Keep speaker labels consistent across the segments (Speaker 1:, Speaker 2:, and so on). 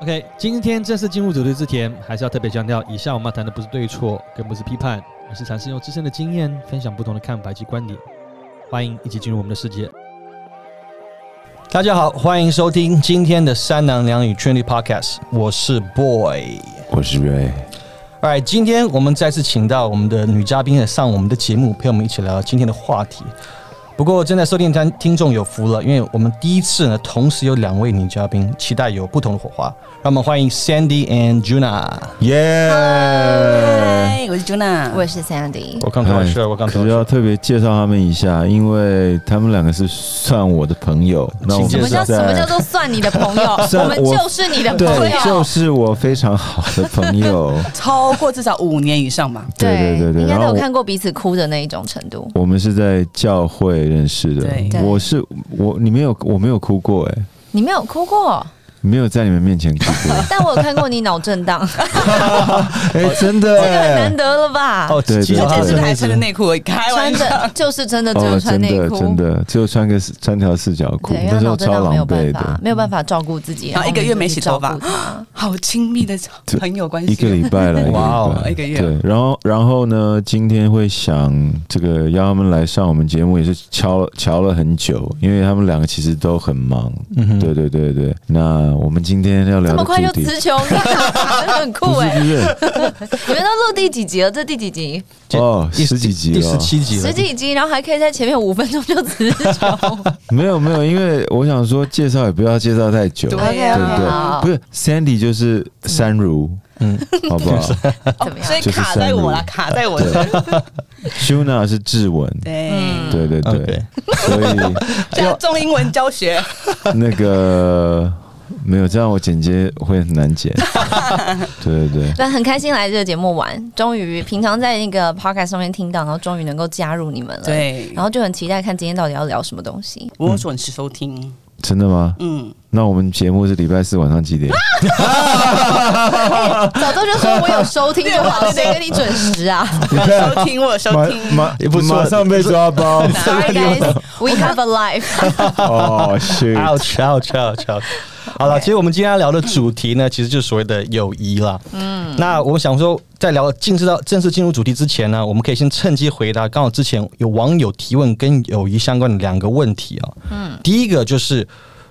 Speaker 1: OK，今天正式进入主题之前，还是要特别强调，以下我们要谈的不是对错，更不是批判，而是尝试用自身的经验分享不同的看法及观点。欢迎一起进入我们的世界。
Speaker 2: 大家好，欢迎收听今天的三男两女 Trinity Podcast，我是 Boy。
Speaker 3: 我是瑞，
Speaker 2: Alright，今天我们再次请到我们的女嘉宾来上我们的节目，陪我们一起聊聊今天的话题。不过正在收听听听众有福了，因为我们第一次呢，同时有两位女嘉宾，期待有不同的火花。让我们欢迎 Sandy and Juna。
Speaker 3: 耶！
Speaker 4: 嗨，我是 Juna，
Speaker 5: 我是 Sandy，
Speaker 2: Welcome to our show. Welcome to
Speaker 3: 可
Speaker 2: our
Speaker 3: 是
Speaker 2: show.
Speaker 3: 要特别介绍他们一下，因为他们两个是算我的朋友。那我们
Speaker 2: 请
Speaker 5: 什
Speaker 2: 介
Speaker 5: 么
Speaker 3: 是
Speaker 5: 叫
Speaker 2: 绍
Speaker 5: 什么叫
Speaker 3: 在
Speaker 5: 做算你的朋友？
Speaker 3: 算
Speaker 5: 我们
Speaker 3: 我
Speaker 5: 就是你的朋
Speaker 3: 对，就
Speaker 5: 友，
Speaker 3: 是我非常好的朋友。
Speaker 4: 超过至少五年以上吧。
Speaker 3: 对对对对，
Speaker 5: 应该
Speaker 3: 然
Speaker 5: 都
Speaker 3: 后
Speaker 5: 有
Speaker 3: 我
Speaker 5: 看过彼此哭的那一种程度。
Speaker 3: 我们是在教会认识
Speaker 4: 对
Speaker 3: 的。
Speaker 5: 对
Speaker 3: 我是我，你没有，我没有哭过哎、
Speaker 5: 你没有哭过，
Speaker 3: 没有在你们面前哭过，
Speaker 5: 但我有看过你脑震荡，
Speaker 3: 哎、真的
Speaker 5: 这个很
Speaker 3: 哎、
Speaker 5: 难得了吧？
Speaker 2: 哦，
Speaker 3: 对
Speaker 2: 记
Speaker 3: 对
Speaker 2: 得
Speaker 4: 而
Speaker 2: 他
Speaker 4: 且
Speaker 3: 对
Speaker 4: 是
Speaker 2: 的
Speaker 4: 不是
Speaker 2: 妹
Speaker 4: 还
Speaker 2: 子
Speaker 4: 穿着内裤而已？开玩
Speaker 5: 穿
Speaker 4: 笑，
Speaker 5: 着 就是真的只有
Speaker 3: 哦，
Speaker 5: 穿
Speaker 3: 真
Speaker 5: 内
Speaker 3: 的
Speaker 5: 裤，
Speaker 3: 真的，只有穿个穿条四角裤，
Speaker 5: 对，因
Speaker 3: 那
Speaker 5: 为
Speaker 3: 时
Speaker 5: 脑
Speaker 3: 候
Speaker 5: 震
Speaker 3: 超
Speaker 5: 荡没有
Speaker 3: 狼狈
Speaker 5: 办法
Speaker 3: 的，，
Speaker 5: 没有办法照顾自己，
Speaker 4: 然后一个月没洗头发
Speaker 5: 然后我们就去照顾他
Speaker 4: 好亲密的朋友关系。
Speaker 3: 一个礼拜 了，
Speaker 2: 哇哦
Speaker 3: 一
Speaker 4: 一
Speaker 3: 个
Speaker 4: 个
Speaker 3: 礼
Speaker 4: 月
Speaker 3: 拜对，然后然后呢，今天会想这个邀他们来上我们节目，也是敲了敲了很久，因为他们两个其实都很忙。
Speaker 2: 嗯哼
Speaker 3: 对对对对， 那我们今天要
Speaker 5: 这
Speaker 3: 聊的主
Speaker 5: 么快就
Speaker 3: 题
Speaker 5: 辞 球，啊真的很酷
Speaker 3: 不是
Speaker 5: 哎！
Speaker 3: 不是
Speaker 5: 你们都录第几集了？这第几集？
Speaker 2: 这
Speaker 3: 哦，
Speaker 2: 第
Speaker 3: 十几集
Speaker 2: 第
Speaker 3: 了
Speaker 2: 十，七集了，
Speaker 5: 十几集，然后还可以在前面五分钟就辞球。
Speaker 3: 没有没有，因为我想说介绍也不要介绍太久，
Speaker 4: 对
Speaker 3: 对
Speaker 5: OK
Speaker 3: 不对
Speaker 5: OK，好，
Speaker 3: 不是 Sandy 就是山如，
Speaker 2: 嗯，
Speaker 3: 好不 好
Speaker 5: 怎么样
Speaker 4: 所以卡在我了，卡在我身。
Speaker 3: ？Shuna 是志文，
Speaker 4: 对，
Speaker 3: 对嗯对对
Speaker 2: OK，
Speaker 3: 所以。
Speaker 4: 叫中英文教学，
Speaker 3: 那个没有，这样我剪接会很难 剪。对对对，
Speaker 5: 但很开心来这个节目玩，终于平常在那个 podcast 上面听到，然后终于能够加入你们了。，
Speaker 4: 对，
Speaker 5: 然后就很期待看今天到底要聊什么东西。
Speaker 4: 我准时收听。
Speaker 3: 真的吗？
Speaker 4: 嗯，
Speaker 3: 那我们节目是礼拜四晚上几点？
Speaker 5: 早都就说我有收听就好，谁跟你准时啊
Speaker 4: 收听我有收听，
Speaker 3: 马
Speaker 2: 也不错
Speaker 3: 马上被抓包
Speaker 5: ？Sorry guys, we have a life。
Speaker 3: 哦，是
Speaker 2: ouch ouch ouch ouch。好了，其实我们今天要聊的主题呢，其实就是所谓的友谊啦。嗯，那我想说，在聊进入到正式进入主题之前呢，我们可以先趁机回答刚好之前有网友提问跟友谊相关的两个问题啊。嗯，第一个就是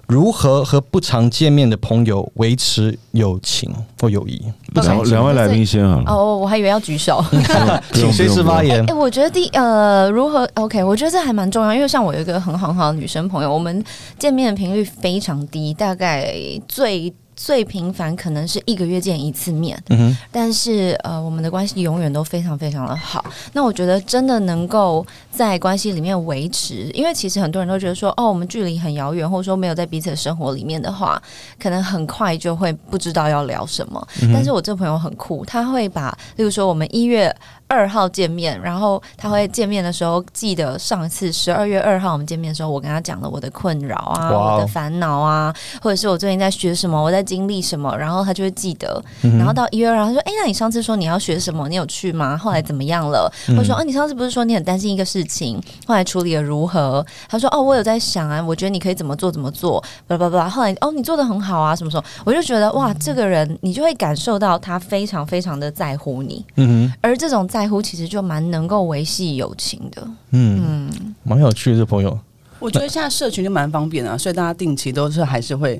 Speaker 2: 如何和不常见面的朋友维持友情或友 谊，
Speaker 3: 两两位来宾先好了，
Speaker 5: 哦，我还以为要举手。
Speaker 3: 不用
Speaker 2: 请随时发。言
Speaker 5: 哎、。我觉得第呃如何 OK，我觉得这还蛮重要，因为像我有一个很好很好的女生朋友，我们见面的频率非常低，大概最。最频繁可能是一个月见一次面，
Speaker 2: 嗯哼，
Speaker 5: 但是呃，我们的关系永远都非常非常的好。那我觉得真的能够在关系里面维持，因为其实很多人都觉得说，哦，我们距离很遥远，或者说没有在彼此的生活里面的话，可能很快就会不知道要聊什么。
Speaker 2: 嗯哎
Speaker 5: 但是我这朋友很酷，他会把，例如说我们一月。二号见面，然后他会见面的时候记得上一次十二月二号我们见面的时候，我跟他讲了我的困扰啊，
Speaker 2: 哇哦
Speaker 5: 我的烦恼啊，或者是我最近在学什么，我在经历什么，然后他就会记得。然
Speaker 3: 嗯
Speaker 5: 后到一月二号，他说：“哎、那你上次说你要学什么？你有去吗？后来怎么样了？”我
Speaker 3: 嗯
Speaker 5: 说：“哦、你上次不是说你很担心一个事情，后来处理的如何？”他说：“哦，我有在想啊，我觉得你可以怎么做怎么做，巴拉巴拉。”后来哦，你做的很好啊，什么什么，我就觉得哇，这个人你就会感受到他非常非常的在乎你，
Speaker 2: 嗯哼，
Speaker 5: 而这种在乎其实就蛮能够维系友情的。
Speaker 2: 嗯，蛮有趣的这朋友。
Speaker 4: 我觉得现在社群就蛮方便的、啊，所以大家定期都是还是会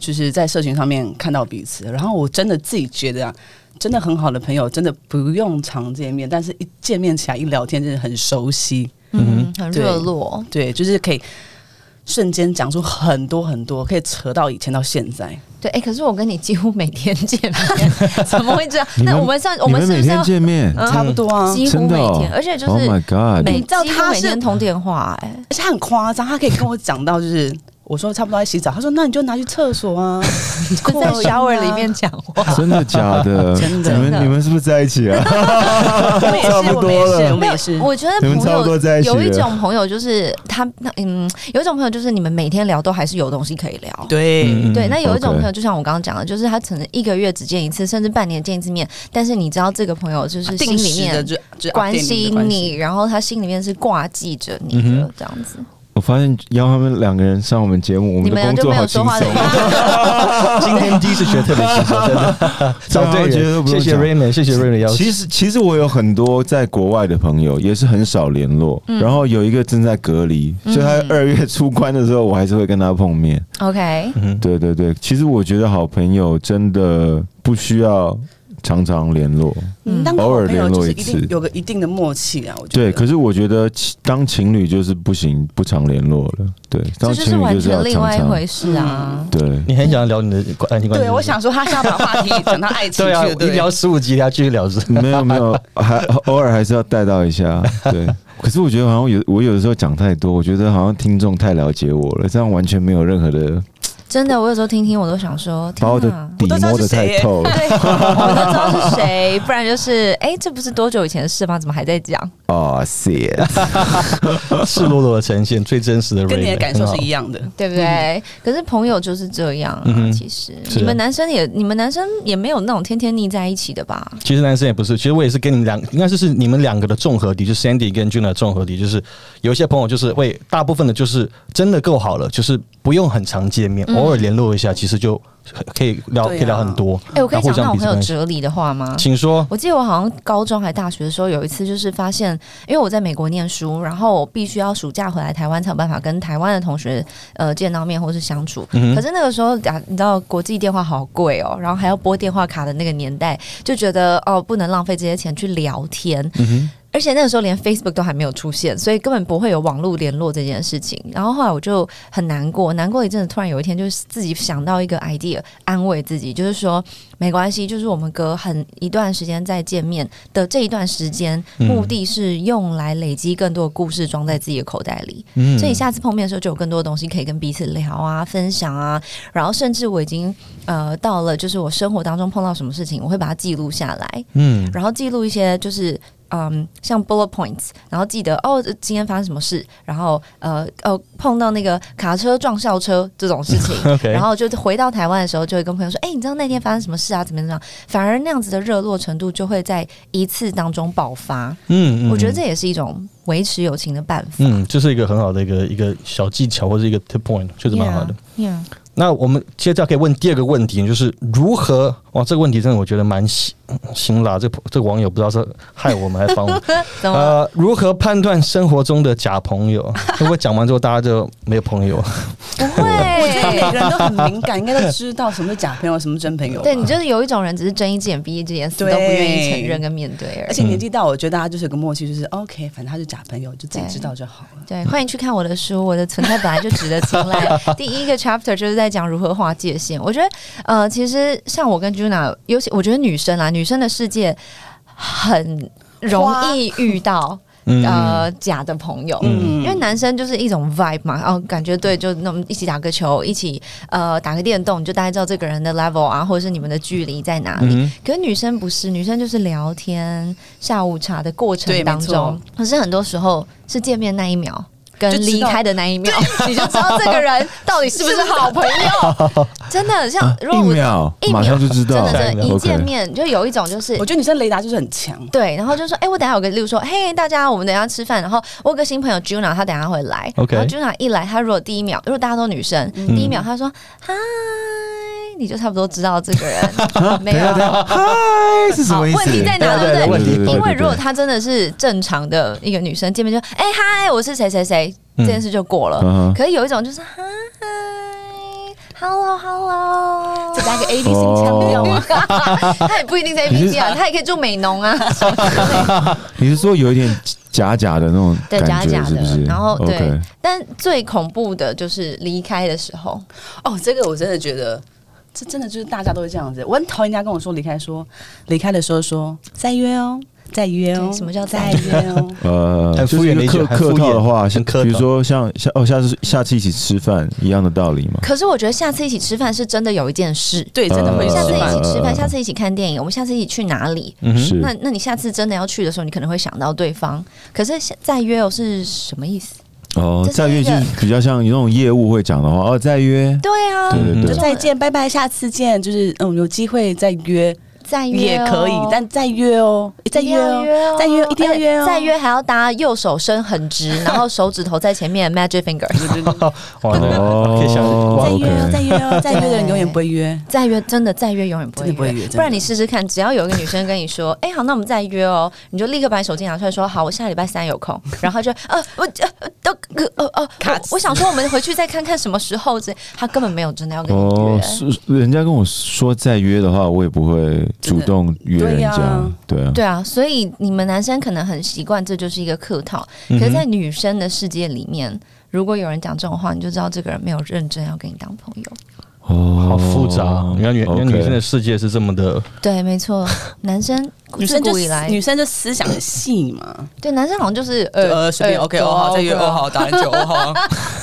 Speaker 4: 就是在社群上面看到彼此。然后我真的自己觉得啊，真的很好的朋友，真的不用常见面，但是一见面起来一聊天，真的很熟悉。
Speaker 5: 嗯，很
Speaker 4: 对
Speaker 5: 热络。
Speaker 4: 对，就是可以瞬间讲出很多很多，可以扯到以前到现在。
Speaker 5: 对，哎、可是我跟你几乎每天见面， 怎么会这样？
Speaker 3: 你们
Speaker 5: 那我们算我
Speaker 3: 你
Speaker 5: 们
Speaker 3: 们
Speaker 5: 是
Speaker 3: 每
Speaker 5: 不是要嗯
Speaker 3: 天见面，
Speaker 4: 差不多啊，
Speaker 5: 几乎
Speaker 3: 真的
Speaker 5: 每
Speaker 3: 哦
Speaker 5: 天，而且就
Speaker 3: Oh
Speaker 5: 是
Speaker 3: my God！
Speaker 5: 每
Speaker 4: 你知道
Speaker 5: 几乎
Speaker 4: 他
Speaker 5: 每
Speaker 4: 是
Speaker 5: 天通电话、哎，
Speaker 4: 而且他很夸张，他可以跟我讲到就是。我说差不多在洗澡，他说那你就拿去厕所啊，
Speaker 5: 就 在 shower 里面讲 话。
Speaker 3: 真的假 的？
Speaker 4: 真的
Speaker 3: 你们你们是不是在一起啊？
Speaker 4: 我 们也
Speaker 3: 差
Speaker 4: 是，
Speaker 3: 不
Speaker 4: 我
Speaker 3: 多
Speaker 4: 们也
Speaker 3: 了
Speaker 4: 是，我
Speaker 5: 没
Speaker 4: 们也是
Speaker 5: 有，。我觉得
Speaker 3: 你们
Speaker 5: 朋
Speaker 3: 差不多
Speaker 5: 友
Speaker 3: 在一起了
Speaker 5: 有一种朋友就是他，那嗯，有一种朋友就是你们每天聊都还是有东西可以聊。
Speaker 3: 嗯
Speaker 4: 对，
Speaker 5: 对，那有一种
Speaker 3: OK
Speaker 5: 朋友，就像我刚刚讲的，就是他可能一个月只见一次，甚至半年见一次面，但是你知道这个朋友就是心
Speaker 4: 定
Speaker 5: 里
Speaker 4: 时的
Speaker 5: 啊面
Speaker 4: 就就
Speaker 5: 关
Speaker 4: update 你
Speaker 5: 心
Speaker 4: 的关
Speaker 3: 嗯
Speaker 5: 你，然后他心里面是挂记着你的这样子。
Speaker 3: 我发现邀他们两个人上我们节目，我们
Speaker 5: 你
Speaker 3: 的
Speaker 5: 们俩
Speaker 3: 工
Speaker 5: 就
Speaker 3: 作
Speaker 5: 没
Speaker 3: 好
Speaker 5: 有
Speaker 3: 轻
Speaker 5: 说话的
Speaker 3: 松。
Speaker 2: 今天第一次觉得特别轻松，真 的找对
Speaker 3: 对啊我觉
Speaker 2: 人。
Speaker 3: 得都不
Speaker 2: 谢
Speaker 3: 用
Speaker 2: 谢
Speaker 3: 讲
Speaker 2: Raymond，谢谢 Raymond 的邀请。
Speaker 3: 其实，其实我有很多在国外的朋友，也是很少联络。然后有一个正在隔离，所以他
Speaker 5: 嗯
Speaker 3: 二月出关的时候，我还是会跟他碰面。
Speaker 5: OK，
Speaker 2: 嗯，
Speaker 3: 对对对，其实我觉得好朋友真的不需要常常联络。
Speaker 5: 嗯
Speaker 4: 嗯，当好
Speaker 3: 偶尔
Speaker 4: 朋友
Speaker 3: 联
Speaker 4: 就
Speaker 3: 络一
Speaker 4: 是一定
Speaker 3: 次
Speaker 4: 有个一定的默契啊，我觉
Speaker 3: 对，
Speaker 4: 得。
Speaker 3: 可是我觉得其当情侣就是不行，不常联络了。对，当情
Speaker 5: 这就是
Speaker 3: 侣
Speaker 5: 完
Speaker 3: 就是要
Speaker 5: 全另
Speaker 3: 常
Speaker 5: 外一
Speaker 3: 常
Speaker 5: 回事啊。
Speaker 3: 对。
Speaker 2: 你很想聊你的爱情关系。
Speaker 4: 对，我想说他是要把话题讲到爱情
Speaker 2: 对
Speaker 4: 去
Speaker 2: 啊，
Speaker 4: 了，
Speaker 2: 一
Speaker 4: 对
Speaker 2: 聊十五集，他继续聊着。
Speaker 3: 没有没 有，还偶尔还是要带到一下。对，可是我觉得好像有我有的时候讲太多，我觉得好像听众太了解我了，这样完全没有任何的
Speaker 5: 真的，我有时候听听我都想说，天
Speaker 3: 啊把我的
Speaker 5: 哪！
Speaker 3: 底摸得太透了。
Speaker 5: 对，我都知道是谁，不然就是哎、这不是多久以前的事吗？怎么还在讲？
Speaker 3: 哦，谢。
Speaker 2: 赤裸裸的呈现最真实的 Raymond，
Speaker 4: 跟你的感受是一
Speaker 2: 样。
Speaker 4: 样的。
Speaker 5: 对不对？可是朋友就是这样
Speaker 2: 嗯
Speaker 5: 啊，
Speaker 2: 哼
Speaker 5: 其实
Speaker 2: 是
Speaker 5: 你们男生也，你们男生也没有那种天天腻在一起的吧？
Speaker 2: 其实男生也不是，其实我也是跟你们两，应该就是你们两个的综合体，就是 Sandy 跟 Juna 的综合体，就是有一些朋友就是会，大部分的就是真的够好了，就是不用很常见面，
Speaker 5: 嗯
Speaker 2: 偶尔联络一下，其实就可以聊，可
Speaker 4: 对啊
Speaker 2: 以聊很多。
Speaker 5: 哎、我可以
Speaker 2: 然后
Speaker 5: 讲
Speaker 2: 互相彼
Speaker 5: 那种
Speaker 2: 此
Speaker 5: 很有
Speaker 2: 关系
Speaker 5: 哲理的话吗？
Speaker 2: 请说，
Speaker 5: 我记得我好像高中还大学的时候，有一次就是发现，因为我在美国念书，然后我必须要暑假回来台湾才有办法跟台湾的同学呃见到面或是相处。
Speaker 2: 嗯哼
Speaker 5: 可是那个时候打，你知道国际电话好贵哦，然后还要拨电话卡的那个年代，就觉得哦不能浪费这些钱去聊天。
Speaker 2: 嗯
Speaker 5: 而且那个时候连 Facebook 都还没有出现，所以根本不会有网络联络这件事情。然后后来我就很难过，难过一阵子，突然有一天就是自己想到一个 idea 安慰自己，就是说没关系，就是我们隔很一段时间再见面的这一段时间，
Speaker 2: 嗯
Speaker 5: 目的是用来累积更多的故事装在自己的口袋里。
Speaker 2: 嗯
Speaker 5: 所以下次碰面的时候就有更多的东西可以跟彼此聊啊、分享啊，然后甚至我已经呃到了就是我生活当中碰到什么事情，我会把它记录下来，
Speaker 2: 嗯
Speaker 5: 然后记录一些就是。嗯，像 bullet points，然后记得哦，今天发生什么事，然后呃呃碰到那个卡车撞校车这种事情，
Speaker 2: ，OK，
Speaker 5: 然后就回到台湾的时候，就会跟朋友说：“哎、你知道那天发生什么事啊？怎么样怎么样？”反而那样子的热络程度就会在一次当中爆发。
Speaker 2: 嗯
Speaker 5: 我觉得
Speaker 2: 嗯
Speaker 5: 这也是一种维持友情的办法。
Speaker 2: 嗯，这是一个很好的一个一个小技巧或者一个 tip point，确实蛮好的。
Speaker 5: Yeah, yeah.
Speaker 2: 那我们接着可以问第二个问题，就是如何哇？这个问题真的我觉得蛮辛嗯辛辣，这这个网友不知道是害我们还是帮我 们。
Speaker 5: 怎么了？
Speaker 2: 呃，如何判断生活中的假朋友？如果讲完之后大家就没有朋友，
Speaker 5: 不会
Speaker 4: 每。个人都很敏感，应该都知道什么是假朋友，什么是真朋友吧。
Speaker 5: 对你就是有一种人，只是睁一只眼闭一只眼，死都不愿
Speaker 4: 对
Speaker 5: 意承认跟面对而
Speaker 4: 而
Speaker 5: 已。
Speaker 4: 且年纪大，我觉得大家就是有个默契，就是 OK，反正他是假朋友，就自己
Speaker 5: 对
Speaker 4: 知道就好了。
Speaker 5: 对，欢迎去看我的书，我的存在本来就值得青睐。第一个 chapter 就是在讲如何划界限。我觉得，呃，其实像我跟 Juna，尤其我觉得女生啊，女生的世界很容易遇到
Speaker 2: 嗯，
Speaker 5: 呃假的朋友。
Speaker 4: 嗯
Speaker 5: 因为男生就是一种 vibe 嘛，哦，感觉对，就那么一起打个球，一起呃打个电动，你就大概知道这个人的 level 啊，或者是你们的距离在哪里。
Speaker 2: 嗯
Speaker 5: 可是女生不是，女生就是聊天、下午茶的过程
Speaker 4: 对
Speaker 5: 当
Speaker 4: 没错
Speaker 5: 中，可是很多时候是见面那一秒。跟
Speaker 4: 就知道
Speaker 5: 离开的那一秒， 你就知道这个人到底是不是好朋友。 真的，像如果
Speaker 3: 呃一
Speaker 5: 我
Speaker 3: 秒
Speaker 5: 一秒
Speaker 3: 马上就知
Speaker 5: 真
Speaker 3: 道，
Speaker 5: 的真的，一
Speaker 3: OK
Speaker 5: 见面就有一种就是
Speaker 4: 我觉得女生雷达就是很强，
Speaker 5: 对，然后就说，哎、我等一下有个，例如说，嘿，大家，我们等一下吃饭，然后我有个新朋友 Juna，她等一下会来
Speaker 2: OK
Speaker 5: 然后 Juna 一来，她如果第一秒，如果大家都女生，第一秒她说嗨，你就差不多知道这个人没有。
Speaker 3: 嗨是什
Speaker 5: 好，
Speaker 3: 么意思？
Speaker 5: 问题在哪？
Speaker 2: 对对
Speaker 5: 对不
Speaker 2: 问题
Speaker 5: 对？
Speaker 3: 对对对
Speaker 5: 因为如果
Speaker 3: 对
Speaker 5: 她真的是正常的一个女生，见面就哎嗨，我是谁谁谁，这件事就过了。
Speaker 3: 嗯哼
Speaker 5: 可是有一种就是嗨，hello hello，
Speaker 4: 再加一个 A B C 腔调嘛。
Speaker 5: 她哦也不一定在 A
Speaker 3: 你是
Speaker 5: B C 啊，她也可以住美农啊。
Speaker 3: 你是说有一点假假的那种
Speaker 5: 对
Speaker 3: 感
Speaker 5: 假
Speaker 3: 觉，
Speaker 5: 假
Speaker 3: 是
Speaker 5: 的
Speaker 3: 不是？
Speaker 5: 然后对
Speaker 3: OK
Speaker 5: 但最恐怖的就是离开的时候，
Speaker 4: 哦，这个我真的觉得，这真的就是大家都会这样子。我很讨厌人家跟我说离开说离开的时候说再约哦，再约哦
Speaker 5: 对，什么叫再
Speaker 4: 再约 哦？
Speaker 3: 呃，
Speaker 2: 很敷
Speaker 3: 就是
Speaker 2: 衍的
Speaker 3: 一
Speaker 2: 一句
Speaker 3: 个客
Speaker 2: 很敷
Speaker 3: 客套的
Speaker 2: 衍
Speaker 3: 话，
Speaker 2: 很
Speaker 3: 像
Speaker 2: 客套
Speaker 3: 比如说像下哦，下次下次一起吃饭一样的道理嘛。
Speaker 5: 可是我觉得下次一起吃饭是真的有一件事。
Speaker 4: 对，真的会
Speaker 5: 下次
Speaker 4: 失
Speaker 5: 一
Speaker 4: 败。
Speaker 5: 起吃
Speaker 3: 呃
Speaker 5: 饭，下次一起看电影，我们下次一起去哪里？
Speaker 2: 嗯哼，
Speaker 3: 是
Speaker 5: 那那你下次真的要去的时候，你可能会想到对方。可是下再约哦是什么意思？
Speaker 3: 哦，
Speaker 5: 这是
Speaker 3: 再约
Speaker 5: 一
Speaker 3: 就
Speaker 5: 个
Speaker 3: 是比较像有那种业务会讲的话，哦，再约，
Speaker 5: 对啊，
Speaker 3: 对对
Speaker 5: 这
Speaker 3: 对
Speaker 4: 就
Speaker 5: 种
Speaker 4: 再见，拜拜，下次见。就是嗯，有机会再约，
Speaker 5: 再约、哦
Speaker 4: 也可以，但再约哦，再约哦，再约一定要约哦
Speaker 5: 而且哎再约还要搭右手伸很直，然后手指头在前面 magic finger。
Speaker 2: 哇，那个可以想哇
Speaker 4: 再
Speaker 3: 哦
Speaker 4: 约哦，再约哦，再约的人
Speaker 5: 对
Speaker 4: 永远不会 约。
Speaker 5: 再约真的再约永远不会
Speaker 4: 真的不会约真的
Speaker 5: 不然你试试看，只要有一个女生跟你说，哎、好，那我们再约哦，你就立刻把手机拿出来说，好，我下礼拜三有空，然后她就呃我呃都呃呃
Speaker 4: 卡
Speaker 5: 我，我想说我们回去再看看什么时候这，他根本没有真的要跟你约。
Speaker 3: 哦，是人家跟我说再约的话，我也不会主动约人
Speaker 4: 真
Speaker 3: 家
Speaker 4: 的，
Speaker 3: 对啊，
Speaker 5: 对啊，所以你们男生可能很习惯，这就是一个客套。
Speaker 3: 嗯
Speaker 5: 可是，在女生的世界里面，如果有人讲这种话，你就知道这个人没有认真要跟你当朋友。
Speaker 3: 哦
Speaker 2: 好复杂。原来女原来
Speaker 3: OK
Speaker 2: 女生的世界是这么的，
Speaker 5: 对，没错， 男生
Speaker 4: 女生
Speaker 5: 自
Speaker 4: 就
Speaker 5: 古以来，
Speaker 4: 女生就思想很细嘛，
Speaker 5: 对男生好像就是
Speaker 4: 呃，随便 OK 哦，好，再约哦，。好，打篮球哦，好 啊，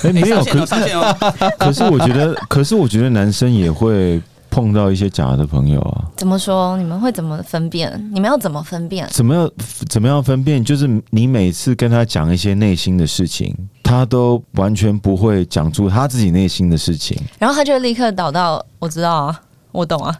Speaker 3: 哎，没有，
Speaker 4: 上线
Speaker 3: 可
Speaker 4: 哦，上线 哦，
Speaker 3: 可是我觉得，可是我觉得男生也会碰到一些假的朋友啊。
Speaker 5: 怎么说？你们会怎么分辨？你们要怎么分辨？
Speaker 3: 怎么样怎么样分辨？就是你每次跟他讲一些内心的事情，他都完全不会讲出他自己内心的事情。
Speaker 5: 然后他就立刻倒到我知道啊，我懂 啊，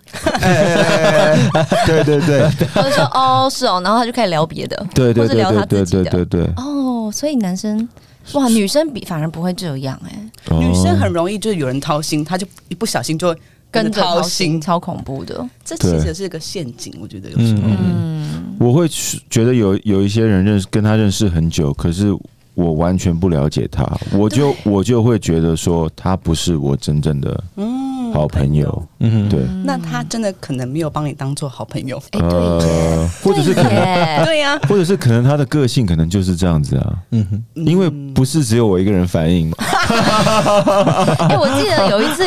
Speaker 3: 对对对
Speaker 5: 他就说哦是哦，然后他就开始聊别的。
Speaker 3: 对对对
Speaker 5: 或是聊他
Speaker 3: 对对
Speaker 5: 自己的
Speaker 3: 对对对。
Speaker 5: 哦，所以男生哇，女生比反而不会这样哎、
Speaker 3: 哦
Speaker 4: 女生很容易就是有人掏心，她就一不小心就会
Speaker 5: 跟着
Speaker 4: 掏
Speaker 5: 掏心，，超恐怖的。
Speaker 4: 这其
Speaker 3: 对
Speaker 4: 实是一个陷阱，我觉得有时
Speaker 2: 嗯
Speaker 4: 候。
Speaker 2: 嗯，
Speaker 5: 嗯，
Speaker 3: 我会觉得有有一些人认识跟他认识很久，可是我完全不了解他，我就我就会觉得说他不是我真正的好朋友。
Speaker 2: 嗯，
Speaker 3: 对，
Speaker 4: 那他真的可能没有帮你当做好朋友。
Speaker 5: 哎、对耶，
Speaker 3: 呃或者是可
Speaker 5: 对
Speaker 3: 能，
Speaker 5: 耶
Speaker 4: 对呀、
Speaker 3: 或者是可能他的个性可能就是这样子啊，
Speaker 2: 嗯哼，
Speaker 3: 因为不是只有我一个人反应嘛。
Speaker 5: 哎、我记得有一次，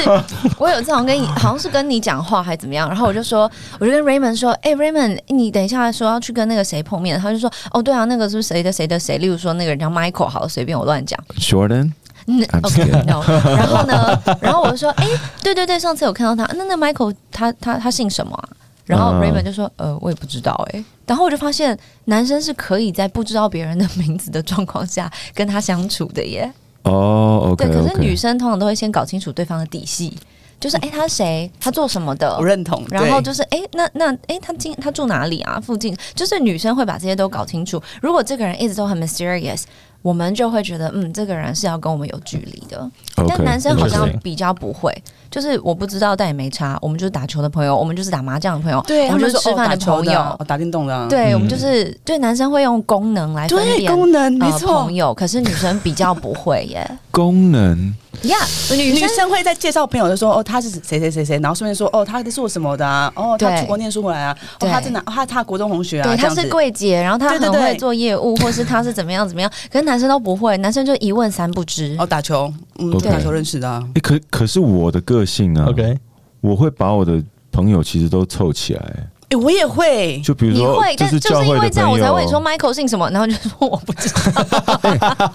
Speaker 5: 我有一次好像跟你，好像是跟你讲话还怎么样，然后我就说，我就跟 Raymond 说，哎、r a y m o n d 你等一下说要去跟那个谁碰面，他就说，哦，对啊，那个是谁的谁的谁，例如说那个人叫 Michael，好了，随便我乱讲，
Speaker 3: Jordan，
Speaker 5: 嗯
Speaker 3: I'm
Speaker 5: ，OK，
Speaker 3: scared.
Speaker 5: no，然后呢，然后我就说，哎、对对对，上次有看到他，那那 Michael 他他他姓什么啊？然后
Speaker 3: 嗯
Speaker 5: Raymond 就说，呃，我也不知道、哎，然后我就发现男生是可以在不知道别人的名字的状况下跟他相处的耶。
Speaker 3: 哦，OK，
Speaker 5: 对，可是女
Speaker 3: OK，
Speaker 5: 生通常都会先搞清楚对方的底细，就是哎、诶他是谁，他做什么的
Speaker 4: 嗯我，认同。
Speaker 5: 然后就是是哎、诶那那哎、诶他今他住哪里啊？附近，就是女生会把这些都搞清楚。如果这个人一直都很 mysterious，我们就会觉得嗯，这个人是要跟我们有距离的。但
Speaker 3: OK，
Speaker 5: 男生好像
Speaker 2: interesting
Speaker 5: 比较不会，就是我不知道，但也没差，我们就是打球的朋友，我们就是打麻将的朋友，
Speaker 4: 对，
Speaker 5: 我
Speaker 4: 他
Speaker 5: 们就
Speaker 4: 们
Speaker 5: 是吃
Speaker 4: 说
Speaker 5: 饭
Speaker 4: 哦打球
Speaker 5: 朋
Speaker 4: 的啊
Speaker 5: 友。
Speaker 4: 哦打电动的啊，
Speaker 5: 对，我
Speaker 2: 嗯
Speaker 5: 们就是对男生会用功能来分
Speaker 4: 对，
Speaker 5: 辨
Speaker 4: 功能没
Speaker 5: 呃
Speaker 4: 错
Speaker 5: 朋。友，可是女生比较不会 耶。
Speaker 3: 功能
Speaker 5: 呀、女
Speaker 4: 女
Speaker 5: 生
Speaker 4: 生会在介绍朋友的时候，哦，他是谁谁谁谁，然后顺便说，哦，他是做什么的啊？哦，他
Speaker 5: 对
Speaker 4: 出国念书回来啊？哦，
Speaker 5: 对
Speaker 4: 他在哪？哦他他国中同学啊？
Speaker 5: 对，
Speaker 4: 这
Speaker 5: 她
Speaker 4: 样子
Speaker 5: 是柜姐，然后她
Speaker 4: 对对
Speaker 5: 很
Speaker 4: 对
Speaker 5: 会做业务，或是她是怎么样怎 么样，可是男生都不会，男生就一问三不知。
Speaker 4: 哦，打球，嗯，
Speaker 3: OK
Speaker 4: 就打球认识的啊。
Speaker 3: 诶可可是我的个性啊
Speaker 2: OK，
Speaker 3: 我会把我的朋友其实都凑起来，
Speaker 4: 哎，我也会，
Speaker 3: 就比如
Speaker 5: 你
Speaker 3: 说
Speaker 5: 会，，但
Speaker 3: 是
Speaker 5: 就
Speaker 3: 教
Speaker 5: 是因
Speaker 3: 会
Speaker 5: 为
Speaker 3: 的
Speaker 5: 这样，我
Speaker 3: 朋
Speaker 5: 才问你说
Speaker 3: 友。
Speaker 5: Michael 姓什么，然后就说我不知道。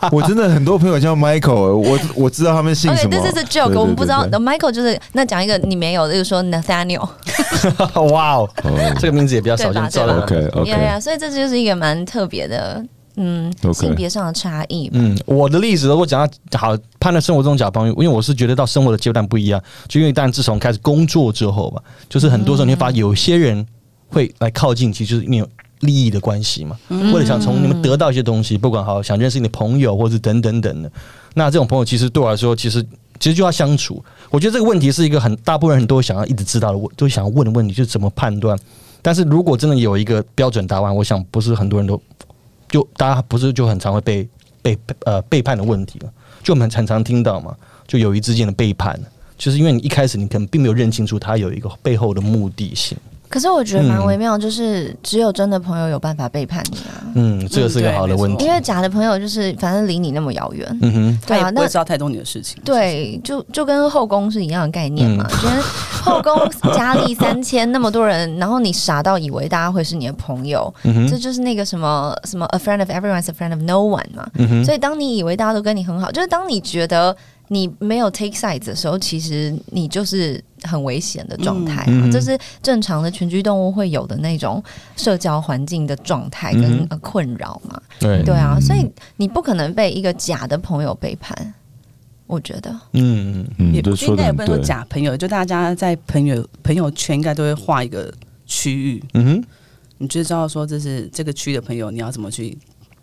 Speaker 3: 我真的很多朋友叫 Michael，我我知道他们姓什
Speaker 5: OK，
Speaker 3: 么。
Speaker 5: 这是 joke，
Speaker 3: 对对
Speaker 5: 我们不知道。
Speaker 3: 对对
Speaker 5: Michael 就是那讲一个你没有，的，就是说 Nathaniel，
Speaker 2: 哇哦，
Speaker 3: 哦
Speaker 2: 这个名字也比较
Speaker 5: 对
Speaker 2: 少
Speaker 5: 吧
Speaker 2: 见，知道
Speaker 5: 对
Speaker 2: 了
Speaker 5: 吧。
Speaker 3: OK
Speaker 5: 呀
Speaker 3: OK，
Speaker 5: 呀，所以这就是一个蛮特别的，嗯
Speaker 3: OK
Speaker 5: 性别上的差异。
Speaker 2: 嗯，我的例子，如果讲到好判断生活中假朋友，因为我是觉得到生活的阶段不一样，就因为当然自从开始工作之后吧，就是很多时候你会发现有些人会来靠近，其实你有利益的关系嘛，或者想从你们得到一些东西，不管好想认识你的朋友，或是等等等的。那这种朋友其实对我来说，其实其实就要相处。我觉得这个问题是一个很大部分人都想要一直知道的问，都想要问的问题，就是怎么判断。但是如果真的有一个标准答案，我想不是很多人都就大家不是就很常会被被呃背叛的问题了，就我们很常听到嘛，就友谊之间的背叛，就是因为你一开始你可能并没有认清楚他有一个背后的目的性。
Speaker 5: 可是我觉得蛮
Speaker 2: 嗯
Speaker 5: 微妙，就是只有真的朋友有办法背叛你啊，
Speaker 2: 嗯，这个是个好的问
Speaker 4: 嗯
Speaker 2: 题
Speaker 5: 因。为假的朋友就是反正离你那么遥远。
Speaker 2: 嗯哼，
Speaker 4: 他
Speaker 5: 对啊，
Speaker 3: 哎
Speaker 4: 也不会
Speaker 5: 那
Speaker 4: 知道太多你的事情。
Speaker 5: 对，就就跟后宫是一样的概念
Speaker 2: 嗯
Speaker 5: 嘛。觉得后宫佳丽三千，那么多人，然后你傻到以为大家会是你的朋友，
Speaker 2: 嗯
Speaker 5: 这
Speaker 2: 哼，
Speaker 5: 就是那个什么什么 a friend of everyone is a friend of no one 嘛。
Speaker 2: 嗯哼，
Speaker 5: 所以当你以为大家都跟你很好，就是当你觉得你没有 take sides 的时候，其实你就是很危险的状态嘛。
Speaker 2: 嗯嗯
Speaker 5: 这是正常的群居动物会有的那种社交环境的状态跟、
Speaker 2: 嗯
Speaker 5: 呃困扰嘛。
Speaker 2: 对
Speaker 5: 对啊，
Speaker 3: 嗯
Speaker 5: 所以你不可能被一个假的朋友背叛，我觉得。
Speaker 2: 嗯嗯
Speaker 3: 嗯，
Speaker 4: 也
Speaker 3: 都
Speaker 4: 应
Speaker 3: 说
Speaker 4: 该
Speaker 3: 的
Speaker 4: 也
Speaker 3: 很
Speaker 4: 不能说
Speaker 3: 对。
Speaker 4: 假朋友，就大家在朋友朋友圈应该都会画一个区域，
Speaker 2: 嗯哼，
Speaker 4: 你就知道说这是这个区的朋友，你要怎么去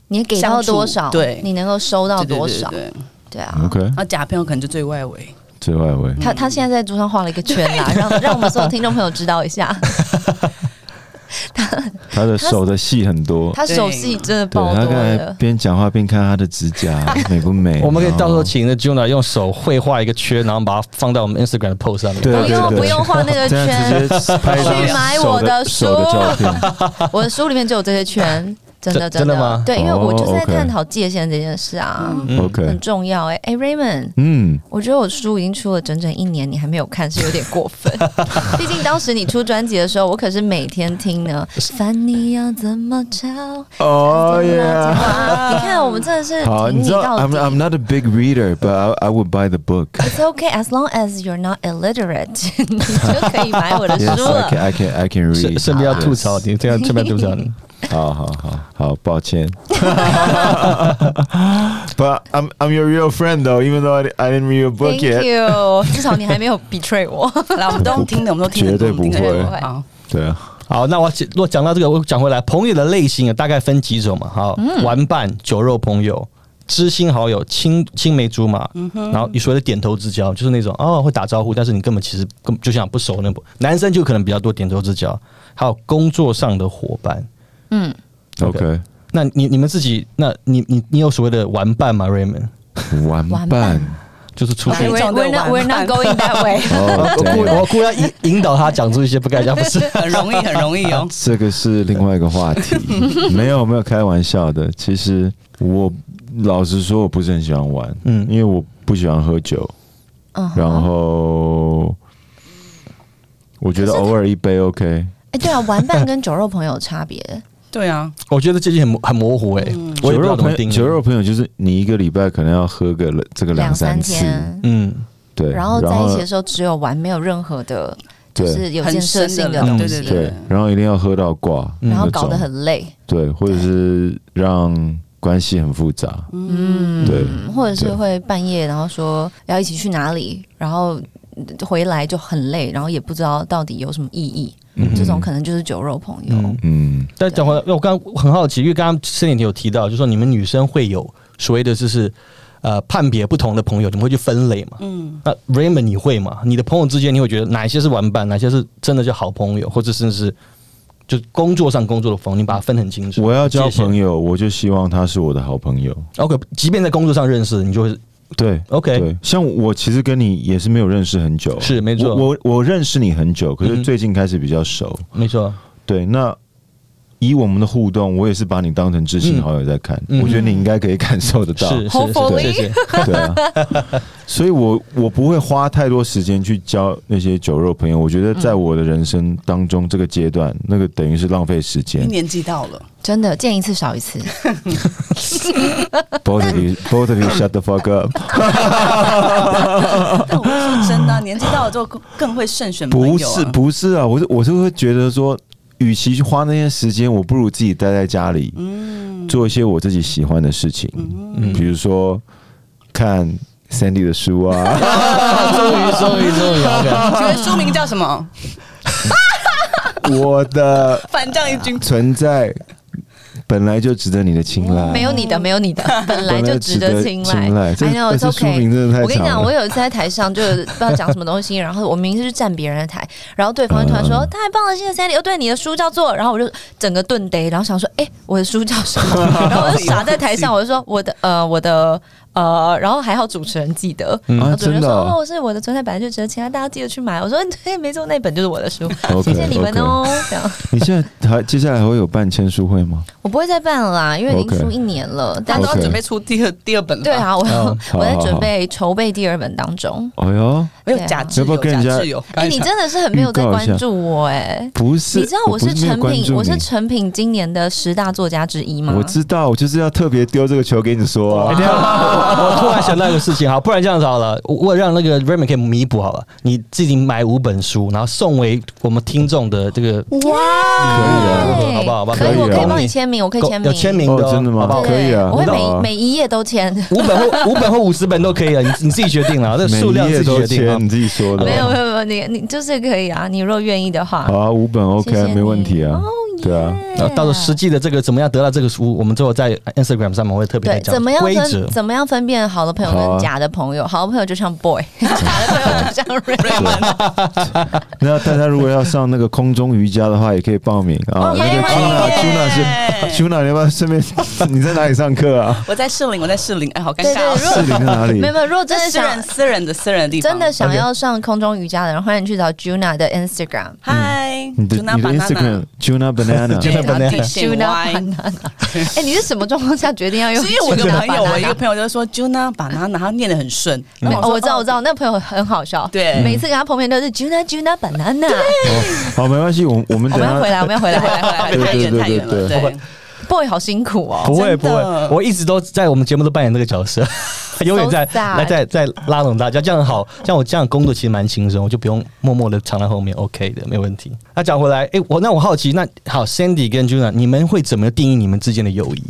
Speaker 5: 你给到多
Speaker 4: 相
Speaker 5: 少，
Speaker 4: 处对
Speaker 5: 你能够收到多少，
Speaker 4: 对对对对
Speaker 5: 对啊。
Speaker 3: 嗯 OK，
Speaker 4: 那假朋友可能就最外围，
Speaker 3: 最外围
Speaker 5: 他他现在在桌上画了一个圈啦，让让我们所有听众朋友知道一下，
Speaker 3: 他的手的戏很多，
Speaker 5: 他手戏真的
Speaker 3: 对
Speaker 5: 爆
Speaker 3: 他
Speaker 5: 多
Speaker 3: 刚才
Speaker 5: 了。
Speaker 3: 边讲话边看他的指甲美不美，
Speaker 2: 我们可以到时候
Speaker 3: 然后
Speaker 2: 请那 Juna 用手绘画一个圈，然后把它放到我们 Instagram 的 post 上面。
Speaker 3: 对
Speaker 5: 不
Speaker 3: 对
Speaker 5: 用
Speaker 3: 对
Speaker 5: 不用画那个
Speaker 3: 这
Speaker 5: 圈，
Speaker 3: 样直接拍一
Speaker 5: 去买
Speaker 3: 张
Speaker 5: 我
Speaker 3: 手
Speaker 5: 的书
Speaker 3: 手的照片。
Speaker 5: 我的书里面就有这些圈，真的
Speaker 2: 真真的吗
Speaker 5: 对，因为我就是在
Speaker 3: 哦，OK
Speaker 5: 探讨界限这件事啊，
Speaker 2: 嗯
Speaker 3: OK，
Speaker 5: 很重要哎、哎、Raymond，
Speaker 3: 嗯，
Speaker 5: 我觉得我书已经出了整整一年，你还没有看是有点过 分。毕竟当时你出专辑的时候，我可是每天 听呢。烦你要怎么吵？
Speaker 3: 哦
Speaker 5: 怎么吵
Speaker 3: 耶。
Speaker 5: 啊你看，我们真的是
Speaker 3: 好，
Speaker 5: 挺
Speaker 3: 你
Speaker 5: 你
Speaker 3: 知道
Speaker 5: 到
Speaker 3: ，I'm I'm
Speaker 5: 底。
Speaker 3: not a big reader, but I I would buy the book.
Speaker 5: It's okay as long as you're not illiterate，你 就可以买我的
Speaker 3: Yes,
Speaker 5: 书
Speaker 3: I
Speaker 5: 了
Speaker 3: can。I can I can
Speaker 2: 顺
Speaker 3: read.
Speaker 2: 顺便要吐槽
Speaker 3: Yes.
Speaker 2: 你，这样顺便吐槽你。
Speaker 3: 好好好好，抱歉。But I'm I'm your real friend though, even though I, I didn't read your book
Speaker 5: Thank
Speaker 3: yet.
Speaker 5: you，至少你还没有 betray 我。
Speaker 4: 好啦，我们都用听的，我们都听得
Speaker 3: 绝对
Speaker 4: 懂我们听
Speaker 3: 不
Speaker 4: 得
Speaker 3: 会
Speaker 4: 懂好，
Speaker 3: 对啊，
Speaker 2: 好，那我讲如果讲到这个，我讲回来，朋友的类型啊，大概分几种嘛？好，玩伴、酒肉朋友、知心好友、青青梅竹马，然后你说的点头之交，就是那种哦会打招呼，但是你根本其实根本就像不熟那种。男生就可能比较多点头之交，还有工作上的伙伴。
Speaker 5: 嗯，
Speaker 3: OK，
Speaker 2: 那你你们自己，那你你你有所谓的玩伴吗？Raymond
Speaker 3: 玩伴
Speaker 5: 玩伴。
Speaker 2: 就是出去
Speaker 3: 哎
Speaker 4: 哪一
Speaker 5: we're
Speaker 4: 种都
Speaker 5: we're not
Speaker 4: 玩
Speaker 5: we're not going that way。
Speaker 3: 哦
Speaker 2: 我故意
Speaker 3: 对。
Speaker 2: 我故意要引引导他讲出一些不该讲，不是？
Speaker 4: 很容易，很容易哦
Speaker 3: 这个是另外一个话题，没有没有开玩笑的。其实我老实说，我不是很喜欢玩，
Speaker 2: 嗯
Speaker 3: 因为我不喜欢喝酒，
Speaker 5: 嗯哼，
Speaker 3: 然后我觉得偶尔一杯 OK。
Speaker 5: 哎，对啊，玩伴跟酒肉朋友有 差别。
Speaker 4: 对啊，
Speaker 2: 我觉得这界限很模很模糊哎、我也
Speaker 3: 酒
Speaker 2: 不知道怎
Speaker 3: 肉朋
Speaker 2: 么
Speaker 3: 友，
Speaker 2: 定义。
Speaker 3: 酒肉朋友就是你一个礼拜可能要喝个这个
Speaker 5: 两
Speaker 3: 三次，
Speaker 5: 天，
Speaker 2: 嗯。
Speaker 3: 对，
Speaker 5: 然后在一起的时候只有玩，没有任何的，就
Speaker 3: 对
Speaker 5: 是有
Speaker 4: 很
Speaker 5: 建设性
Speaker 4: 深的
Speaker 5: 的
Speaker 4: 了
Speaker 5: 东
Speaker 4: 对
Speaker 5: 西，
Speaker 4: 对
Speaker 3: 对，然后一定要喝到挂，
Speaker 2: 嗯
Speaker 5: 然后
Speaker 3: 那
Speaker 5: 搞
Speaker 3: 种
Speaker 5: 得很累，
Speaker 3: 对，或者是让关系很复杂，
Speaker 5: 嗯，
Speaker 3: 对
Speaker 5: 或者是
Speaker 3: 对
Speaker 5: 会半夜然后说要一起去哪里，然后嗯回来就很累，然后也不知道到底有什么意义，
Speaker 3: 嗯
Speaker 5: 这种可能就是酒肉朋友，
Speaker 2: 嗯
Speaker 3: 嗯，
Speaker 2: 但讲回来，我刚刚很好奇，因为刚刚森林有提到，就说你们女生会有所谓的就是呃判别不同的朋友，你们会去分类嘛？
Speaker 4: 嗯，
Speaker 2: 那 Raymond 你会吗？你的朋友之间，你会觉得哪些是玩伴，哪些是真的叫好朋友，或者甚至是就工作上工作的朋友，你把它分很清楚。
Speaker 3: 我要交朋
Speaker 2: 友
Speaker 3: 友，我就希望他是我的好朋友，
Speaker 2: ，OK，即便在工作上认识，你就会
Speaker 3: 对。
Speaker 2: OK，
Speaker 3: 对，像我其实跟你也是没有认识很久，
Speaker 2: 是没错
Speaker 3: 我我我认识你很久，
Speaker 2: 嗯
Speaker 3: 可是
Speaker 2: 哼
Speaker 3: 最近开始比较熟。
Speaker 2: 没错，
Speaker 3: 对，那以我们的互动，我也是把你当成知心好友在看，
Speaker 2: 嗯
Speaker 3: 我觉得你应该可以感受得到。
Speaker 2: 是是是，
Speaker 5: Hopefully
Speaker 2: 谢谢。
Speaker 3: 对啊，所以我我不会花太多时间去交那些酒肉朋友。我觉得在我的人生当中这个阶段，那个等于是浪费时
Speaker 4: 一
Speaker 3: 间。
Speaker 4: 年纪到 了，
Speaker 5: 真的见一次少一次。
Speaker 3: Both of you, both of you, shut the fuck up！
Speaker 4: 但我说真的啊、年纪到了之后更更会慎选朋
Speaker 3: 不
Speaker 4: 友、啊。
Speaker 3: 是不是啊，我是我是会觉得说，与其去花那些时间，我不如自己待在家里，
Speaker 4: 嗯
Speaker 3: 做一些我自己喜欢的事情，比如说看 Sandy 的书 啊，
Speaker 2: 终于终于终于 OK，
Speaker 4: 请问书名叫什 么？
Speaker 3: 我的
Speaker 4: 反将一军。
Speaker 3: 存在本来就值得你的青睐，
Speaker 5: 嗯没有你的，没有你的，本来就值得青睐。
Speaker 3: 啊
Speaker 5: 哎
Speaker 3: 本来就值得青睐这
Speaker 5: I know
Speaker 3: 这
Speaker 5: it's
Speaker 3: 书名真的
Speaker 5: OK。
Speaker 3: 太
Speaker 5: 我跟你
Speaker 3: 长
Speaker 5: 讲，
Speaker 3: 了
Speaker 5: 我有一次在台上就是不知道讲什么东西，然后我明明是去站别人的台，然后对方就突然
Speaker 3: 嗯
Speaker 5: 说：“太棒了，谢谢 Sandy。”哦，对，你的书叫做……然后我就整个顿呆，然后想说：“哎，我的书叫什 么？”然后我就傻在台上，我就说：“我的呃，我的呃。”然后还好主持人记得，
Speaker 4: 嗯
Speaker 5: 然后主持人
Speaker 3: 真的
Speaker 5: 说：“
Speaker 3: 哦
Speaker 5: 哦，是我的存在本来就值得青啊睐，大家记得去买。”我说：“ 对，没错，那本就是我 的书，
Speaker 3: OK，
Speaker 5: 谢谢你们哦。”这样。
Speaker 3: 你现在还接下来还会有办签书会吗？
Speaker 5: 我不会再办了啦，因为已
Speaker 3: OK
Speaker 5: 经出一年了，
Speaker 4: 大
Speaker 5: 但
Speaker 4: 家都要
Speaker 3: OK
Speaker 4: 准备出第二第二本了吧。
Speaker 5: 对啊，我、
Speaker 2: 嗯
Speaker 5: 我在
Speaker 3: 好好
Speaker 5: 准备筹备第二本当中。
Speaker 4: 哦
Speaker 3: 哎呦，
Speaker 4: 没有
Speaker 5: 对啊
Speaker 4: 假挚
Speaker 3: 要不
Speaker 4: 友，
Speaker 3: 要跟
Speaker 4: 假
Speaker 3: 人家
Speaker 4: 挚友。
Speaker 5: 哎、你真的是很没有在关注我哎、
Speaker 3: 不是，
Speaker 5: 你知道我是
Speaker 3: 不没有
Speaker 5: 成
Speaker 3: 关
Speaker 5: 品，
Speaker 3: 注
Speaker 5: 我是
Speaker 3: 你
Speaker 5: 成品今年的十大作家之一吗？
Speaker 3: 我知道，我就是要特别丢这个球给你说啊。
Speaker 2: 哎等一下我突然想到一个事情，好，不然这样子好了，我我让那个 Raymond 可以弥补好了，你自己买五本书，然后送为我们听众的这个可以
Speaker 5: 哇
Speaker 2: 啊好不好好不好
Speaker 5: 可以，
Speaker 3: 可以
Speaker 5: 我可以
Speaker 3: 啊
Speaker 5: 帮你签名，我可以签名，
Speaker 2: 有签名的哦，
Speaker 3: 哦真的吗
Speaker 2: 好不好
Speaker 5: 对
Speaker 3: 可以啊
Speaker 5: 我会
Speaker 2: 知道
Speaker 5: 每
Speaker 3: 啊
Speaker 5: 每一页都 签。
Speaker 2: 五本或五本或五十本都可以了，你你自己决定了，这
Speaker 3: 每
Speaker 2: 数量
Speaker 3: 一页
Speaker 2: 自己
Speaker 3: 都
Speaker 2: 决定啊
Speaker 3: 签，。你自己说的。
Speaker 5: 没有没有没有，你你就是可以啊，你若愿意的话
Speaker 3: 好。啊，五本 OK，
Speaker 5: 谢谢你
Speaker 3: 没问题啊
Speaker 5: 哦。
Speaker 3: 对啊，
Speaker 2: 然呃后到时候实际的这个怎么样得到这个书，我们之后在 Instagram 上面会特别
Speaker 5: 对
Speaker 2: 地，讲
Speaker 5: 怎么样
Speaker 2: 规
Speaker 5: 分
Speaker 2: 则。
Speaker 5: 怎么样分辨好的朋友
Speaker 3: 好
Speaker 5: 跟
Speaker 3: 啊
Speaker 5: 假的朋友？好的朋友就像 boy，假 的朋友就像 Raymond。
Speaker 3: 那大家如果要上那个空中瑜伽的话，也可以报名啊。
Speaker 5: 哦
Speaker 3: 那个 Chuna，Chuna
Speaker 5: 耶
Speaker 3: 是 Chuna，你要不要顺便？你在哪里上课啊？
Speaker 4: 我在士林，我在士林，哎，好尴尬
Speaker 5: 对对，
Speaker 4: 哦。
Speaker 5: 如
Speaker 3: 士
Speaker 5: 果
Speaker 3: 林在哪里
Speaker 5: 没？有没有，如果
Speaker 4: 这
Speaker 5: 真
Speaker 4: 是
Speaker 5: 的
Speaker 4: 私人
Speaker 5: 想
Speaker 4: 私人的私人的地方，
Speaker 5: 真的想要上空中瑜伽的人，欢迎去找 Juna 的 Instagram。
Speaker 4: 嗨，
Speaker 3: 你的
Speaker 4: Juna
Speaker 3: 你的
Speaker 4: Banana
Speaker 3: Instagram Chuna
Speaker 2: 对
Speaker 3: Banana，
Speaker 2: Juna
Speaker 4: 然后
Speaker 2: Banana
Speaker 4: 底 线
Speaker 5: Juna
Speaker 4: Y
Speaker 5: banana，哎，你是什么状况下决定要用 Juna banana？
Speaker 4: 所以我有朋友，我一个朋友就说 Juna banana，他念得很顺。然后
Speaker 5: 哦，我知道，
Speaker 4: 说
Speaker 5: 我知道，那朋友很好笑。
Speaker 4: 对
Speaker 5: 每次跟他碰面都是 Juna Juna banana。哦
Speaker 3: 好，没关系，我我们等
Speaker 5: 我们要
Speaker 3: 下
Speaker 5: 回来，我们要回
Speaker 4: 回
Speaker 5: 来，回
Speaker 4: 来
Speaker 5: 来，
Speaker 4: 回来，
Speaker 5: 回来。
Speaker 4: 太
Speaker 3: 对对
Speaker 4: 远
Speaker 3: 对
Speaker 4: 太远了，
Speaker 3: 对对
Speaker 4: 对，
Speaker 5: Boy 好辛苦哦。
Speaker 2: 不会
Speaker 4: 真
Speaker 2: 不会
Speaker 4: 的，
Speaker 2: 我一直都在我们节目都扮演那个角色， 永远在
Speaker 5: So sad
Speaker 2: 来在在拉拢大家，这样好，像我这样工作其实蛮轻松，我就不用默默的藏在后面，OK 的，没问题。那讲回来，诶，我那我好奇，那好，Sandy 跟 Juna，你们会怎么定义你们之间的友谊？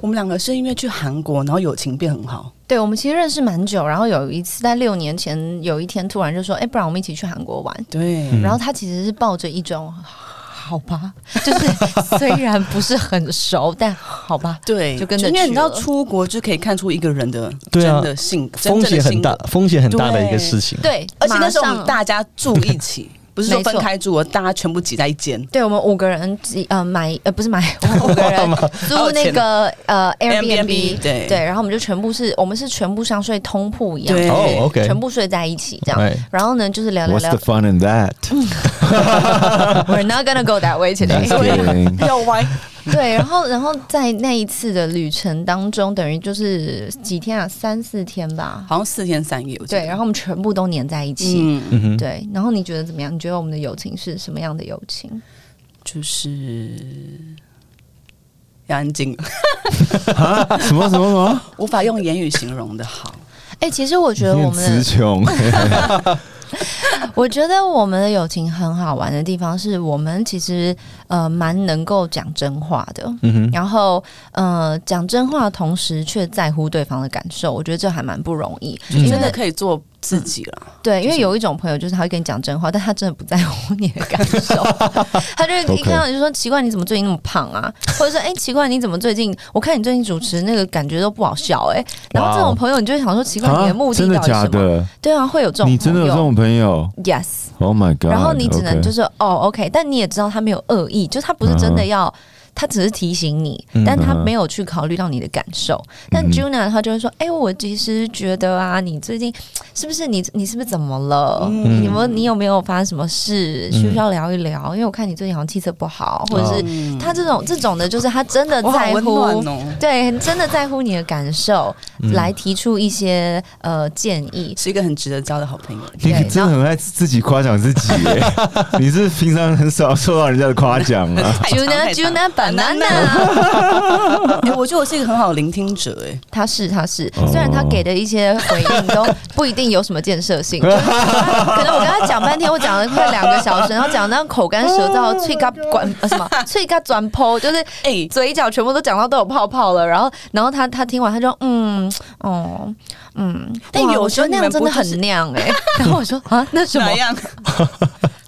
Speaker 4: 我们两个是因为去韩国，然后友情变很好。
Speaker 5: 对，我们其实认识蛮久，然后有一次在六年前，有一天突然就说，哎、不然我们一起去韩国玩。
Speaker 4: 对，
Speaker 3: 嗯
Speaker 5: 然后他其实是抱着一种。好 吧，就是虽然不是很熟，但好吧，
Speaker 4: 对，
Speaker 5: 就跟着
Speaker 4: 因为你知道
Speaker 5: 去了
Speaker 4: 出国就可以看出一个人的
Speaker 2: 对啊
Speaker 4: 真的性格，真
Speaker 2: 风
Speaker 4: 正的
Speaker 2: 险很
Speaker 4: 性格
Speaker 2: 大，，风险很大的一个事情。
Speaker 5: 对，
Speaker 4: 而且那时候我
Speaker 5: 马
Speaker 4: 们
Speaker 5: 上
Speaker 4: 大家住一 起，不是说
Speaker 5: 没错
Speaker 4: 分开住，大家全部挤在一间。
Speaker 5: 对我们五个人几呃买呃不是买，我们五个人 租
Speaker 4: 哦
Speaker 5: 那
Speaker 4: 钱
Speaker 5: 个呃
Speaker 4: Airbnb，
Speaker 5: Airbnb，
Speaker 4: 对
Speaker 5: 对，然后我们就全部是我们是全部像睡通铺一样，
Speaker 4: 对
Speaker 2: 哦，OK，
Speaker 5: 全部睡在一起这样。
Speaker 2: 哎
Speaker 5: 然后呢，就是聊聊
Speaker 3: What's
Speaker 5: 聊
Speaker 3: the fun in that？
Speaker 5: ，We're not gonna go that way today。
Speaker 3: Just kidding
Speaker 4: 要歪，
Speaker 5: 对，然后然后在那一次的旅程当中，等于就是几天啊，三四天吧。
Speaker 4: 好像四天三夜，我记得
Speaker 5: 对，然后我们全部都黏在一起。
Speaker 4: 嗯，
Speaker 2: 嗯哼，
Speaker 5: 对，然后你觉得怎么样？你觉得我们的友情是什么样的友情？
Speaker 4: 就是要安静，
Speaker 3: 什么什么什么？
Speaker 4: 无法用言语形容的好。
Speaker 5: 哎、其实我觉得我们
Speaker 3: 词
Speaker 5: 的，
Speaker 3: 穷，
Speaker 5: 我觉得我们的友情很好玩的地方是我们其实呃蛮能够讲真话的。
Speaker 2: 嗯哼，
Speaker 5: 然后，呃，讲真话的同时却在乎对方的感受，我觉得这还蛮不容易。
Speaker 4: 就真的可以做自己了。
Speaker 5: 对，因为
Speaker 4: 就是
Speaker 5: 有一种朋友，就是他会跟你讲真话，但他真的不在乎你的感 受，他就一
Speaker 3: OK
Speaker 5: 看到你就说奇怪，你怎么最近那么胖 啊？或者说，哎、奇怪，你怎么最近？我看你最近主持那个感觉都不好笑哎、然后这
Speaker 2: 哇
Speaker 5: 种
Speaker 2: 哦
Speaker 5: 朋友，你就会想说，奇怪，
Speaker 3: 啊
Speaker 5: 你的目的
Speaker 3: 真的
Speaker 5: 到底是
Speaker 3: 假
Speaker 5: 什么？
Speaker 3: 的？
Speaker 5: 对啊，会有这种
Speaker 3: 你真的有这种朋友
Speaker 5: y e s
Speaker 3: ？Oh my god！
Speaker 5: 然后你只能
Speaker 3: OK
Speaker 5: 就是哦，OK，但你也知道他没有恶意，就他不是
Speaker 3: 嗯
Speaker 5: 真的要，他只是提醒你，但他没有去考虑到你的感受。
Speaker 3: 嗯
Speaker 5: 但 Juna 他就会说，哎、我其实觉得啊，你最近是不是你你是不是怎么了？
Speaker 4: 嗯
Speaker 5: 你们你有没有发生什么事？
Speaker 3: 嗯
Speaker 5: 需不需要聊一聊？因为我看你最近好像气色不好，或者
Speaker 3: 哦
Speaker 5: 是
Speaker 4: 嗯，
Speaker 5: 他这种这种的，就是他真的
Speaker 4: 我好
Speaker 5: 嗯在
Speaker 4: 温
Speaker 5: 乎。
Speaker 4: 暖哦，
Speaker 5: 对，真的在乎你的感受，
Speaker 3: 嗯
Speaker 5: 来提出一些呃建议。
Speaker 4: 是一个很值得交的好朋友。
Speaker 3: 你
Speaker 5: 对
Speaker 3: 真的很爱自己夸奖自己耶，你是平常很少受到人家的夸奖啊。
Speaker 4: 太长
Speaker 5: Juna
Speaker 4: 太长
Speaker 5: Juna banana。
Speaker 4: 哎，我觉得我是一个很好的聆听者，哎，
Speaker 5: 他是他是
Speaker 3: 哦，
Speaker 5: 虽然他给的一些回应都不一定有什么建 设性，就是可能我跟他讲半天，我讲了快两个小时，然后讲到口干舌燥、脆嘎管呃什么脆嘎转剖，就是
Speaker 4: 哎，
Speaker 5: 嘴角全部都讲到都有泡泡了。然后然后他他听完他就嗯哦嗯，
Speaker 4: 但
Speaker 5: 哇
Speaker 4: 有
Speaker 5: 我
Speaker 4: 时
Speaker 5: 觉
Speaker 4: 候
Speaker 5: 得那样
Speaker 4: 你们
Speaker 5: 真
Speaker 4: 不
Speaker 5: 的
Speaker 4: 就是
Speaker 5: 很酿 哎，然后我说啊那 什么
Speaker 4: 哪？样？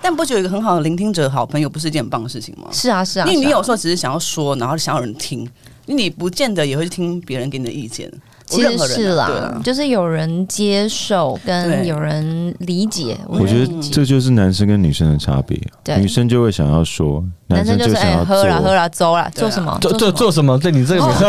Speaker 4: 但不觉得有一个很好的聆听者、好朋友不是一件很棒的事情吗？
Speaker 5: 是啊是啊，
Speaker 4: 因为你
Speaker 5: 是啊
Speaker 4: 有时候只是想要说，然后想要有人听，你不见得也会去听别人给你的意见。
Speaker 5: 其
Speaker 4: 任
Speaker 5: 实
Speaker 4: 何
Speaker 5: 是
Speaker 4: 人啊对
Speaker 5: 啦
Speaker 4: 啊，
Speaker 5: 就是有人接受跟
Speaker 4: 对
Speaker 5: 有人理解，
Speaker 3: 我觉得这就是男生跟女生的差别，
Speaker 5: 对
Speaker 3: 女生就会想要说，
Speaker 5: 男
Speaker 3: 生
Speaker 5: 生就
Speaker 3: 就是想
Speaker 5: 哎
Speaker 3: 要
Speaker 5: 喝啦喝
Speaker 3: 做。
Speaker 5: 啦走啦，
Speaker 4: 对啊
Speaker 5: 做什么
Speaker 2: 做
Speaker 5: 什
Speaker 2: 做
Speaker 5: 么哦
Speaker 2: 做什么？对你这个每次，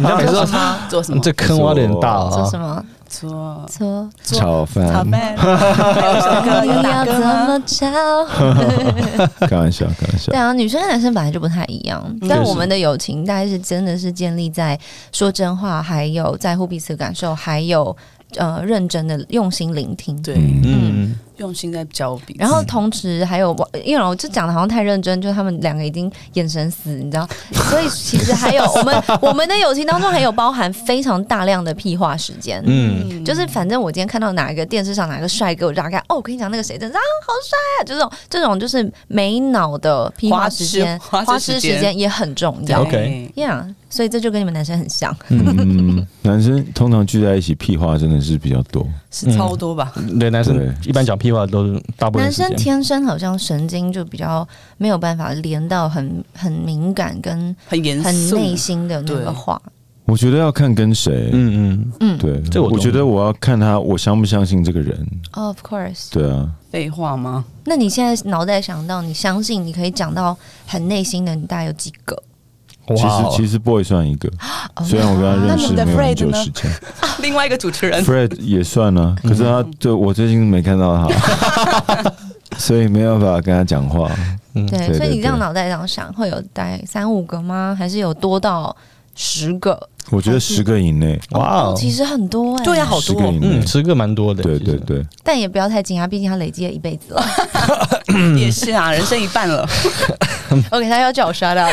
Speaker 2: 你这每次
Speaker 5: 做
Speaker 2: 都
Speaker 5: 什么？
Speaker 4: 做什么
Speaker 2: 你？这坑挖的很大
Speaker 5: 做
Speaker 2: 啊
Speaker 5: 什。
Speaker 4: 哦
Speaker 5: 么？
Speaker 4: 做
Speaker 5: 做
Speaker 3: 炒
Speaker 4: 炒
Speaker 3: 饭，
Speaker 4: 饭，有什么
Speaker 5: 你
Speaker 4: 有哪
Speaker 5: 要
Speaker 4: 个
Speaker 5: 怎
Speaker 4: 吗？
Speaker 3: 嗯
Speaker 5: 么炒？
Speaker 3: 开玩笑，开玩笑
Speaker 5: 对。啊，女生跟男生本来就不太一样，
Speaker 4: 嗯
Speaker 5: 但我们的友情大概是真的是建立在说真话，还有在乎彼此的感受，还有。呃认真的用心聆听。
Speaker 4: 对，
Speaker 2: 嗯，
Speaker 4: 用心在教彼此。
Speaker 5: 然后同时还有我，因为我这讲的好像太认真，就他们两个已经眼神死，你知道，所以其实还有我们 我们的友情当中还有包含非常大量的屁话时间。
Speaker 2: 嗯，
Speaker 5: 就是反正我今天看到哪一个电视上哪个帅哥，我就大概哦，我跟你讲那个谁真的啊好帅啊，就这种这种就是没脑的屁话时间，
Speaker 4: 花痴
Speaker 5: 花
Speaker 4: 花痴时
Speaker 5: 痴时
Speaker 4: 间
Speaker 5: 间也很重
Speaker 4: 对
Speaker 5: 要。
Speaker 2: OK
Speaker 5: 呀，所以这就跟你们男生很像。
Speaker 3: 嗯，男生通常聚在一起屁话真的是比较多，
Speaker 4: 是超多
Speaker 3: 嗯
Speaker 4: 吧？
Speaker 5: 嗯
Speaker 2: 对，男生
Speaker 3: 对
Speaker 2: 一般讲屁话都是大部分
Speaker 5: 男
Speaker 2: 时间
Speaker 5: 生天生好像神经就比较没有办法连到很很敏感跟
Speaker 4: 很严
Speaker 5: 很
Speaker 4: 肃，
Speaker 5: 内心的那
Speaker 4: 对
Speaker 5: 个话。
Speaker 3: 我觉得要看跟谁。
Speaker 2: 嗯嗯，
Speaker 5: 嗯
Speaker 3: 对，
Speaker 2: 这我
Speaker 3: 我
Speaker 2: 懂
Speaker 3: 觉得我要看他，我相不相信这个人。
Speaker 5: Oh, ，Of course。
Speaker 3: 对啊，
Speaker 4: 废话吗？
Speaker 5: 那你现在脑袋想到，你相信你可以讲到很内心的，你大概有几个？
Speaker 3: 其
Speaker 2: 哇
Speaker 3: 实
Speaker 2: 哦，
Speaker 3: 其实 boy 算一个，虽然我跟
Speaker 5: 哦啊
Speaker 3: 他认识
Speaker 4: 那你们的
Speaker 3: 没有很久
Speaker 4: Fred 呢
Speaker 3: 时间
Speaker 4: 另外一个主持人，
Speaker 3: ，Fred 也算啊，可是他就我最近没看到他，所以没有办法跟他讲话。
Speaker 2: 嗯
Speaker 5: 对，
Speaker 3: 嗯对
Speaker 5: 所以你
Speaker 3: 对
Speaker 5: 这样
Speaker 3: 对
Speaker 5: 脑袋这样想，会有大概三五个吗？还是有多到十个？
Speaker 3: 我觉得十个以内，
Speaker 2: 哇哦，
Speaker 5: 其实很多哎、
Speaker 4: 对呀，好
Speaker 3: 十个
Speaker 4: 多
Speaker 3: 以内
Speaker 2: 嗯，，吃个蛮多的，
Speaker 3: 对
Speaker 2: 其实
Speaker 3: 对，对，
Speaker 5: 但也不要太惊讶，毕竟他累积了一辈子了。
Speaker 3: 嗯
Speaker 4: 也是啊，人生一半了，
Speaker 5: OK，他要叫我刷 到，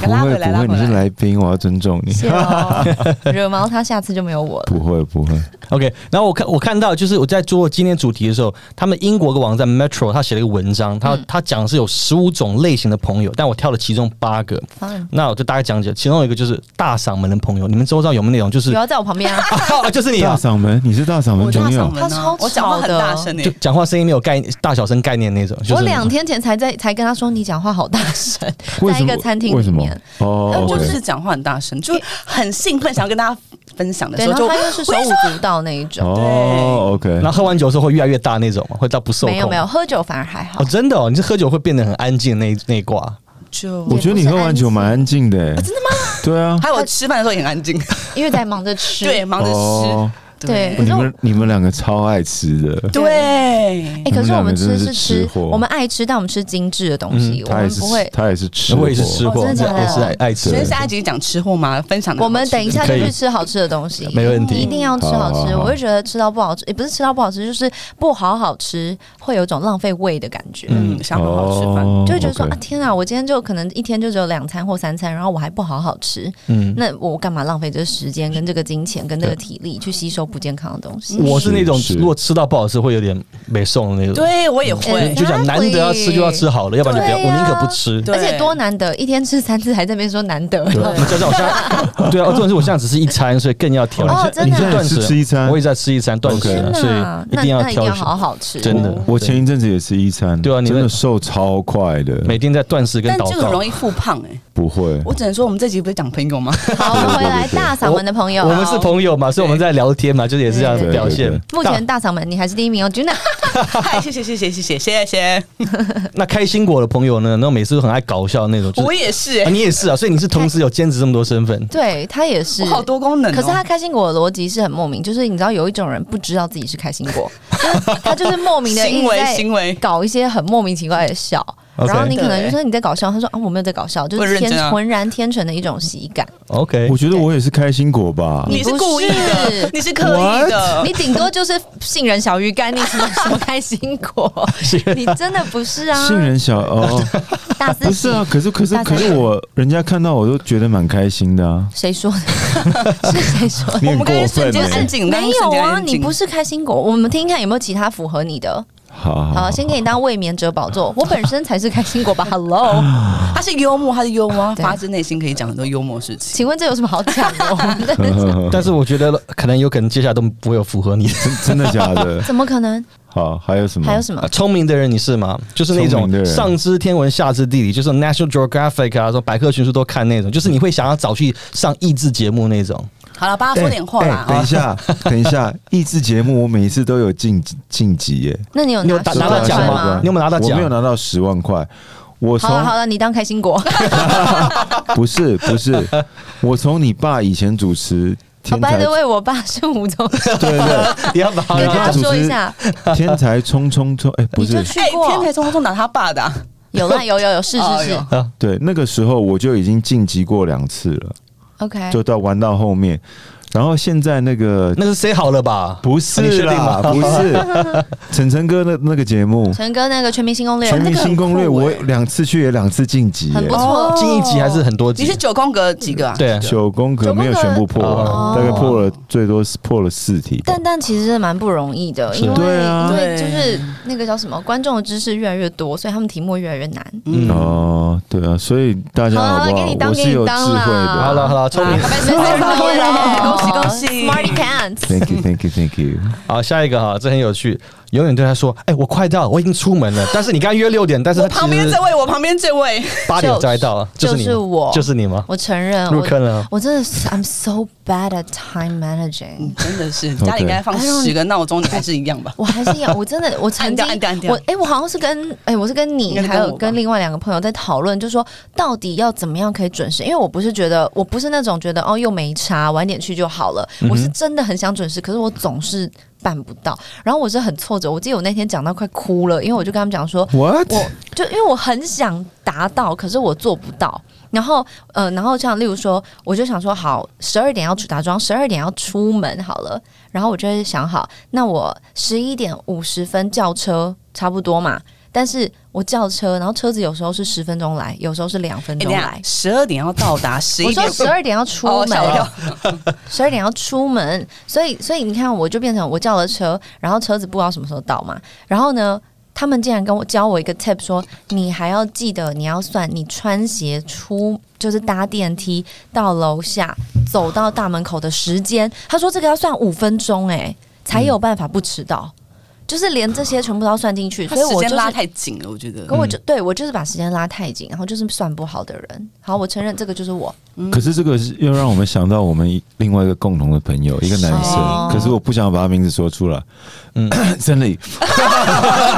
Speaker 3: 不
Speaker 4: 拉
Speaker 3: 会
Speaker 4: 回来，
Speaker 3: 不
Speaker 4: 拉
Speaker 3: 会，
Speaker 4: 回
Speaker 3: 你是
Speaker 4: 来。
Speaker 3: 来宾，我要尊重你。
Speaker 5: 谢哦， 惹毛他下次就没有我了。
Speaker 3: 不会不会，
Speaker 2: OK，然后我看我看到就是我在做今天主题的时候，他们英国的网站 Metro 他写了一个文章，
Speaker 5: 嗯
Speaker 2: 他、他讲的是有十五种类型的朋友，但我挑了其中八个，
Speaker 5: Fine
Speaker 2: 那我就大概讲解，其中有一个就是大嗓门的朋友，你们周遭有没有那种就是
Speaker 5: 不要在我旁边啊！
Speaker 2: 啊就是你
Speaker 3: 大
Speaker 2: 啊，
Speaker 3: 嗓门，你是大嗓门
Speaker 4: 我大
Speaker 3: 朋
Speaker 4: 嗓
Speaker 3: 友，
Speaker 4: 门
Speaker 5: 他
Speaker 4: 啊
Speaker 5: 超，
Speaker 4: 我讲话很
Speaker 5: 吵的
Speaker 4: 大声欸
Speaker 2: 就
Speaker 4: 诶，
Speaker 2: 讲话声音没有概大小声概念那种，就是
Speaker 5: 我两天前才在才跟他说你讲话好大 声，
Speaker 3: 为
Speaker 5: 在
Speaker 3: 什
Speaker 5: 一
Speaker 3: 么
Speaker 5: 个餐厅
Speaker 3: 为
Speaker 5: 里
Speaker 3: 什么
Speaker 5: 面，？
Speaker 3: 哦
Speaker 4: 呃我就
Speaker 3: ，OK，
Speaker 4: 是讲话很大声，就很兴奋，想要跟大家分享的
Speaker 5: 对，
Speaker 4: 时候，
Speaker 5: 然
Speaker 4: 就
Speaker 5: 后他又是手舞足蹈那一种，
Speaker 3: 哦，OK，
Speaker 2: 然后喝完酒之后会越来越大那种嘛，会到不受控。
Speaker 5: 没有没有，喝酒反而还好
Speaker 2: 哦，，真的哦，你是喝酒会变得很安静的那一那一挂。
Speaker 4: 就
Speaker 3: 我觉得你喝完酒蛮安静的、真的吗？对啊，
Speaker 4: 还有我吃饭的时候也很安静，
Speaker 5: 因为在忙着 吃。
Speaker 4: 对，忙着吃，
Speaker 3: 哦，
Speaker 5: 对可
Speaker 3: 你
Speaker 5: 是我
Speaker 3: 们你们两个超爱吃的，
Speaker 4: 对，
Speaker 5: 哎，可是
Speaker 3: 我
Speaker 5: 我们
Speaker 3: 们两个
Speaker 5: 吃
Speaker 3: 真的
Speaker 5: 是
Speaker 3: 是吃
Speaker 5: 吃，
Speaker 3: 货嗯
Speaker 5: 我们爱吃，但我们吃精致的东西，我
Speaker 3: 他也
Speaker 5: 们
Speaker 3: 是
Speaker 5: 不会。
Speaker 3: 他也是吃，
Speaker 2: 我也是吃货，
Speaker 5: 哦真的假的
Speaker 2: 也是爱爱吃
Speaker 4: 所以
Speaker 2: 的。
Speaker 4: 下一集讲吃货吗？分
Speaker 2: 嗯
Speaker 4: 享的
Speaker 5: 我们等一下
Speaker 2: 可
Speaker 5: 就
Speaker 2: 以
Speaker 5: 去吃好吃的东西，
Speaker 2: 没问题
Speaker 5: 一定要吃好
Speaker 3: 好
Speaker 5: 吃。
Speaker 3: 好好
Speaker 5: 我会觉得吃到不好吃，也不是吃到不好吃，就是不好好吃，会有一种浪费胃的感觉。
Speaker 4: 嗯，想好好吃饭，
Speaker 3: 哦
Speaker 5: 就会觉得说、
Speaker 3: OK
Speaker 5: 啊，天啊，我今天就可能一天就只有两餐或三餐，然后我还不好好吃，
Speaker 2: 嗯，
Speaker 5: 那我干嘛浪费这时间、跟这个金钱、跟这个体力去吸收不健康的东西？
Speaker 2: 我是那种
Speaker 3: 是
Speaker 2: 如果吃到不好吃会有点没送的那种。
Speaker 4: 对我也
Speaker 5: 嗯
Speaker 4: 会
Speaker 2: 就想难得要吃就要吃好了，要不然就不要，
Speaker 5: 对
Speaker 2: 我
Speaker 5: 啊
Speaker 2: 宁可不吃。
Speaker 4: 对
Speaker 5: 而且多难得，一天吃三次，还在那边说难得。
Speaker 2: 对，加上我现 在，对啊，重点是我现在只是一餐，所以更要挑。
Speaker 5: 哦
Speaker 2: 你现在你现
Speaker 5: 真的
Speaker 2: 在
Speaker 3: 你
Speaker 2: 断
Speaker 3: 是
Speaker 2: 食，啊
Speaker 3: 吃一餐
Speaker 2: 我也在吃一餐断食
Speaker 5: 天
Speaker 2: 啊，所
Speaker 5: 哪，
Speaker 2: 以
Speaker 5: 那
Speaker 2: 一定要
Speaker 5: 那一定
Speaker 2: 挑
Speaker 5: 要
Speaker 2: 选。
Speaker 5: 好好吃。
Speaker 2: 真的
Speaker 3: 我我前一阵子也是一餐，
Speaker 2: 对啊你
Speaker 3: 真
Speaker 2: 们
Speaker 3: 的瘦超快的，
Speaker 2: 每天在断食跟
Speaker 4: 但
Speaker 2: 祷
Speaker 4: 这个
Speaker 2: 告
Speaker 4: 容。易复胖哎、
Speaker 3: 不会，
Speaker 4: 我只能说我们这集不是讲朋 友吗？
Speaker 5: 好，我 们回来
Speaker 3: 对对对
Speaker 5: 大嗓门的朋友，
Speaker 2: 我们是朋友嘛，所以我们在聊天嘛，就是也是这样
Speaker 3: 对对
Speaker 2: 表现
Speaker 3: 对。
Speaker 5: 目前大嗓门你还是第一名哦，Juna。
Speaker 4: 嗨，谢谢谢谢谢谢谢谢，
Speaker 2: 那那开心果的朋友呢，那每次都很爱搞笑那种，就
Speaker 4: 我
Speaker 2: 是
Speaker 4: 也是哎、
Speaker 2: 啊你也是啊，所以你是同时有兼职这么多身份。
Speaker 5: 对他也是
Speaker 4: 我。好多功能、哦，
Speaker 5: 可是他开心果的逻辑是很莫名，就是你知道有一种人不知道自己是开心果， 就是他就是莫名的一
Speaker 4: 行
Speaker 5: 直
Speaker 4: 为
Speaker 5: 在
Speaker 4: 行为
Speaker 5: 搞一些很莫名其妙的笑，
Speaker 2: OK
Speaker 5: 然后你可能就说你在搞笑，他说啊我没有在搞笑，就
Speaker 4: 我
Speaker 5: 是
Speaker 4: 认真
Speaker 5: 天
Speaker 4: 啊
Speaker 5: 浑然天成的一种喜感，
Speaker 2: OK，
Speaker 3: 我觉得我也是开心果吧，
Speaker 4: 你是故意
Speaker 5: 你不是
Speaker 4: 的，你是刻意的，
Speaker 5: 你顶多就是杏仁小鱼干，你什么 什么开心 果，你真的不是啊，
Speaker 3: 杏仁小哦，
Speaker 5: 大四
Speaker 3: 不是啊，可是可是
Speaker 5: 大家
Speaker 3: 可是我人家看到我都觉得蛮开心的 啊，
Speaker 5: 谁说的？ 是谁说的？
Speaker 3: 你很
Speaker 4: 我们刚才
Speaker 3: 过分
Speaker 4: 瞬间
Speaker 3: 欸
Speaker 4: 安，静，
Speaker 5: 没有啊，你不
Speaker 4: 是
Speaker 5: 是开心果，我们听听看有没有其他符合你的。
Speaker 3: 好好
Speaker 5: 好，
Speaker 3: 好，
Speaker 5: 先给你当卫冕者宝座。我本身才是开心果吧？Hello，
Speaker 4: 他是幽默，他是幽默，他
Speaker 5: 对
Speaker 4: 发自内心可以讲很多幽默事情。
Speaker 5: 请问这有什么好讲 的？我们 的
Speaker 2: 但是我觉得可能有可能接下来都不会有符合你。
Speaker 3: 真真的假
Speaker 5: ？
Speaker 3: 的
Speaker 5: 怎么可能？
Speaker 3: 好，还有什么？
Speaker 5: 还有什么
Speaker 2: 啊？聪明的人你是吗？就是那
Speaker 3: 聪明的
Speaker 2: 种
Speaker 3: 人
Speaker 2: 上知天文下知地理，就是 National Geographic 啊，说百科全书都看那种，就是你会想要找去上益智节目那 种。
Speaker 4: 好了，帮他
Speaker 3: 哎
Speaker 4: 说点话啦
Speaker 3: 哎。等一下，等一下，益智节目我每一次都有晋级晋级耶，
Speaker 5: 那你有
Speaker 2: 你有
Speaker 5: 拿
Speaker 2: 拿拿到
Speaker 5: 十万
Speaker 2: 奖
Speaker 5: 块
Speaker 2: 吗？你有没有拿到
Speaker 3: 我
Speaker 2: 奖？
Speaker 3: 没有拿到十万块，我
Speaker 5: 好了好
Speaker 3: 从
Speaker 5: 了，你当开心果，
Speaker 3: 不是不是，我从你爸以前主持
Speaker 5: 好
Speaker 3: 天
Speaker 5: 白
Speaker 3: 才
Speaker 5: 的为我爸是吴宗宪，
Speaker 3: 对对对，
Speaker 2: 你要把它
Speaker 5: 跟
Speaker 3: 然后
Speaker 5: 大家
Speaker 3: 主持
Speaker 5: 说一下，
Speaker 3: 天才冲冲冲，哎、不，
Speaker 5: 你就是去
Speaker 4: 哎，天
Speaker 5: 过
Speaker 4: 才，冲冲打他爸的啊，
Speaker 5: 有啦有有有，是
Speaker 4: 哦
Speaker 5: 是是
Speaker 4: 有
Speaker 3: 对，那个时候我就已经晋级过两次了，
Speaker 5: ，OK，
Speaker 3: 就到玩到后面，然后现在那个
Speaker 2: 那个是 say 好了吧？
Speaker 3: 不是
Speaker 2: 你确定
Speaker 3: 啦，
Speaker 2: 吗
Speaker 3: 不是 晨晨哥那那个节目《
Speaker 5: 陈哥那个《全明星攻略》，
Speaker 3: 全明星攻略》，
Speaker 5: 那个很
Speaker 3: 我
Speaker 5: 酷欸
Speaker 3: 两次去也两次晋级耶，
Speaker 5: 很不错。
Speaker 2: 进一集还是很多集？
Speaker 4: 哦你是九宫格几个啊？
Speaker 2: 对，
Speaker 3: 九宫格没有全部破
Speaker 5: 哦
Speaker 3: 完，大概破了最多是破了四题吧。
Speaker 5: 但但其实真的蛮不容易的，
Speaker 2: 是
Speaker 5: 因为
Speaker 3: 对啊
Speaker 5: 因为就
Speaker 4: 对
Speaker 5: 是那个叫什么，观众的知识越来越多，所以他们题目越来越难。
Speaker 2: 嗯，
Speaker 3: 哦，对啊，所以大家好
Speaker 5: 好啦
Speaker 3: 不
Speaker 5: 给你
Speaker 3: 好？
Speaker 5: 当
Speaker 3: 我是有
Speaker 5: 给
Speaker 3: 智
Speaker 5: 你当
Speaker 3: 慧的。
Speaker 5: 啦
Speaker 2: 好了好了，聪明。
Speaker 4: 啊
Speaker 5: 啊
Speaker 4: 恭喜恭喜
Speaker 5: Smarty Pants！
Speaker 3: Thank you, thank you, thank you。
Speaker 2: 好，下一个哈，这很有趣。永远对他说：“哎、我快到，我已经出门 了。”但是你刚刚约六点，但是
Speaker 4: 我
Speaker 2: 他
Speaker 4: 旁
Speaker 2: 其
Speaker 4: 边
Speaker 2: 实
Speaker 4: 这位，我旁边这位，
Speaker 2: 八点才到，就
Speaker 5: 就
Speaker 2: 是你，
Speaker 5: 就是我
Speaker 2: 就是你吗？
Speaker 5: 我承
Speaker 4: 嗯
Speaker 5: 认，
Speaker 2: 入
Speaker 5: 我
Speaker 2: 坑了。
Speaker 5: 我真的是 I'm so bad at time managing。
Speaker 4: 嗯真的是家里应该放十个闹钟，你还是一样吧？
Speaker 5: 我还是 一样，我真的，我哎 曾经，
Speaker 4: 按掉按掉按掉
Speaker 5: 我哎、我好像是跟哎、我是跟
Speaker 4: 应
Speaker 5: 你
Speaker 4: 该是
Speaker 5: 还
Speaker 4: 跟我
Speaker 5: 有跟
Speaker 4: 吧
Speaker 5: 另外两个朋友在讨论，就说到底要怎么样可以准时？因为我不是觉得我不是那种觉得哦又没差，晚点去就好了，
Speaker 4: 嗯
Speaker 5: 我是真的很想准时，可是我总是办不到，然后我是很挫折。我记得我那天讲到快哭了，因为我就跟他们讲说，
Speaker 3: What？
Speaker 5: 我就因为我很想达到，可是我做不到。然后，呃，然后像例如说，我就想说，好，十二点要打妆，十二点要出门好了。然后我就会想，好，那我十一点五十分叫车差不多嘛。但是我叫车，然后车子有时候是十分钟来，有时候是两分钟来。
Speaker 4: 十二点要到达，十
Speaker 5: 我
Speaker 4: 哎一
Speaker 5: 说
Speaker 4: 点
Speaker 5: 十二点要出
Speaker 4: 哦吓我一
Speaker 5: 门
Speaker 4: 跳，
Speaker 5: 十二、点要出门，所以所以你看，我就变成我叫了车，然后车子不知道什么时候到嘛，然后呢，他们竟然跟我教我一个 tip，说你还要记得你要算你穿鞋出，就是搭电梯到楼下走到大门口的时间，他说这个要算五分钟、欸，才有办法不迟到，就是连这些全部都要算进去，所以
Speaker 4: 时
Speaker 5: 我
Speaker 4: 间
Speaker 5: 就是
Speaker 4: 拉太紧了，我觉得
Speaker 5: 可。我就对我就是把时间拉太紧，然后就是算不好的人。好，我承认这个就是我。
Speaker 3: 可是这个是又让我们想到我们一另外一个共同的朋友，一个男
Speaker 5: 哦
Speaker 3: 生。可是我不想把他名字说出来。嗯， 真理。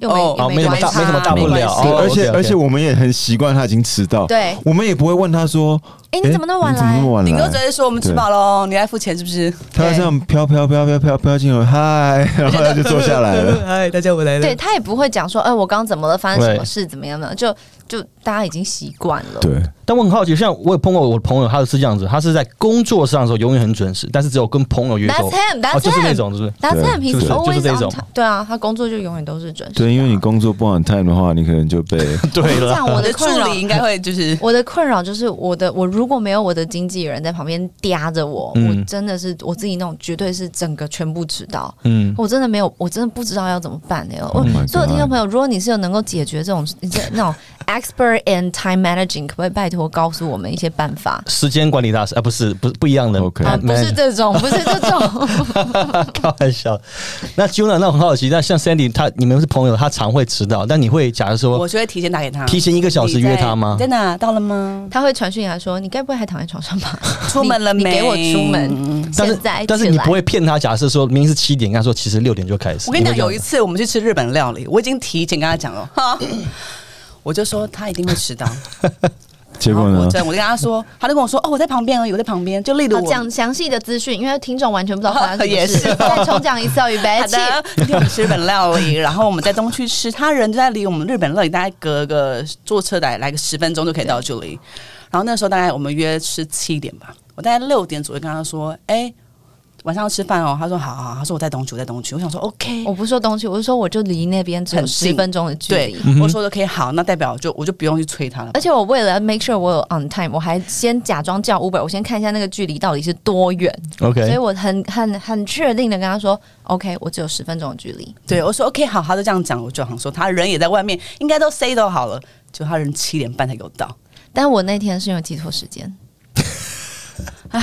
Speaker 5: 又没、
Speaker 4: 哦
Speaker 2: 哦，
Speaker 5: 又
Speaker 2: 没什么
Speaker 5: 关
Speaker 2: 大，
Speaker 5: 系，
Speaker 2: 没什么大不
Speaker 4: 没
Speaker 2: 了。
Speaker 4: 关系
Speaker 2: 哦
Speaker 3: 对而且
Speaker 2: OK，OK
Speaker 3: 而且我们也很习惯他已经迟到。
Speaker 5: 对
Speaker 3: 我们也不会问他说
Speaker 5: 哎、你怎么那：“么晚
Speaker 3: 你怎么那么
Speaker 5: 来？
Speaker 3: 晚
Speaker 4: 顶多
Speaker 3: 来
Speaker 4: 直？”接说我们吃饱喽，你来付钱是不是？
Speaker 3: 他这样飘飘飘飘飘飘进来，嗨， 然后他就坐下来了。
Speaker 4: 嗨，哎大家我来
Speaker 5: 对，他也不会讲说，哎、我刚怎么了，发生什么
Speaker 2: 对
Speaker 5: 事，怎么样的，就就大家已经习惯了。
Speaker 3: 对，
Speaker 2: 但我很好奇，像我有碰过我朋友，他是这样子，他是在工作上的时候永远很准时，但是只有跟朋友约的时候
Speaker 5: That's him, that's
Speaker 2: 哦，就是那
Speaker 5: him
Speaker 2: 种，就是
Speaker 5: 但是
Speaker 3: 对
Speaker 5: 很平
Speaker 2: 就是
Speaker 5: 时 always
Speaker 2: 就是这
Speaker 5: on
Speaker 2: 种
Speaker 5: time 对啊，他工作就永远都是准时的啊。
Speaker 3: 对，因为你工作不 on time 的话，你可能就被
Speaker 2: 对
Speaker 5: 这样
Speaker 2: 了。
Speaker 5: 我
Speaker 4: 我
Speaker 5: 的
Speaker 4: 的
Speaker 5: 困扰
Speaker 4: 助理应该会就是
Speaker 5: 我的困扰就是我的，我如果没有我的经纪人在旁边嗲着我，
Speaker 2: 嗯
Speaker 5: 我真的是我自己那种绝对是整个全部迟到。
Speaker 2: 嗯，
Speaker 5: 我真的没有，我真的不知道要怎么办的、我
Speaker 3: Oh my
Speaker 5: 所有听众
Speaker 3: God
Speaker 5: 朋友，如果你是有能够解决这种你这那种 expert in time managing，可不可以拜托告诉我们一些办法？
Speaker 2: 时间管理大师啊，不是，不是不一样的
Speaker 3: OK
Speaker 5: 啊，
Speaker 2: Man-
Speaker 5: 不是这种，不是这种，
Speaker 2: 开玩笑。那 Juna，那我很好奇，那像 Sandy，他你们是朋友，他常会迟到，但你会假如
Speaker 4: 我
Speaker 2: 说
Speaker 4: 就会提前打给他，
Speaker 2: 提前一个小时约他吗
Speaker 4: 你在你在哪？到了吗？
Speaker 5: 他会传讯来说：“你该不会还躺在床上吧？
Speaker 4: 出门了
Speaker 5: 你
Speaker 4: 没？
Speaker 5: 你给我出门，
Speaker 2: 但是
Speaker 5: 现在
Speaker 2: 但是
Speaker 5: 起
Speaker 2: 你
Speaker 5: 来
Speaker 2: 不会骗他，假设说明明是七点，跟他说其实六点就开始。
Speaker 4: 我跟你讲，
Speaker 2: 会这样
Speaker 4: 有一次我们去吃日本料理，我已经提前跟他讲了，哈我就说他一定会迟到。
Speaker 3: 结果
Speaker 4: 然后
Speaker 3: 呢
Speaker 4: 我？真的我就跟他说，他就跟我说，哦，我在旁边而已，我在旁边。就例如
Speaker 5: 好，
Speaker 4: 我
Speaker 5: 啊讲详细的资讯，因为听众完全不知道发生什 么
Speaker 4: 也
Speaker 5: 事。
Speaker 4: 是
Speaker 5: 再重讲一次哦，预备
Speaker 4: 好
Speaker 5: 起。
Speaker 4: 的，今天我们吃日本料理， 然后我们在东区吃，他人就在离我们日本料理大概隔个坐车来来个十分钟就可以到这里。然后那时候大概我们约吃七点吧，我大概六点左右跟他说，哎、晚上要吃饭哦。他说好好，好他说我在东区，我在东区。我想说 OK，
Speaker 5: 我不说东西，我是说我就离那边只有
Speaker 4: 很
Speaker 5: 十
Speaker 4: 近
Speaker 5: 分钟的距
Speaker 4: 对
Speaker 5: 离。，
Speaker 4: 我说的可以好，那代表就我就不用去催他了
Speaker 5: 而。且我为了 make sure 我有 on time，我还先假装叫 Uber，我先看一下那个距离到底是多远。所以
Speaker 2: OK，
Speaker 5: 我很很很确定的跟他说，OK，我只有十分钟的距离。
Speaker 4: 对，我说 OK 好，他就这样讲，我就想说他人也在外面，应该都 say 都好了，就他人七点半才给我到。
Speaker 5: 但我 那天是因为记错时间，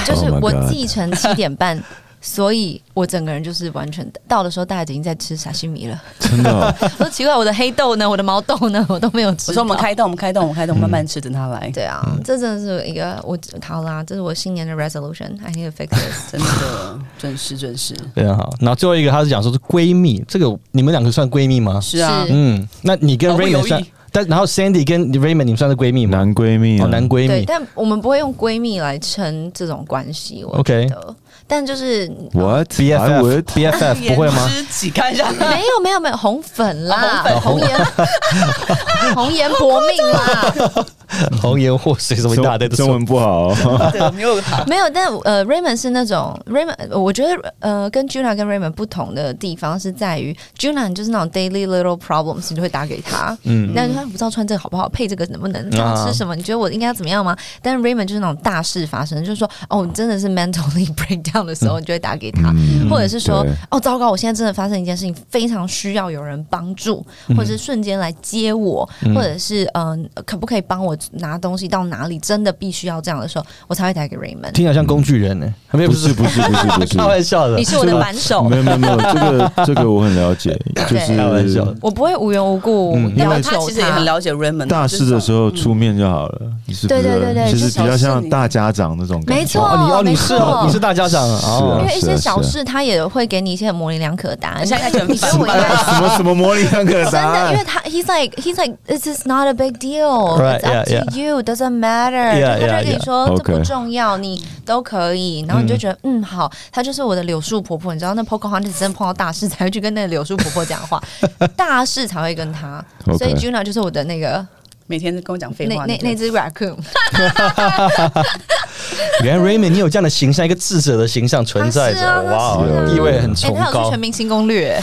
Speaker 5: 就是
Speaker 3: Oh my
Speaker 5: 我
Speaker 3: God
Speaker 5: 记成七点半 所以我整个人就是完全到的时候，大家已经在吃沙西米了。
Speaker 3: 真的哦、
Speaker 5: 我说奇怪，我的黑豆呢？我的毛豆呢？我都没有吃。
Speaker 4: 我说我们。开动，我们开动，我们
Speaker 2: 嗯
Speaker 4: 开动，慢慢吃，等它来。
Speaker 5: 对啊，这真的是一个我好啦，这是我新年的 resolution。I need to fix this。
Speaker 4: 真的准时准时，
Speaker 2: 非常啊好。然后最后一个，他是讲说是闺蜜，这个你们两个算闺蜜吗？
Speaker 4: 是啊，
Speaker 5: 是
Speaker 2: 嗯，那你跟
Speaker 5: 哦
Speaker 4: 毫不
Speaker 2: Raymond
Speaker 4: 犹
Speaker 2: 算
Speaker 4: 豫，
Speaker 2: 但然后 Sandy 跟 Raymond 你们算是闺蜜吗？
Speaker 3: 男闺蜜、啊，
Speaker 2: 哦，男闺
Speaker 5: 对，
Speaker 2: 蜜。
Speaker 5: 但我们不会用闺蜜来称这种关系。我
Speaker 2: OK
Speaker 5: 觉得，但就是没
Speaker 3: What
Speaker 2: B F
Speaker 3: I
Speaker 2: F
Speaker 3: would
Speaker 2: B F F 哎不会吗？
Speaker 4: 知己看一下，
Speaker 5: 有没有没有红粉啦，
Speaker 4: 哦
Speaker 5: 红颜红颜 薄命啦。
Speaker 2: 红颜祸水什么一大堆的
Speaker 3: 中中文不好、哦，
Speaker 4: 对，我 们又
Speaker 2: 哎
Speaker 4: 好
Speaker 5: 没有，但呃，Raymond 是那种 Raymond，呃我觉得呃，跟 Juna 跟 Raymond 不同的地方是在于，Juna 你就是那种 daily little problems，你就会打给他，嗯，那他不知道穿这个好不好，配这个能不能，
Speaker 2: 啊
Speaker 5: 吃什么，你觉得我应该要怎么样吗？但 Raymond 就是那种大事发生，就是说，哦，你真的是 mentally breakdown 的时候，你就会打给他，或者是说
Speaker 3: 对，
Speaker 5: 哦，糟糕，我现在真的发生一件事情，非常需要有人帮助，或者是瞬间来接我，或者是嗯、呃可不可以帮我拿东西到哪里？真的必须要这样的时候，我才会打给 Raymond。
Speaker 2: 听起来像工具人呢、没有
Speaker 3: 不是不是不是不是
Speaker 2: 开，玩笑的
Speaker 5: 你，是我的扳手
Speaker 3: 没，有没有没有，这个这个我很了解，就
Speaker 5: 对
Speaker 3: 是
Speaker 2: 开玩笑的。
Speaker 5: 我不会无缘无故
Speaker 2: 嗯
Speaker 4: 因
Speaker 5: 要
Speaker 4: 为
Speaker 5: 求
Speaker 4: 他其实也很了解 Raymond
Speaker 3: 大事的时
Speaker 4: 候，
Speaker 3: 候出面就好了，你是不是
Speaker 5: 对对对对
Speaker 3: 其实比较像大家长那种感觉，
Speaker 5: 没错，
Speaker 2: 哦，你哦，你
Speaker 5: 没
Speaker 2: 是
Speaker 5: 错
Speaker 2: 哦，你是大家长啊
Speaker 5: 因
Speaker 2: 哦
Speaker 5: 为一
Speaker 3: 是啊
Speaker 5: 些小
Speaker 3: 是
Speaker 5: 事，他也会给你一些很模棱两可的答案。
Speaker 4: 现 在开始很
Speaker 5: 你
Speaker 4: 烦
Speaker 5: 跟我一样。
Speaker 3: 什么什么模棱两可的
Speaker 5: 真
Speaker 3: 答
Speaker 5: 的，因
Speaker 3: 案
Speaker 5: 为，他 he's like he's like this is not a big deal.
Speaker 2: Right,
Speaker 5: It's up
Speaker 2: yeah,
Speaker 5: to you. Doesn't matter.
Speaker 2: Yeah,
Speaker 5: 就他
Speaker 2: yeah,
Speaker 5: 就跟你说
Speaker 3: yeah.
Speaker 5: 这不
Speaker 3: Okay.
Speaker 5: 重要，你都可以。然后你就觉得嗯好，她就是我的柳树婆婆。你知道那 Pocahontas 真的碰到大事才会去跟那个柳树婆婆讲 话，大事才会跟她。
Speaker 3: Okay.
Speaker 5: 所以 Juna 就是我的那个
Speaker 4: 每天都跟我讲废
Speaker 5: 那
Speaker 4: 话，
Speaker 5: 那
Speaker 4: 个
Speaker 5: 那 只 raccoon，
Speaker 2: 原来 Raymond 你有这样的形象，一个智者的形象存在着，
Speaker 5: 啊是啊
Speaker 2: 哇
Speaker 3: 是啊
Speaker 2: 哦，地位很
Speaker 5: 哎，
Speaker 2: 崇
Speaker 5: 他有去
Speaker 2: 高
Speaker 5: 全。明星 攻略。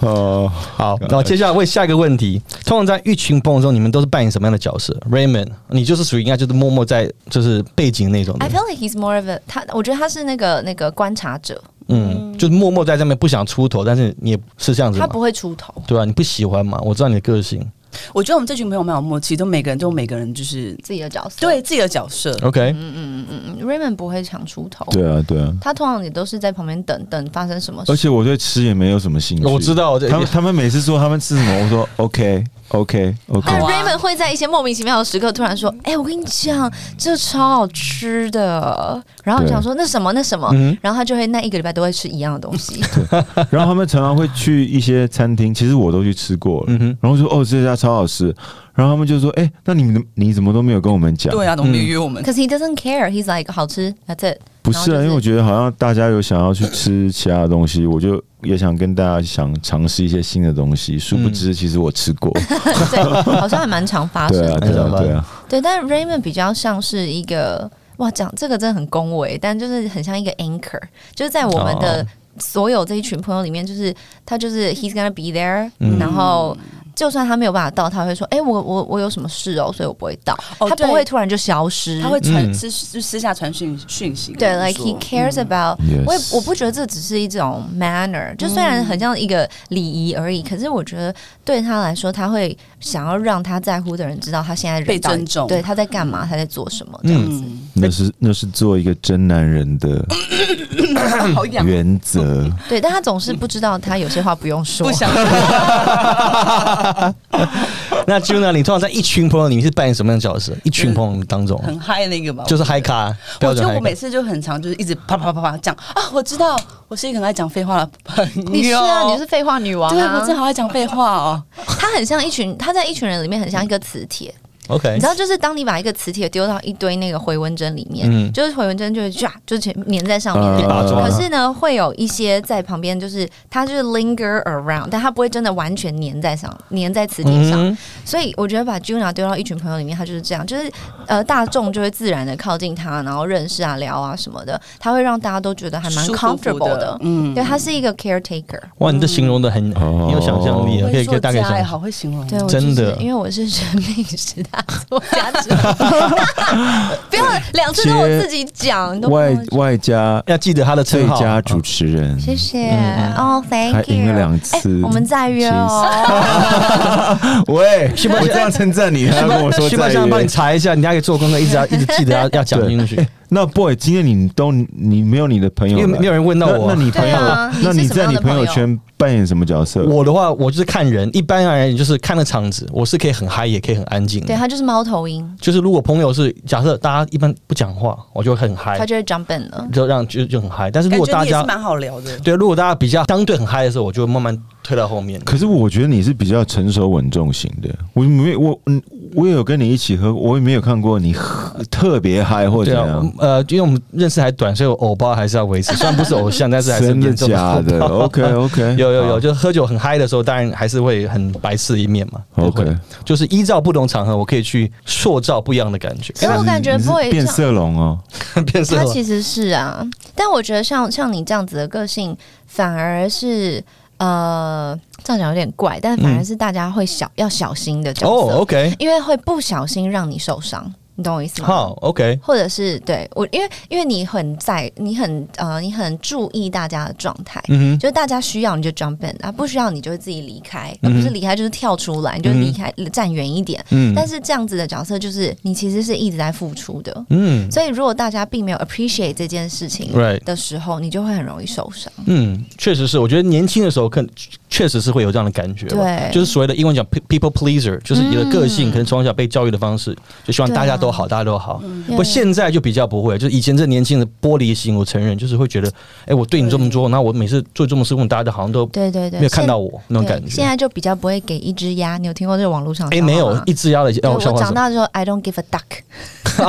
Speaker 3: 哦，
Speaker 2: 好，然后接下来问下一个问题：通常在一群朋友中，你们都是扮演什么样的角色？Raymond，你就是属于应该就是默默在就是背景那种的
Speaker 5: I，feel like he's more of a 他，我觉得他是那个那个观察者，
Speaker 2: 嗯，就是默默在上面不想出头，但是你也哦是这样子
Speaker 5: 他
Speaker 2: 吗？
Speaker 5: 不会出头。
Speaker 2: 对啊，你不喜欢嘛？我知道你的个性。
Speaker 4: 我觉得我们这群朋友蛮有默契，都每个人都有每个人就是
Speaker 5: 自己的角色，
Speaker 4: 对自己的角色，
Speaker 2: OK，
Speaker 5: 嗯，Raymond 不会抢出头，
Speaker 3: 对啊对啊，
Speaker 5: 他通常也都是在旁边等等发生什么
Speaker 3: 而
Speaker 5: 事。
Speaker 3: 且我对吃也没有什么兴趣，
Speaker 2: 我知。道，我这
Speaker 3: 他们他们每次说他们吃什么，我说 OK OK OK，
Speaker 5: 但
Speaker 4: 好啊
Speaker 5: Raymond 会在一些莫名其妙的时刻突然说：“哎、我跟你讲，这超好吃的。”然后你
Speaker 3: 对
Speaker 5: 想说那什么那什么，
Speaker 2: 嗯
Speaker 5: 然后他就会那一个礼拜都会吃一样的东西。
Speaker 3: 然后他们常常会去一些餐厅，其实我都去吃过了，
Speaker 2: 嗯哼，
Speaker 3: 然后说哦这家超好吃，然后他们就说哎、那你们你怎么都没有跟我们讲？
Speaker 4: 对啊，怎么没有约我们？
Speaker 5: 可是 he doesn't care, he's like 好吃，that's it。
Speaker 3: 不是啊，
Speaker 5: 然后就是
Speaker 3: 因为我觉得好像大家有想要去吃其他的东西，我就也想跟大家想尝试一些新的东西。殊不
Speaker 2: 嗯
Speaker 3: 知，其实我吃 过。
Speaker 5: 对，好像还蛮常发生
Speaker 3: 对啊，
Speaker 5: 的。
Speaker 2: 是
Speaker 3: 对啊，对啊，
Speaker 5: 对，但 Raymond 比较像是一个哇，讲这个真的很恭维，但就是很像一个 anchor，就是在我们的
Speaker 2: 哦
Speaker 5: 所有这一群朋友里面，就是他就是 he's gonna be there，、然后。就算他没有办法到，他会说：“哎、我我我有什么事哦，所以我不会到。
Speaker 4: 哦
Speaker 5: 他
Speaker 4: 对
Speaker 5: 不会突然就消失，
Speaker 4: 他会传
Speaker 2: 嗯
Speaker 4: 私私私下传讯讯息
Speaker 5: 对
Speaker 4: 跟我
Speaker 5: ，like
Speaker 4: 说，
Speaker 5: he cares
Speaker 4: 嗯
Speaker 5: about、
Speaker 3: Yes
Speaker 5: 我也我不觉得这只是一种 manner，就虽然很像一个礼仪而已，
Speaker 4: 嗯
Speaker 5: 可是我觉得对他来说，他会想要让他在乎的人知道他现在人
Speaker 4: 被
Speaker 5: 到底
Speaker 4: 尊重
Speaker 5: 对他在干嘛，他在做什么这样子。
Speaker 4: 嗯，
Speaker 3: 那是那是做一个真男人的
Speaker 2: 嗯
Speaker 4: 好痒，
Speaker 3: 原 则。
Speaker 5: 对，但他总是不知道他有些话不用说。
Speaker 4: 不想
Speaker 2: 嗯那 Juna，你通常在一群朋友里面是扮演什么样的角色？一群朋友当中，
Speaker 4: 很嗨那个吧，
Speaker 2: 就是嗨咖，标
Speaker 4: 嗯我觉
Speaker 2: 准
Speaker 4: 得
Speaker 2: 嗨
Speaker 4: 我
Speaker 2: 咖
Speaker 4: 每。次就很常就是一直啪啪啪啪讲啊，我知道我是一个很爱讲废话的朋友。
Speaker 5: 你是啊，你是废话女王
Speaker 4: 对
Speaker 5: 啊！
Speaker 4: 我真的好爱讲废话哦。
Speaker 5: 他很像一群，他在一群人里面很像一个磁铁，你
Speaker 2: OK，
Speaker 5: 知道，就是当你把一个磁铁丢到一堆那个回纹针里面，
Speaker 2: 嗯
Speaker 5: 就是回纹针就会唰，就是粘在上面。
Speaker 3: 啊
Speaker 4: 呃
Speaker 2: 一把抓
Speaker 5: 可是呢，会有一些在旁边，就是它就是 linger around，但它不会真的完全粘在上，粘在磁铁上。
Speaker 2: 嗯，
Speaker 5: 所以我觉得把 Juna 丢到一群朋友里面，他就是这样，就是呃大众就会自然的靠近他，然后认识啊、聊啊什么的，他会让大家都觉得还蛮
Speaker 4: 舒服服
Speaker 5: comfortable 的
Speaker 4: 的。嗯
Speaker 5: 对，他是一个 caretaker。
Speaker 2: 哇，你这形容的很
Speaker 3: 哦
Speaker 2: 很有想象力啊，可以可
Speaker 4: 作
Speaker 2: 以大概
Speaker 4: 家哎，
Speaker 2: 想。
Speaker 4: 好会形容。
Speaker 5: 对，我
Speaker 2: 嗯真
Speaker 5: 就是
Speaker 2: 的
Speaker 5: 因为我是生命时代作家 之一，不要两次都我自己讲，你都不
Speaker 3: 外
Speaker 5: 要讲
Speaker 3: 外加
Speaker 2: 要记得他的
Speaker 3: 最
Speaker 2: 称号。
Speaker 3: 佳主持人，
Speaker 5: 谢谢
Speaker 2: 嗯
Speaker 5: 哦
Speaker 3: 还
Speaker 5: ，Thank you，
Speaker 3: 赢了两次
Speaker 5: 哎我们再约哦。
Speaker 3: 喂，
Speaker 2: 巴
Speaker 3: 我这样称赞你，他要跟我说
Speaker 2: 去办
Speaker 3: 再
Speaker 2: 上帮你
Speaker 3: 约。
Speaker 2: 查一下，你还可以做功课，一直要一直记得要要讲进去。
Speaker 3: 哎那 boy，今天你都你没有你的朋
Speaker 2: 因
Speaker 3: 友
Speaker 2: 为
Speaker 3: 来，
Speaker 2: 没有人问到
Speaker 3: 那
Speaker 2: 我
Speaker 3: 那
Speaker 2: 啊。
Speaker 3: 你朋友
Speaker 5: 对啊，
Speaker 3: 那
Speaker 5: 你是
Speaker 3: 你
Speaker 5: 什么
Speaker 3: 在
Speaker 5: 样
Speaker 3: 你
Speaker 5: 的朋
Speaker 3: 朋
Speaker 5: 友
Speaker 3: 友圈扮演什么角
Speaker 4: 啊
Speaker 3: 色？
Speaker 2: 我的话，我就是看人，一般而言就是看了场子，我是可以很嗨，也可以很安静的。
Speaker 5: 对他就是猫头鹰，
Speaker 2: 就是如果朋友是假设大家一般不讲话，我就会很嗨
Speaker 5: 他，就会 jump in 了。
Speaker 2: 就让就就很嗨。但是如
Speaker 4: 感
Speaker 2: 果
Speaker 4: 觉
Speaker 2: 大
Speaker 4: 你也
Speaker 2: 家
Speaker 4: 是蛮好聊的。
Speaker 2: 对，如果大家比较相对很嗨的时候，我就会慢慢退到后面。
Speaker 3: 可是我觉得你是比较成熟稳重型的，我没我嗯，我也有跟你一起喝，我也没有看过你喝特别嗨或者
Speaker 2: 对
Speaker 3: 怎
Speaker 2: 啊
Speaker 3: 样，，
Speaker 2: 呃，因为我们认识还短，所以我偶包还是要维 持。虽然不是偶像，但是还是
Speaker 3: 真的
Speaker 2: 严重
Speaker 3: 假 的
Speaker 2: 偶包
Speaker 3: ？OK OK，
Speaker 2: 有有有，就喝酒很嗨的时候，当然还是会很白痴的一面嘛。就会
Speaker 3: OK，
Speaker 2: 就是依照不同场合，我可以去塑造不一样的感觉。
Speaker 5: 可是我感觉
Speaker 3: 你是
Speaker 5: boy
Speaker 3: 变
Speaker 5: 像
Speaker 3: 色龙哦，
Speaker 2: 变色
Speaker 5: 他
Speaker 2: 了
Speaker 5: 其实是啊，但我觉得像像你这样子的个性，反而是呃，这样讲有点怪，但反而是大家会小、要小心的角色，
Speaker 2: 嗯哦，OK，
Speaker 5: 因为会不小心让你受伤，你懂我意思吗？
Speaker 2: 好，OK，
Speaker 5: 或者是对我，因为因为你很在，你很呃，你很注意大家的状态，
Speaker 2: 嗯
Speaker 5: 就是大家需要你就 jump in 啊，不需要你就会自己离开，啊而不是离开就是跳出来，你就离开、站远一点。
Speaker 2: 嗯
Speaker 5: 但是这样子的角色就是你其实是一直在付出的，
Speaker 2: 嗯
Speaker 5: 所以如果大家并没有 appreciate 这件事情
Speaker 2: ，Right，
Speaker 5: 的时候，你就会很容易受伤。
Speaker 2: 嗯，确实是，我觉得年轻的时候更确实是会有这样的感觉吧，
Speaker 5: 对
Speaker 2: 就是所谓的英文讲 pe- people pleaser，就是你的个性可能从小被教育的方式，就希望大家都好，大家都好。不，
Speaker 5: 嗯啊对
Speaker 2: 现在就比较不会，就以前这年轻人玻璃心，我承认，就是会觉得，哎、我对你这么做，那我每次做这么事，问大家好像都
Speaker 5: 对对对，
Speaker 2: 没有看到我那种
Speaker 5: 对
Speaker 2: 感觉
Speaker 5: 现。在就比较不会给一只鸭，你有听过这个网络上的
Speaker 2: 哎、
Speaker 5: 笑话
Speaker 2: 没有
Speaker 5: 吗
Speaker 2: 一只鸭的
Speaker 5: 对
Speaker 2: 让
Speaker 5: 我
Speaker 2: 笑话
Speaker 5: 长
Speaker 2: 什么？
Speaker 5: 大之后，I don't give a duck。
Speaker 3: I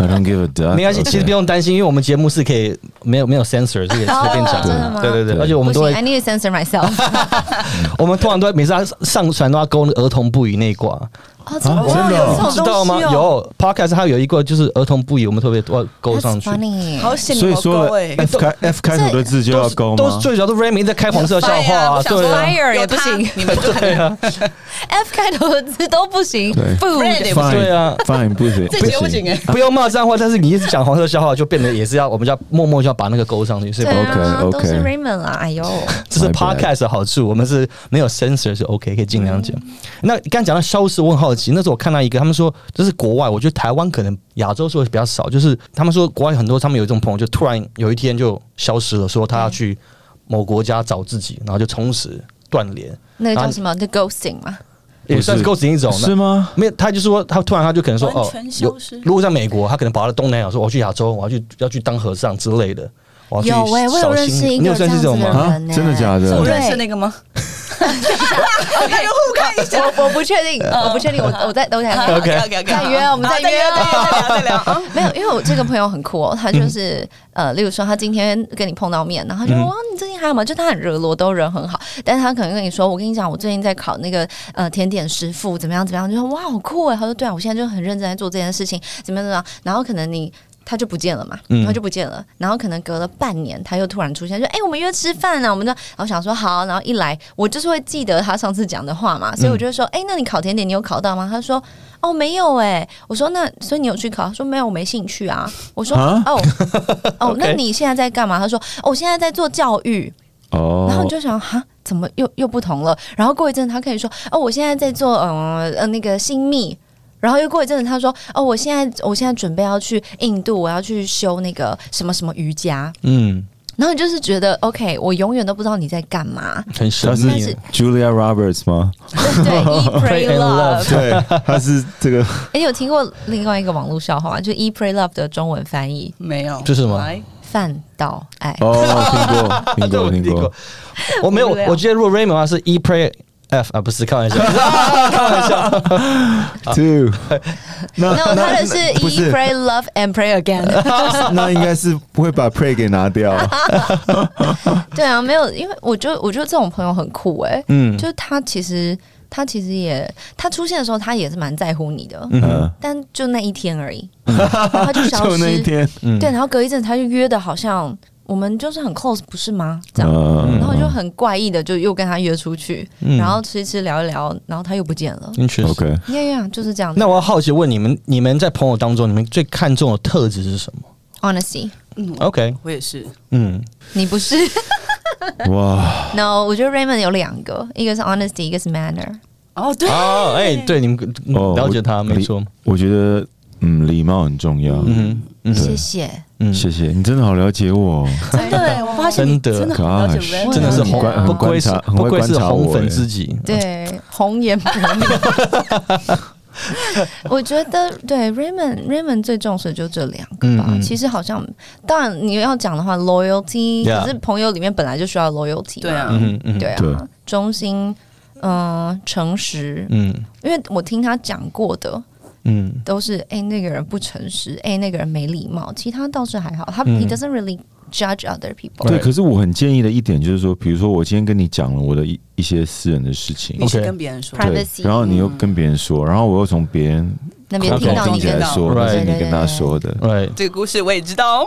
Speaker 3: don't give a duck，
Speaker 2: 呃没关系，其实不
Speaker 3: 啊 OK
Speaker 2: 用担心，因为我们节目是可以没有没有 censor，是可以随便讲
Speaker 5: 哦真的吗
Speaker 2: 对对对，
Speaker 3: 对
Speaker 2: 而且我
Speaker 5: 不
Speaker 2: 们
Speaker 5: 行
Speaker 2: 都会
Speaker 5: ，I need to censor myself。
Speaker 2: 我们通常都会每次他上传都要勾那个儿童不宜那一挂，
Speaker 5: 哦，怎么
Speaker 3: 啊真
Speaker 5: 会
Speaker 3: 的
Speaker 5: 有
Speaker 3: 哦
Speaker 5: 这种
Speaker 2: 知道吗？
Speaker 4: 东西哦
Speaker 2: 有 podcast 它有一个就是儿童不宜，我们特别都要勾上去。
Speaker 5: funny
Speaker 4: 好险
Speaker 3: 所
Speaker 4: 你
Speaker 3: 以
Speaker 4: 有
Speaker 3: 说
Speaker 4: 够
Speaker 3: 了
Speaker 4: 哎，
Speaker 3: F 开 F 开头的字就要勾
Speaker 2: 都是
Speaker 3: 吗？
Speaker 2: 最主要都是 Remy 在开黄色笑话啊，对啊，
Speaker 5: fire 也不行，
Speaker 4: 你们就
Speaker 2: 对啊，
Speaker 5: F 开头的字都不行
Speaker 3: 对
Speaker 5: 不
Speaker 4: Friend 也不行
Speaker 2: 对啊。
Speaker 3: Fine 不 行，
Speaker 4: 这节不行哎，
Speaker 2: 不用骂脏话，但是你一直讲黄色笑话，就变得也是要我们要默默就要把那个勾上去，是吧
Speaker 5: 对？啊
Speaker 3: OK，OK
Speaker 5: 都是 Raymond 啦，哎呦，
Speaker 2: 这是
Speaker 3: My bad
Speaker 2: podcast 的好处，我们是没有 censor 是 OK，可以尽量讲。那刚刚讲到消失，我很好奇，那时候我看到一个，他们说这是国外，我觉得台湾可能亚洲说比较少，就是他们说国外很多，他们有一种朋友就突然有一天就消失了，说他要去某国家找自己，然后就从此断联，
Speaker 5: 那个叫
Speaker 2: 啊
Speaker 5: 什么？The ghosting 嘛，
Speaker 2: 也算是构成一种
Speaker 3: 是吗？
Speaker 2: 没有，他就说他突然他就可能说
Speaker 4: 完
Speaker 2: 哦
Speaker 4: 全，消
Speaker 2: 有
Speaker 4: 失
Speaker 2: 如果在美国，他可能跑到东南亚说我要去亚洲，我要去要去当和尚之类的。我要去
Speaker 5: 有哎，我有
Speaker 2: 扫
Speaker 5: 认
Speaker 2: 心
Speaker 5: 识一
Speaker 2: 你
Speaker 5: 个
Speaker 2: 有
Speaker 5: 这
Speaker 2: 认
Speaker 5: 样
Speaker 2: 识
Speaker 5: 子
Speaker 2: 这种
Speaker 5: 的
Speaker 2: 吗？
Speaker 5: 人呢，
Speaker 3: 啊真的假的
Speaker 4: 是
Speaker 5: 对
Speaker 4: 我认识那个吗？
Speaker 5: OK，互看一下， 我我不确定，我不确定，我我再等我再
Speaker 2: OK
Speaker 4: OK OK，
Speaker 5: 再约我们再约
Speaker 4: 再聊再聊啊！
Speaker 5: 没有，因为我这个朋友很酷哦，他就是、呃，例如说他今天跟你碰到面，然后他就、
Speaker 2: 嗯
Speaker 5: 哇，你最近还好吗？就他很热络，都人很好，但是他可能跟你说，我跟你讲，我最近在考那个呃甜点师傅，怎么样怎么样，就说哇好酷哎，他说对啊，我现在就很认真在做这件事情，怎么样怎么样，然后可能你。他就不见了嘛，
Speaker 2: 嗯
Speaker 5: 他就不见了。然后可能隔了半年，他又突然出现，说：“哎、我们约吃饭啊！”我们就然后想说好，然后一来我就是会记得他上次讲的话嘛，
Speaker 2: 嗯
Speaker 5: 所以我就会说：“哎、那你考甜点你有考到吗？”他说：“哦，没有哎、我说那所以你有去考？他说没有，我没兴趣啊。我说
Speaker 3: 啊
Speaker 5: 哦哦
Speaker 2: OK，
Speaker 5: 那你现在在干嘛？他说哦，我现在在做教育。
Speaker 3: 哦，
Speaker 5: 然后你就想哈，怎么又又不同了？然后过一阵他可以说哦，我现在在做嗯呃那个新密。然后又过一阵子，他说：“哦，我现在我现在准备要去印度，我要去修那个什么什么瑜伽。
Speaker 2: 嗯，”
Speaker 5: 然后你就是觉得，OK，我永远都不知道你在干嘛。
Speaker 2: 很神
Speaker 3: 他是
Speaker 5: 但
Speaker 2: 秘
Speaker 5: 是。
Speaker 3: Julia Roberts 吗？
Speaker 5: 对，Eat
Speaker 2: Pray and
Speaker 5: Pray Love。
Speaker 3: 对，他是这个
Speaker 5: 哎，你有听过另外一个网络笑话吗？就 Eat Pray Love 的中文翻译
Speaker 4: 没有，
Speaker 2: 这是什么
Speaker 4: 来
Speaker 5: 饭到爱。
Speaker 3: 哦，听
Speaker 2: 啊对
Speaker 3: 过，
Speaker 2: 我
Speaker 3: 听过，听过。，
Speaker 2: 我没有，
Speaker 5: 无聊
Speaker 2: 我觉得如果 Raymond 的话是 E Pray F 啊，不是开玩 笑，
Speaker 3: Two，
Speaker 5: no，他的是
Speaker 3: 不
Speaker 5: E
Speaker 3: 是
Speaker 5: pray love and pray again。
Speaker 3: 那应该是会把 pray 给拿 掉。
Speaker 5: 对啊，没有，因为我觉得我觉得这种朋友很酷哎、
Speaker 2: 嗯
Speaker 5: 就是他其实他其实也他出现的时候，他也是蛮在乎你的，
Speaker 3: 嗯，
Speaker 5: 但就那一天而已，然后他就消
Speaker 3: 就那一
Speaker 5: 失。
Speaker 3: 天，
Speaker 2: 嗯
Speaker 5: 对，然后隔一阵子他就约的好像我们就是很 close 不是吗？这样。
Speaker 3: 嗯，
Speaker 5: 然后就很怪异的，就又跟他约出去，
Speaker 2: 嗯
Speaker 5: 然后吃一吃聊一聊，然后他又不见了。
Speaker 2: ，interesting。
Speaker 3: OK，
Speaker 5: 呀呀，就是这样
Speaker 2: 嗯
Speaker 5: 子。
Speaker 2: 那我要好奇问你们，你们在朋友当中，你们最看重的特质是什么
Speaker 5: honesty，
Speaker 4: 嗯，
Speaker 2: ？OK，
Speaker 4: 我也是，
Speaker 2: 嗯，
Speaker 5: 你不是
Speaker 3: 哇，
Speaker 5: ？No，我觉得 Raymond 有两个，一个是 honesty，一个是 manner。
Speaker 4: 哦对，
Speaker 2: 哦，哎，对，你们
Speaker 3: 哦
Speaker 2: 了解他，
Speaker 3: 我
Speaker 2: 没错，
Speaker 3: 我觉得嗯，礼貌很重要。
Speaker 2: 嗯哼，嗯
Speaker 5: 谢谢，
Speaker 2: 嗯，
Speaker 3: 谢谢你真的好了解我，
Speaker 5: 真的耶，我发现你
Speaker 2: 真的
Speaker 5: 真的
Speaker 3: 可
Speaker 4: 了解
Speaker 3: 爱，
Speaker 4: Ren
Speaker 5: 啊
Speaker 2: 真的是红
Speaker 5: 很观，
Speaker 2: 不
Speaker 5: 很
Speaker 2: 愧是
Speaker 3: 观察很
Speaker 2: 不
Speaker 3: 会
Speaker 2: 愧是
Speaker 3: 观察我
Speaker 2: 红粉
Speaker 3: 哎
Speaker 2: 知己。
Speaker 5: 对，红颜薄命。我觉得对 Raymond Raymond 最重视的就这两个吧。
Speaker 2: 嗯嗯
Speaker 5: 其实好像，当然你要讲的话，loyalty，
Speaker 2: Yeah
Speaker 5: 可是朋友里面本来就需要 loyalty，嘛
Speaker 4: 对啊
Speaker 2: 嗯嗯
Speaker 5: 对啊，
Speaker 3: 对
Speaker 5: 忠心，嗯、诚实，
Speaker 2: 嗯
Speaker 5: 因为我听他讲过的
Speaker 2: 嗯
Speaker 5: 都是，哎、那个人不诚实，哎、那个人没礼貌，其他倒是还好，他、
Speaker 2: 嗯
Speaker 5: he doesn't really judge other people，
Speaker 3: 对，
Speaker 2: Right
Speaker 3: 可是我很建议的一点就是说，比如说我今天跟你讲了我的一一些私人的事情
Speaker 4: 你，是
Speaker 2: OK
Speaker 4: 跟别人说
Speaker 5: Private
Speaker 3: 对
Speaker 5: Privacy，，
Speaker 3: 然后你又跟别人说，然后我又从别人
Speaker 5: 那边
Speaker 2: 口
Speaker 3: 口
Speaker 5: 听
Speaker 3: 中
Speaker 5: 到
Speaker 3: 听
Speaker 5: 你
Speaker 3: 起
Speaker 5: 的
Speaker 3: 来说，
Speaker 2: Right
Speaker 3: 那是
Speaker 5: 对对
Speaker 3: 你
Speaker 5: 对
Speaker 3: 跟他说的。
Speaker 2: ，right，
Speaker 4: 这个故事我也知道，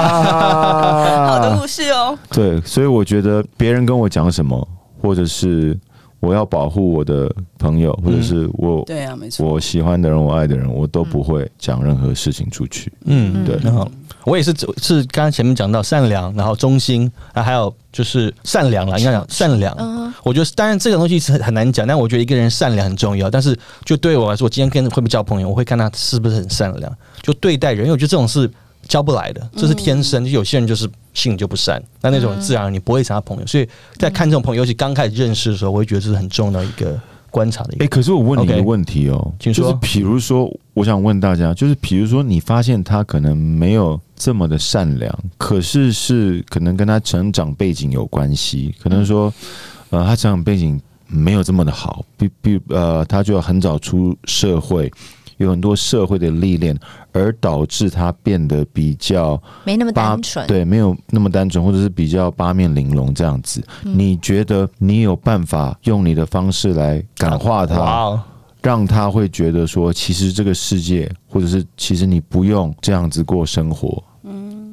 Speaker 4: 好多
Speaker 3: 啊
Speaker 4: 故事哦。
Speaker 3: 对，所以我觉得别人跟我讲什么，或者是我要保护我的朋友，或者是我
Speaker 4: 对啊，没错。
Speaker 3: 我喜欢的人，我爱的人，我都不会讲任何事情出去。
Speaker 2: 嗯
Speaker 3: 对
Speaker 2: 然后我也是走是刚刚前面讲到善良，然后忠心，啊，还有就是善良了，应该讲善良。
Speaker 5: 嗯
Speaker 2: 我觉得当然这个东西是很很难讲，但我觉得一个人善良很重要。但是就对我来说，我今天跟会不会交朋友，我会看他是不是很善良，就对待人，因为我觉得这种是教不来的，这是天生。就有些人就是性就不善，那那种人自然而然你不会成他朋友。所以在看这种朋友，尤其刚开始认识的时候，我会觉得这是很重要的一个观察的一
Speaker 3: 哎、
Speaker 2: 个。
Speaker 3: 可是我问你一
Speaker 2: OK
Speaker 3: 个问题哦
Speaker 2: 请
Speaker 3: 就
Speaker 2: 说
Speaker 3: 是比如说，我想问大家，就是比如说，你发现他可能没有这么的善良，可是是可能跟他成长背景有关系，可能说，呃，他成长背景没有这么的好，比比呃，他就很早出社会，有很多社会的历练，而导致他变得比较
Speaker 5: 没那么
Speaker 3: 八
Speaker 5: 单纯，
Speaker 3: 对，没有那么单纯，或者是比较八面玲珑这样子。你觉得你有办法用你的方式来感化他？
Speaker 2: 哇哦，
Speaker 3: 让他会觉得说，其实这个世界，或者是其实你不用这样子过生活。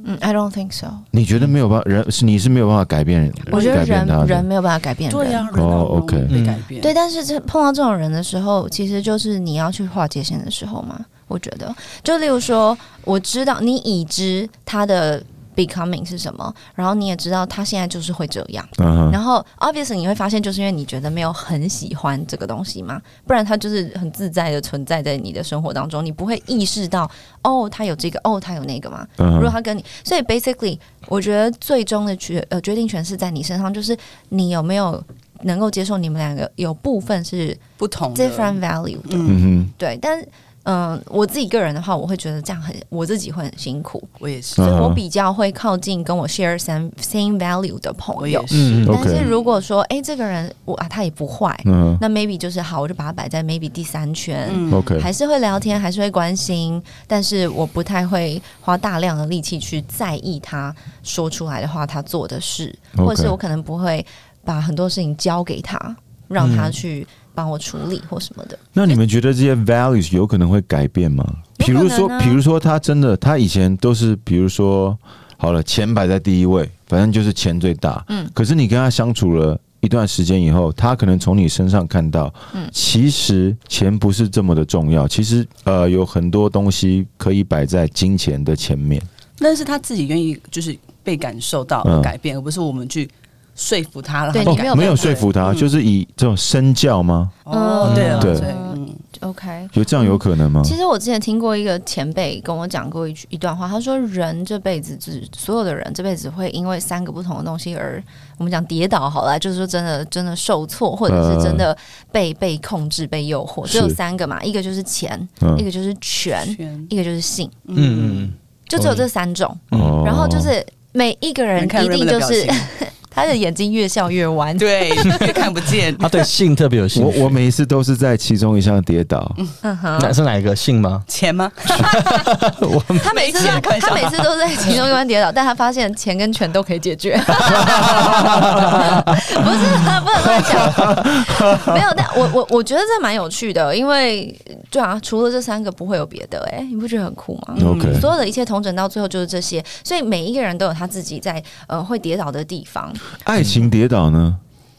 Speaker 5: 嗯，I don't think so。
Speaker 3: 你觉得没有办法，人是你是没有办法改变，
Speaker 5: 我觉得
Speaker 3: 改变他
Speaker 5: 人人
Speaker 3: 的。
Speaker 5: 没有办法改变人，
Speaker 4: 对呀，人
Speaker 3: 哦
Speaker 4: 好容易
Speaker 3: OK
Speaker 4: 被改变。
Speaker 5: 对，但是这碰到这种人的时候，其实就是你要去划界限的时候嘛。我觉得，就例如说，我知道你已知他的 becoming 是什么，然后你也知道他现在就是会这样，
Speaker 3: 嗯哼，
Speaker 5: 然后 obviously 你会发现，就是因为你觉得没有很喜欢这个东西嘛，不然他就是很自在的存在在你的生活当中，你不会意识到哦，他有这个，哦，他有那个嘛。
Speaker 3: 嗯
Speaker 5: 如果
Speaker 3: 哼，
Speaker 5: 他跟你，所以 basically，我觉得最终的决呃决定权是在你身上，就是你有没有能够接受你们两个有部分是
Speaker 4: 不同的
Speaker 5: different value 的，
Speaker 4: 嗯，
Speaker 3: 嗯
Speaker 5: 对。但嗯、呃我自己个人的话，我会觉得这样很我自己会很辛苦，
Speaker 4: 我也是
Speaker 3: 嗯，
Speaker 5: 所以我
Speaker 3: 哼
Speaker 5: 比较会靠近跟我 share same same value 的
Speaker 4: 我
Speaker 5: 朋
Speaker 4: 也
Speaker 5: 友。
Speaker 4: 是。
Speaker 3: 嗯
Speaker 5: 但
Speaker 3: OK
Speaker 5: 是如果说，哎、这个人我啊他也不坏，
Speaker 3: 嗯
Speaker 5: 那 maybe 就是好，我就把他摆在 maybe 第三圈。
Speaker 4: 嗯
Speaker 3: 哼，OK，
Speaker 5: 还是会聊天，还是会关心，但是我不太会花大量的力气去在意他说出来的话，他做的事
Speaker 3: OK
Speaker 5: 或者是我可能不会把很多事情交给他，让他
Speaker 2: 嗯
Speaker 5: 去帮我处理或什么的。
Speaker 3: 那你们觉得这些 values 有可能会改变吗？
Speaker 5: 有
Speaker 3: 比
Speaker 5: 可能
Speaker 3: 如
Speaker 5: 啊
Speaker 3: 说，比如说他真的，他以前都是，比如说，好了，钱摆在第一位，反正就是钱最大。嗯，可是你跟他相处了一段时间以后，他可能从你身上看到，嗯，其实钱不是这么的重要，其实呃，有很多东西可以摆在金钱的前面。
Speaker 4: 但是他自己愿意就是被感受到
Speaker 3: 嗯
Speaker 4: 改变，而不是我们去说服他了。
Speaker 5: 对
Speaker 4: 他
Speaker 5: 哎你嗯
Speaker 4: 改
Speaker 5: 没有
Speaker 3: 哦没有
Speaker 5: 被
Speaker 3: 说服他，
Speaker 4: 嗯
Speaker 3: 就是以这种身教吗？
Speaker 4: 哦，对啊，
Speaker 3: 对
Speaker 4: 所以嗯
Speaker 5: OK，
Speaker 3: 有这样有可能吗？
Speaker 5: 其实我之前听过一个前辈跟我讲过一句一段话，他说人这辈子只所有的人这辈子会因为三个不同的东西而我们讲跌倒好了，就是说真的真的受挫，或者是真的被、被控制、被诱惑，
Speaker 3: 嗯是
Speaker 5: 只有三个嘛，一个就是钱，一
Speaker 3: 嗯，
Speaker 5: 个就是权，
Speaker 4: 圈
Speaker 5: 一个就是性，
Speaker 2: 嗯嗯
Speaker 5: 就只有这三种。
Speaker 2: 嗯
Speaker 3: 哦
Speaker 5: 然后就是每一个人
Speaker 4: 你看
Speaker 5: 一
Speaker 4: Raymond
Speaker 5: 定
Speaker 4: 的
Speaker 5: 就
Speaker 4: 表
Speaker 5: 是
Speaker 4: 情
Speaker 5: 他的眼睛越笑越弯，
Speaker 4: 对，越看不见
Speaker 2: 嗯，他对性特别有兴
Speaker 3: 我
Speaker 2: 趣。
Speaker 3: 我每一次都是在其中一项跌倒，
Speaker 5: 嗯哼，
Speaker 2: 哪是哪一个性吗？
Speaker 4: 钱吗？
Speaker 5: 他每
Speaker 4: 没
Speaker 5: 次
Speaker 4: 钱
Speaker 5: 都
Speaker 4: 开玩笑
Speaker 5: 他每次都在其中一关跌倒，但他发现钱跟权都可以解决。不是啊，不能乱讲。 没有，但我我我觉得这蛮有趣的，因为对啊，除了这三个不会有别的、哎，你不觉得很酷吗？
Speaker 3: OK
Speaker 5: 所有的一切同整到最后就是这些，所以每一个人都有他自己在呃会跌倒的地方。
Speaker 3: 爱情跌倒呢？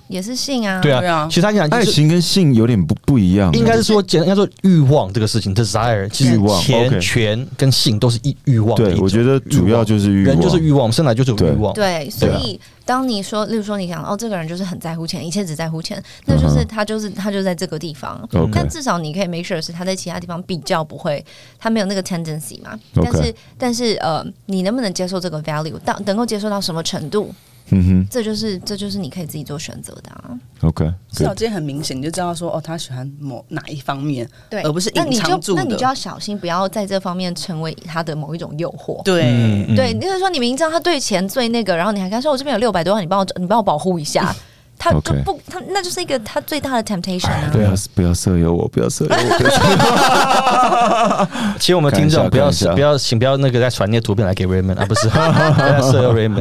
Speaker 5: 也是性啊，
Speaker 2: 对啊，
Speaker 4: 对啊
Speaker 2: 其实他讲
Speaker 3: 爱
Speaker 2: 就是
Speaker 3: 情跟性有点不不一样，啊
Speaker 2: 应该是说，简应该说欲望这个事情，desire，其实
Speaker 3: 欲望
Speaker 2: 钱、
Speaker 3: OK
Speaker 2: 权跟性都是一欲望的一
Speaker 3: 对，
Speaker 2: 种。
Speaker 3: 我觉得主要就是欲望，
Speaker 2: 人就是欲望，生来就是有欲望。
Speaker 5: 对，所
Speaker 3: 对啊
Speaker 5: 以当你说，例如说你想哦，这个人就是很在乎钱，一切只在乎钱，那就是
Speaker 3: 嗯哼
Speaker 5: 他就是他就在这个地方。
Speaker 3: OK
Speaker 5: 但至少你可以 make sure 是他在其他地方比较不会，他没有那个 tendency 嘛。但
Speaker 3: OK
Speaker 5: 是但是呃，你能不能接受这个 value，到能够接受到什么程度，
Speaker 3: 嗯
Speaker 5: 这就是这就是你可以自己做选择的啊。
Speaker 3: 哼，OK，
Speaker 4: 至少这些很明显，你就知道说哦，他喜欢某哪一方面，
Speaker 5: 对
Speaker 4: 而不是
Speaker 5: 那你
Speaker 4: 隐藏
Speaker 5: 就
Speaker 4: 住
Speaker 5: 那
Speaker 4: 的
Speaker 5: 你就要小心，不要在这方面成为他的某一种诱惑。
Speaker 4: 对，
Speaker 2: 嗯
Speaker 5: 对，，就是说你明知道他对钱最那个，然后你还跟他说我这边有六百多万，你帮我你帮我保护一 下，他就
Speaker 3: OK
Speaker 5: 不他那就是一个他最大的 temptation 啊。
Speaker 3: 不要不要色诱我，不要色诱我，不要色诱
Speaker 2: 其实我们听众不
Speaker 3: 看
Speaker 2: 要
Speaker 3: 一下
Speaker 2: 不要，请不要那个再传那些图片来给 Raymond 啊，不是 不要色诱 Raymond。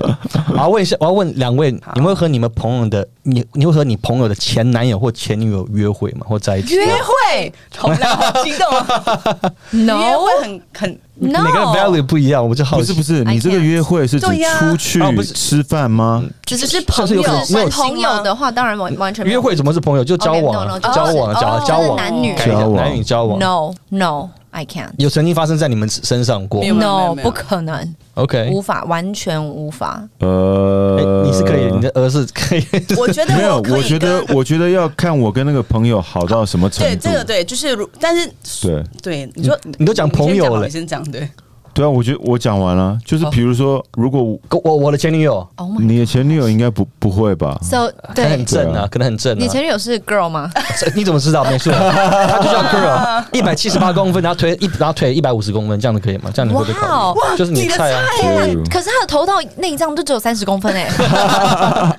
Speaker 2: 我啊要问一下，我要问两位，你们会和你们朋友的你，你会和你朋友的前男友或前女友约会吗？或在一起？
Speaker 4: 约会，我们俩 好激动 啊！约
Speaker 5: No
Speaker 4: 会很很
Speaker 5: No，
Speaker 2: 每个人 value 不一样，我们就好
Speaker 3: 不
Speaker 2: 奇
Speaker 3: 是不是，
Speaker 5: I
Speaker 3: 你这个
Speaker 5: can't
Speaker 3: 约会是指
Speaker 4: 哎对呀
Speaker 3: 出去
Speaker 2: 哦不是
Speaker 3: 吃饭吗？
Speaker 5: 只是
Speaker 2: 甚至有可能没有
Speaker 5: 朋友的话，当然完完全没有
Speaker 2: 约会，怎么是朋友？就交往
Speaker 5: OK，no，no，
Speaker 2: 啊，
Speaker 5: 哦就是
Speaker 2: 交往啊，
Speaker 5: 哦
Speaker 2: 交交往，
Speaker 5: 男女
Speaker 2: 改一下
Speaker 3: 交往
Speaker 2: 男女交往，啊
Speaker 5: No No I can't
Speaker 2: 有曾经发生在你们身上过
Speaker 4: 没有没有没
Speaker 5: No
Speaker 4: 有
Speaker 5: 不可能，
Speaker 2: ？OK，
Speaker 5: 无法完全无法。
Speaker 2: 哎
Speaker 3: 呃，
Speaker 2: 你是可以，你的儿是可以。
Speaker 4: 我觉得
Speaker 3: 没有，
Speaker 4: 可
Speaker 3: 我
Speaker 4: 以
Speaker 3: 觉得
Speaker 4: 跟
Speaker 3: 我觉得要看我跟那个朋友好到什么程
Speaker 4: 对
Speaker 3: 度
Speaker 4: 这。个对，就是如但是
Speaker 3: 对
Speaker 4: 对你说
Speaker 2: 嗯你都讲朋友了
Speaker 4: 你先讲对，
Speaker 3: 对啊，我觉得我讲完了，就是
Speaker 4: 哦
Speaker 3: 比如说，如果
Speaker 2: 我我的前女友
Speaker 5: Oh
Speaker 4: 嗯
Speaker 5: my
Speaker 3: 你的前女友应该不不会吧？
Speaker 5: so
Speaker 2: 可能
Speaker 5: 对
Speaker 2: 很，正
Speaker 3: 对
Speaker 2: 啊
Speaker 3: 啊，
Speaker 2: 可能很正
Speaker 5: 你
Speaker 2: 啊。
Speaker 5: 前女友是 girl 吗？
Speaker 2: 这你怎么知道？没事，啊他就叫 girl，一百七十八公分，然后腿一然后腿一百五十公分，这样子可以吗？这样你会不会考虑
Speaker 5: 哇哦
Speaker 2: 就是你的菜啊。
Speaker 3: 对
Speaker 5: 可是他的头到内脏都只有三十公分 哎，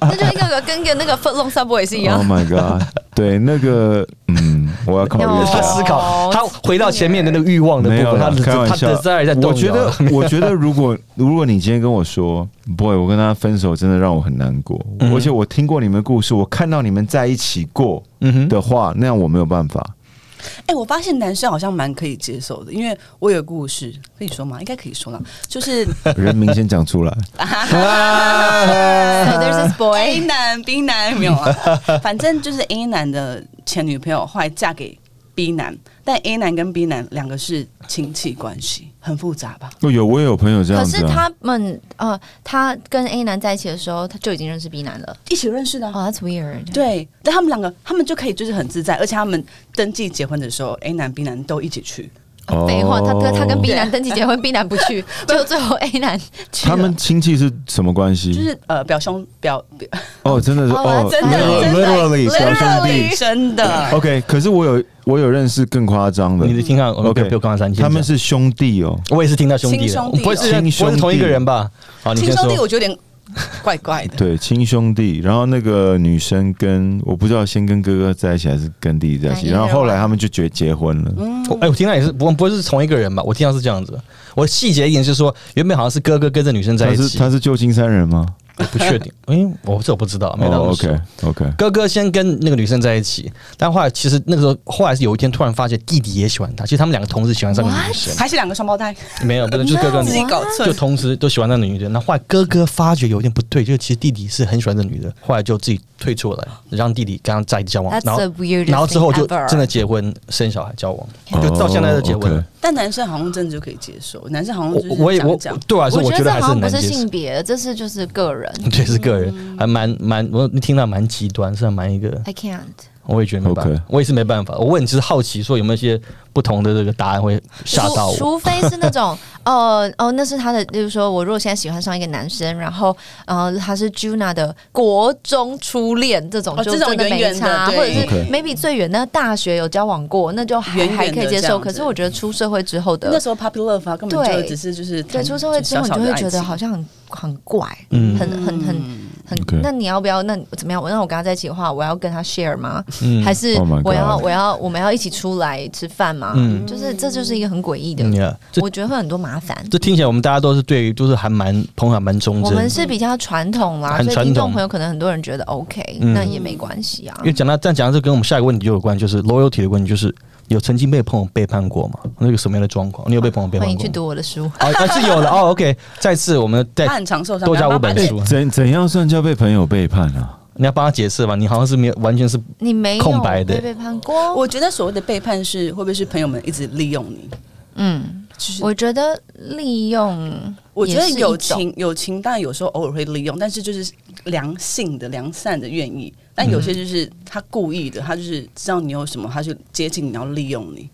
Speaker 5: 那就一个跟个那个 Footlong Subway 是一样
Speaker 3: Oh。my god！对，那个，嗯，我要考虑一
Speaker 2: 他
Speaker 3: 下。
Speaker 2: 思考，
Speaker 5: 哦
Speaker 2: 他回到前面的那个欲望的部
Speaker 3: 没有
Speaker 2: 分，他
Speaker 3: 啦
Speaker 2: 的
Speaker 3: 开玩
Speaker 2: 他
Speaker 3: 笑
Speaker 2: 的 desire 在动摇。啊
Speaker 3: 我觉得，我觉得如果如果你今天跟我说，boy，我跟他分手真的让我很难过，
Speaker 2: 嗯
Speaker 3: 而且我听过你们的故事，我看到你们在一起过
Speaker 2: 嗯哼，
Speaker 3: 的话，那样我没有办法。
Speaker 4: 哎、我发现男生好像蛮可以接受的，因为我有个故事可以说吗？应该可以说啦，就是
Speaker 3: 人名先讲 出来，
Speaker 2: 哦
Speaker 5: So there's
Speaker 4: A
Speaker 5: this
Speaker 2: 哎
Speaker 5: boy，
Speaker 4: 男 B 男没有啊，反正就是 A 男的前女朋友后来嫁给 B 男，但 A 男跟 B 男两个是亲戚关系，很复杂吧？
Speaker 3: 我有我也有朋友这样
Speaker 5: 可
Speaker 3: 子、
Speaker 5: 是
Speaker 3: 啊，
Speaker 5: 他们呃，他跟 A 男在一起的时候，他就已经认识 B 男了。
Speaker 4: 一起认识的啊、
Speaker 5: 哦、oh,，That's weird。
Speaker 4: 对，但他们两个，他们就可以就是很自在，而且他们登记结婚的时候，A 男 B 男都一起去，
Speaker 5: 啊废话，他跟他跟
Speaker 3: 哦
Speaker 5: B 男登记结婚，B 男不 去，结果最后 A 男去
Speaker 3: 他
Speaker 5: 了
Speaker 3: 们亲戚是什么关系？
Speaker 4: 就是呃表兄表表
Speaker 3: 哦，真的是
Speaker 5: 哦
Speaker 3: 哦，
Speaker 5: 真的
Speaker 3: literal-
Speaker 5: 真的
Speaker 3: literally 小兄弟。
Speaker 4: 真
Speaker 2: 哦
Speaker 4: 的，
Speaker 3: OK，可是我有我有认识更夸张的，
Speaker 2: 你的听 看，我
Speaker 3: OK
Speaker 2: 比我刚才三千，
Speaker 3: 他们是兄弟哦。
Speaker 2: 我也是听到兄弟
Speaker 4: 亲
Speaker 2: 的，
Speaker 4: 兄弟
Speaker 2: 不会是
Speaker 3: 哦亲
Speaker 2: 不会
Speaker 3: 兄
Speaker 2: 是
Speaker 3: 弟
Speaker 2: 同一个人吧？好，你
Speaker 4: 亲
Speaker 2: 先
Speaker 4: 兄弟我
Speaker 2: 说。
Speaker 4: 觉得有点怪怪的。
Speaker 3: 对，亲兄弟。然后那个女生跟我不知道先跟哥哥在一起还是跟弟弟在一起，
Speaker 5: 哪一个
Speaker 3: 然后后来他们就结结婚了。
Speaker 2: 我哎，我听到也是，不不会是同一个人吧？我听到是这样子。我细节一点是说，原本好像是哥哥跟这女生在
Speaker 3: 他
Speaker 2: 一
Speaker 3: 是
Speaker 2: 起，
Speaker 3: 他是旧金山人吗？
Speaker 2: 我不确定，因为我这我不知道，没那么
Speaker 3: 哦
Speaker 2: 熟。
Speaker 3: ，OK OK，
Speaker 2: 哥哥先跟那个女生在一起，但后来其实那个时候，后来是有一天突然发现弟弟也喜欢她，其实他们两个同时喜欢上那个女生，
Speaker 4: 还是两个双胞胎
Speaker 2: 没有，不是就是哥哥
Speaker 4: 自己
Speaker 2: 女。
Speaker 4: 搞
Speaker 2: 啊就
Speaker 4: 错，
Speaker 2: 同时都喜欢那个女人，那后来哥哥发觉有点不对，就是其实弟弟是很喜欢这女的，后来就自己退出来，让弟弟跟她在一起交往，
Speaker 5: That's
Speaker 2: 然
Speaker 5: the
Speaker 2: 后
Speaker 5: weirdest
Speaker 2: 然后之后就
Speaker 5: thing ever
Speaker 2: 真的结婚生小孩交往，
Speaker 3: 哦
Speaker 2: 就到现在就结婚了。
Speaker 4: 但男生好像真的就可以接受，男生好像
Speaker 2: 我
Speaker 4: 就是
Speaker 2: 我也
Speaker 4: 讲
Speaker 2: 我
Speaker 4: 讲
Speaker 2: 对我来说，我
Speaker 5: 觉
Speaker 2: 觉
Speaker 5: 这
Speaker 2: 得还
Speaker 5: 好
Speaker 2: 是很
Speaker 5: 像不
Speaker 2: 难接
Speaker 5: 是
Speaker 2: 受嗯
Speaker 5: 性。嗯别，这是就是个人。
Speaker 2: 对，是个人，还蛮蛮，我听到蛮极端，是还蛮一个
Speaker 5: I can't。
Speaker 2: 我也觉得没办法
Speaker 3: OK
Speaker 2: 我也是没办法。我问你只是好奇，说有没有一些不同的这个答案会吓到
Speaker 5: 除
Speaker 2: 我？
Speaker 5: 除非是 那种，呃，哦，那是他的，例如说，我如果现在喜欢上一个男生，然后，呃，他是 Juna 的国中初恋，这种
Speaker 4: 哦
Speaker 5: 就
Speaker 4: 这种
Speaker 5: 真的
Speaker 4: 远
Speaker 5: 没
Speaker 4: 远的
Speaker 5: 差，
Speaker 4: 对
Speaker 5: 或者是
Speaker 3: OK
Speaker 5: maybe 最远那大学有交往过，那就还
Speaker 4: 远远的
Speaker 5: 还可以接
Speaker 4: 这
Speaker 5: 受。
Speaker 4: 样子
Speaker 5: 可是我觉得出社会之后
Speaker 4: 那
Speaker 5: 的，
Speaker 4: 时候 puppy love 啊，根本就
Speaker 5: 对
Speaker 4: 只是就是
Speaker 5: 对，
Speaker 4: 谈
Speaker 5: 出社会之后你
Speaker 4: 小小
Speaker 5: 就
Speaker 4: 的
Speaker 5: 会
Speaker 4: 爱
Speaker 5: 觉得
Speaker 4: 情
Speaker 5: 好像很很怪，
Speaker 2: 嗯
Speaker 5: 很很很
Speaker 4: 嗯
Speaker 5: 很
Speaker 3: OK
Speaker 5: 那你要不要？那怎么样？我那我跟他在一起的话，我要跟他 share 吗？
Speaker 2: 嗯
Speaker 5: 还是
Speaker 3: Oh my
Speaker 5: 我要
Speaker 3: God
Speaker 5: 我要我们要一起出来吃饭吗？
Speaker 2: 嗯
Speaker 5: 就是这就是一个很诡异的，
Speaker 2: 嗯，yeah，这
Speaker 5: 我觉得会很多麻烦。
Speaker 2: 这听起来我们大家都是对于就是还蛮朋友还蛮忠
Speaker 5: 我
Speaker 2: 贞
Speaker 5: 们。是比较传统啦，
Speaker 2: 很
Speaker 5: 所以
Speaker 2: 传
Speaker 5: 听众
Speaker 2: 统
Speaker 5: 朋友可能很多人觉得 OK，、
Speaker 2: 嗯
Speaker 5: 那也没关系啊
Speaker 2: 因。为讲到但讲到这跟我们下一个问题就有关，就是 loyalty 的问题，就是有曾经被朋友背叛过吗？那个什么样的状况？你有被朋友背
Speaker 5: 欢
Speaker 2: 叛
Speaker 5: 迎去
Speaker 2: 过吗？
Speaker 5: 读我啊的书，
Speaker 2: 啊，还是有的哦。OK，再次我们再
Speaker 4: 他很常受伤，
Speaker 2: 多加
Speaker 4: 不
Speaker 2: 五
Speaker 4: 要把
Speaker 2: 本
Speaker 4: 他
Speaker 2: 书。哎
Speaker 3: 怎怎样算叫被朋友背叛啊？
Speaker 2: 你要帮他解释吧，你好像是没有，完全是
Speaker 5: 你没有
Speaker 2: 空白的
Speaker 5: 被背叛过。
Speaker 4: 我觉得所谓的背叛是会不会是朋友们一直利用你？
Speaker 5: 嗯，
Speaker 4: 就是
Speaker 5: 我觉得利用
Speaker 4: 我觉得
Speaker 5: 也是一
Speaker 4: 友
Speaker 5: 种
Speaker 4: 情友情当然有时候偶尔会利用，但是就是良性的、良善的愿意。但有些就是他故意的，他就是知道你有什么，他就接近你，然后利用你。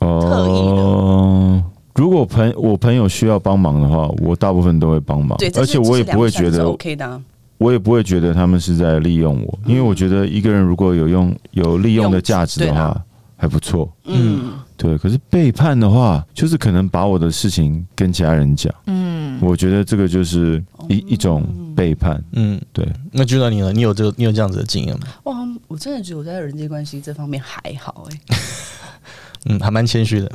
Speaker 4: 特意
Speaker 3: 哦，如果朋我朋友需要帮忙的话，我大部分都会帮忙
Speaker 4: 对，，这
Speaker 3: 哦而
Speaker 4: 是
Speaker 3: 且我也
Speaker 4: 这是
Speaker 3: 不会
Speaker 4: 良善
Speaker 3: 觉
Speaker 4: 是
Speaker 3: 得，
Speaker 4: OK 的啊、
Speaker 3: 我也不会觉得他们是在利用我，因为我觉得一个人如果有用有利用的价值的
Speaker 4: 用对
Speaker 3: 话
Speaker 4: 啊，
Speaker 3: 还不错。
Speaker 4: 嗯，
Speaker 3: 对，可是背叛的话，就是可能把我的事情跟其他人讲，
Speaker 5: 嗯，
Speaker 3: 我觉得这个就是
Speaker 2: 哦
Speaker 3: 一一种背叛。
Speaker 2: 嗯，
Speaker 3: 对，
Speaker 2: 那就到你了，你有这个你有这样子的经验吗？
Speaker 4: 哇，我真的觉得我在人际关系这方面还好
Speaker 5: 欸
Speaker 4: 哎、
Speaker 2: 嗯，还蛮谦虚的。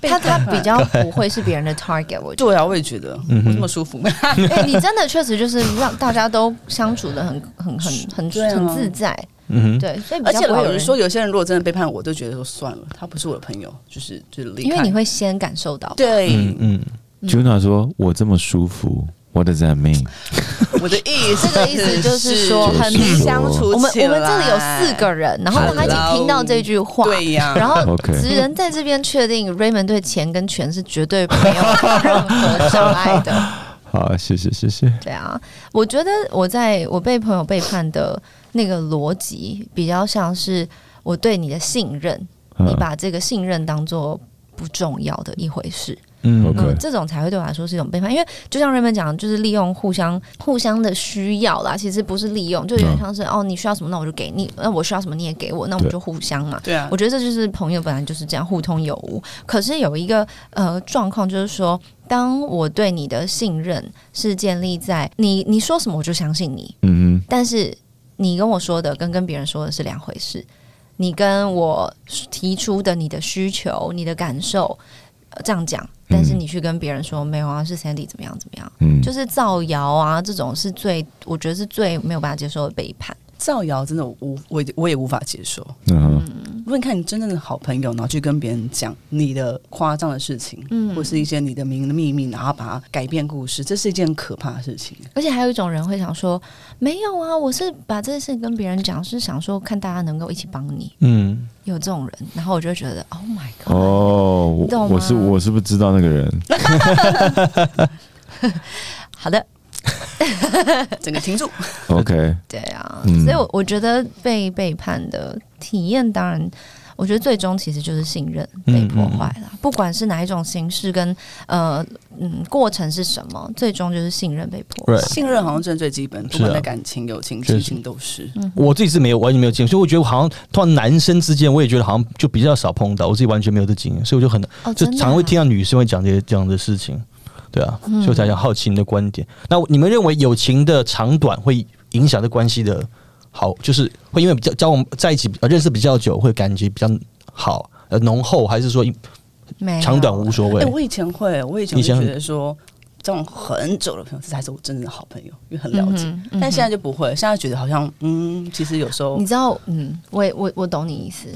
Speaker 5: 他他比 较不会是别人的 target，我觉得。
Speaker 4: 对啊，我也觉得，
Speaker 3: 嗯
Speaker 4: 我这么舒服，
Speaker 5: 哎，你真的确实就是让大家都相处的很很很很
Speaker 4: 对啊
Speaker 5: 很自在，
Speaker 2: 嗯哼，
Speaker 5: 对，所以 比
Speaker 4: 而
Speaker 5: 较
Speaker 4: 且
Speaker 5: 不会
Speaker 4: 老
Speaker 5: 有人
Speaker 4: 实说，，有些人如果真的背叛我，我都觉得说算了，他不是我的朋友，就是就是离开。
Speaker 5: 因为你会先感受到，
Speaker 4: 对、
Speaker 2: 嗯嗯，
Speaker 3: Juna 说：“我这么舒服，What does that mean？”
Speaker 4: 我的意思，
Speaker 5: 这个意思就是说
Speaker 3: 就是
Speaker 5: 很
Speaker 3: 说
Speaker 5: 明
Speaker 4: 相处
Speaker 5: 我们
Speaker 4: 起
Speaker 5: 我们这里有
Speaker 4: 来
Speaker 5: 四个人，然后他已经听到这句话，
Speaker 4: 对 呀、
Speaker 5: 然后
Speaker 3: OK
Speaker 5: 职人在这边确定 Raymond 对钱跟权是绝对没有任何障碍的。
Speaker 3: 好，谢谢谢谢。
Speaker 5: 对啊，我觉得我在我被朋友背叛的那个逻辑，比较像是我对你的信任，你
Speaker 3: 嗯
Speaker 5: 把这个信任当做不重要的一回事。
Speaker 2: 嗯
Speaker 3: OK
Speaker 5: 嗯，这种才会对我来说是一种背叛，因为就像 Raymond 讲的，就是利用互相互相的需要啦，其实不是利用，就有点
Speaker 3: 嗯
Speaker 5: 像是、哦，你需要什么，那我就给你；那我需要什么，你也给我，那我们就互相嘛。
Speaker 4: 对啊
Speaker 5: 我，觉得这就是朋友本来就是这样互通有无。可是有一个呃状况，就是说，当我对你的信任是建立在你你说什么我就相信你，
Speaker 3: 嗯
Speaker 5: 但是你跟我说的跟跟别人说的是两回事。你跟我提出的你的需求、你的感受、呃这样讲，但是
Speaker 3: 嗯
Speaker 5: 你去跟别人说、没有啊，是 Sandy 怎么样怎么样，
Speaker 3: 哼，嗯，
Speaker 5: 就是造谣啊，这种是最我觉得是最没有办法接受的背叛。
Speaker 4: 造谣真的我无我也我也无法接受。
Speaker 3: 嗯哼
Speaker 4: 如果你看你真正的好朋友，然后去跟别人讲你的夸张的事情，
Speaker 5: 嗯
Speaker 4: 或是一些你的明的秘密，然后把它改变故事，这是一件可怕的事 情。
Speaker 5: 而且还有一种人会想说，没有啊，我是把这件事跟别人讲，是想说看大家能够一起帮你。
Speaker 2: 嗯，
Speaker 5: 有这种人，然后我就觉得，Oh my god！、
Speaker 3: 哦，
Speaker 5: 你懂
Speaker 3: 我
Speaker 5: 吗
Speaker 3: 我是我是不是知道那个 人？
Speaker 5: 好的，
Speaker 4: 整个停住，
Speaker 3: OK，
Speaker 5: 对啊，
Speaker 3: 嗯
Speaker 5: 所以我，我觉得被背叛的体验，当然，我觉得最终其实就是信任被破坏了，不管是哪一种形式跟呃嗯过程是什么，最终就是信任被破坏。
Speaker 2: Right
Speaker 4: 信任好像真的最基本，
Speaker 2: 是啊
Speaker 4: 不管在感情、友情、
Speaker 2: 确实
Speaker 4: 亲情都是。
Speaker 2: 我自己是没有完全没有经验，所以我觉得好像突然男生之间，我也觉得好像就比较少碰到，我自己完全没有这经验，所以我就很
Speaker 5: 哦，
Speaker 2: 就
Speaker 5: 真的、
Speaker 2: 常会听。到女生会讲这些这样的事情，对啊，
Speaker 5: 嗯
Speaker 2: 所以我才想好奇你的观点。那你们认为友情的长短会影响这关系的好，就是会因为比较交往在一起呃认识比较久，会感觉比较好呃浓厚，还是说一
Speaker 5: 没有
Speaker 2: 长短无所谓
Speaker 4: 哎、？我以前会，我以前
Speaker 2: 以
Speaker 4: 会
Speaker 2: 前很
Speaker 4: 觉得说，交往很久的朋友，这才是我真正的好朋友，因为很了解。
Speaker 5: 嗯哼嗯哼
Speaker 4: 但现在就不会，现在觉得好像，嗯，其实有时候
Speaker 5: 你知道，嗯，我也我我懂你意思，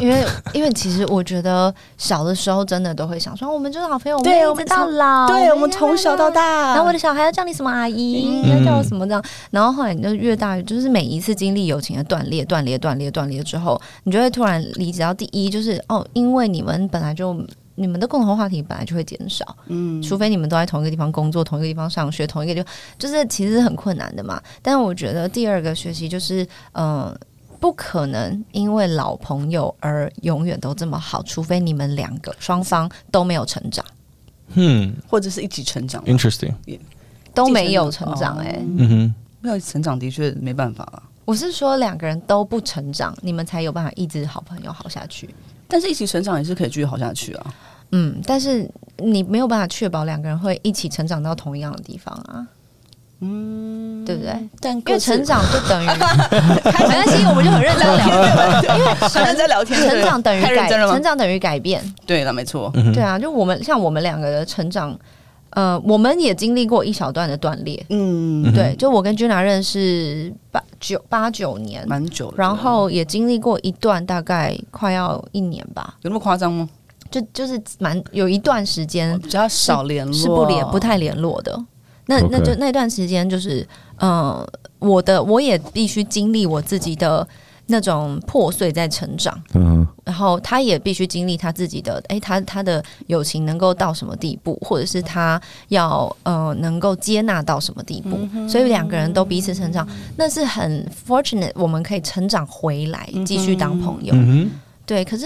Speaker 5: 因为 因为其实我觉得小的时候真的都会想说，我们就是好朋友，
Speaker 4: 对
Speaker 5: 我
Speaker 4: 我们
Speaker 5: 们一直到老，
Speaker 4: 对我们从小到。大，
Speaker 5: 然后我的小孩要叫你什么阿
Speaker 4: 嗯
Speaker 5: 姨，要叫我什么这样。然后后来你就越大，就是每一次经历友情的断裂、断裂、断裂、断裂之后，你就会突然理解到，第一就是哦，因为你们本来就你们的共同话题本来就会减少，
Speaker 4: 嗯
Speaker 5: 除非你们都在同一个地方工作、同一个地方上学、同一个地方，就是其实是很困难的嘛。但我觉得第二个学习就是，嗯、不可能因为老朋友而永远都这么好，除非你们两个双方都没有成长，
Speaker 2: 嗯
Speaker 4: 或者是一起成长，
Speaker 2: ，interesting，
Speaker 5: 都没有成长、
Speaker 4: 哦
Speaker 5: 欸。哎，
Speaker 2: 嗯哼，
Speaker 4: 没有成长的确没办法啊。
Speaker 5: 我是说两个人都不成长，你们才有办法一直好朋友好下去。
Speaker 4: 但是一起成长也是可以继续好下去啊。
Speaker 5: 嗯，但是你没有办法确保两个人会一起成长到同样的地方啊。嗯，对不对？
Speaker 4: 但因
Speaker 5: 因为 成长就等于，没关系，我们就很认真地聊。因为
Speaker 4: 好像在聊天，
Speaker 5: 成长等于
Speaker 4: 太
Speaker 5: 改，
Speaker 4: 认真了吗
Speaker 5: 成？长等于改变。
Speaker 4: 对了，没错，
Speaker 2: 嗯哼
Speaker 5: 对啊，就我们像我们两个的成长，呃，我们也经历过一小段的断裂。
Speaker 4: 嗯，
Speaker 5: 对，就我跟 Juna 认识八九八九年，
Speaker 4: 蛮久的。
Speaker 5: 然后也经历过一段大概快要一年吧，
Speaker 4: 有那么夸张吗？
Speaker 5: 就就是蛮有一段时间
Speaker 4: 哦比较少联络，
Speaker 5: 是不联不太联络的。那
Speaker 3: OK
Speaker 5: 那就那段时间就是，嗯，我的我也必须经历我自己的那种破碎在成长，
Speaker 3: 嗯
Speaker 5: 然后他也必须经历他自己的，诶，他他的友情能够到什么地步，或者是他要呃能够接纳到什么地步，所以两个人都彼此成长，那是很 fortunate，我们可以成长回来，继续当朋友。
Speaker 2: 嗯
Speaker 5: 对，可是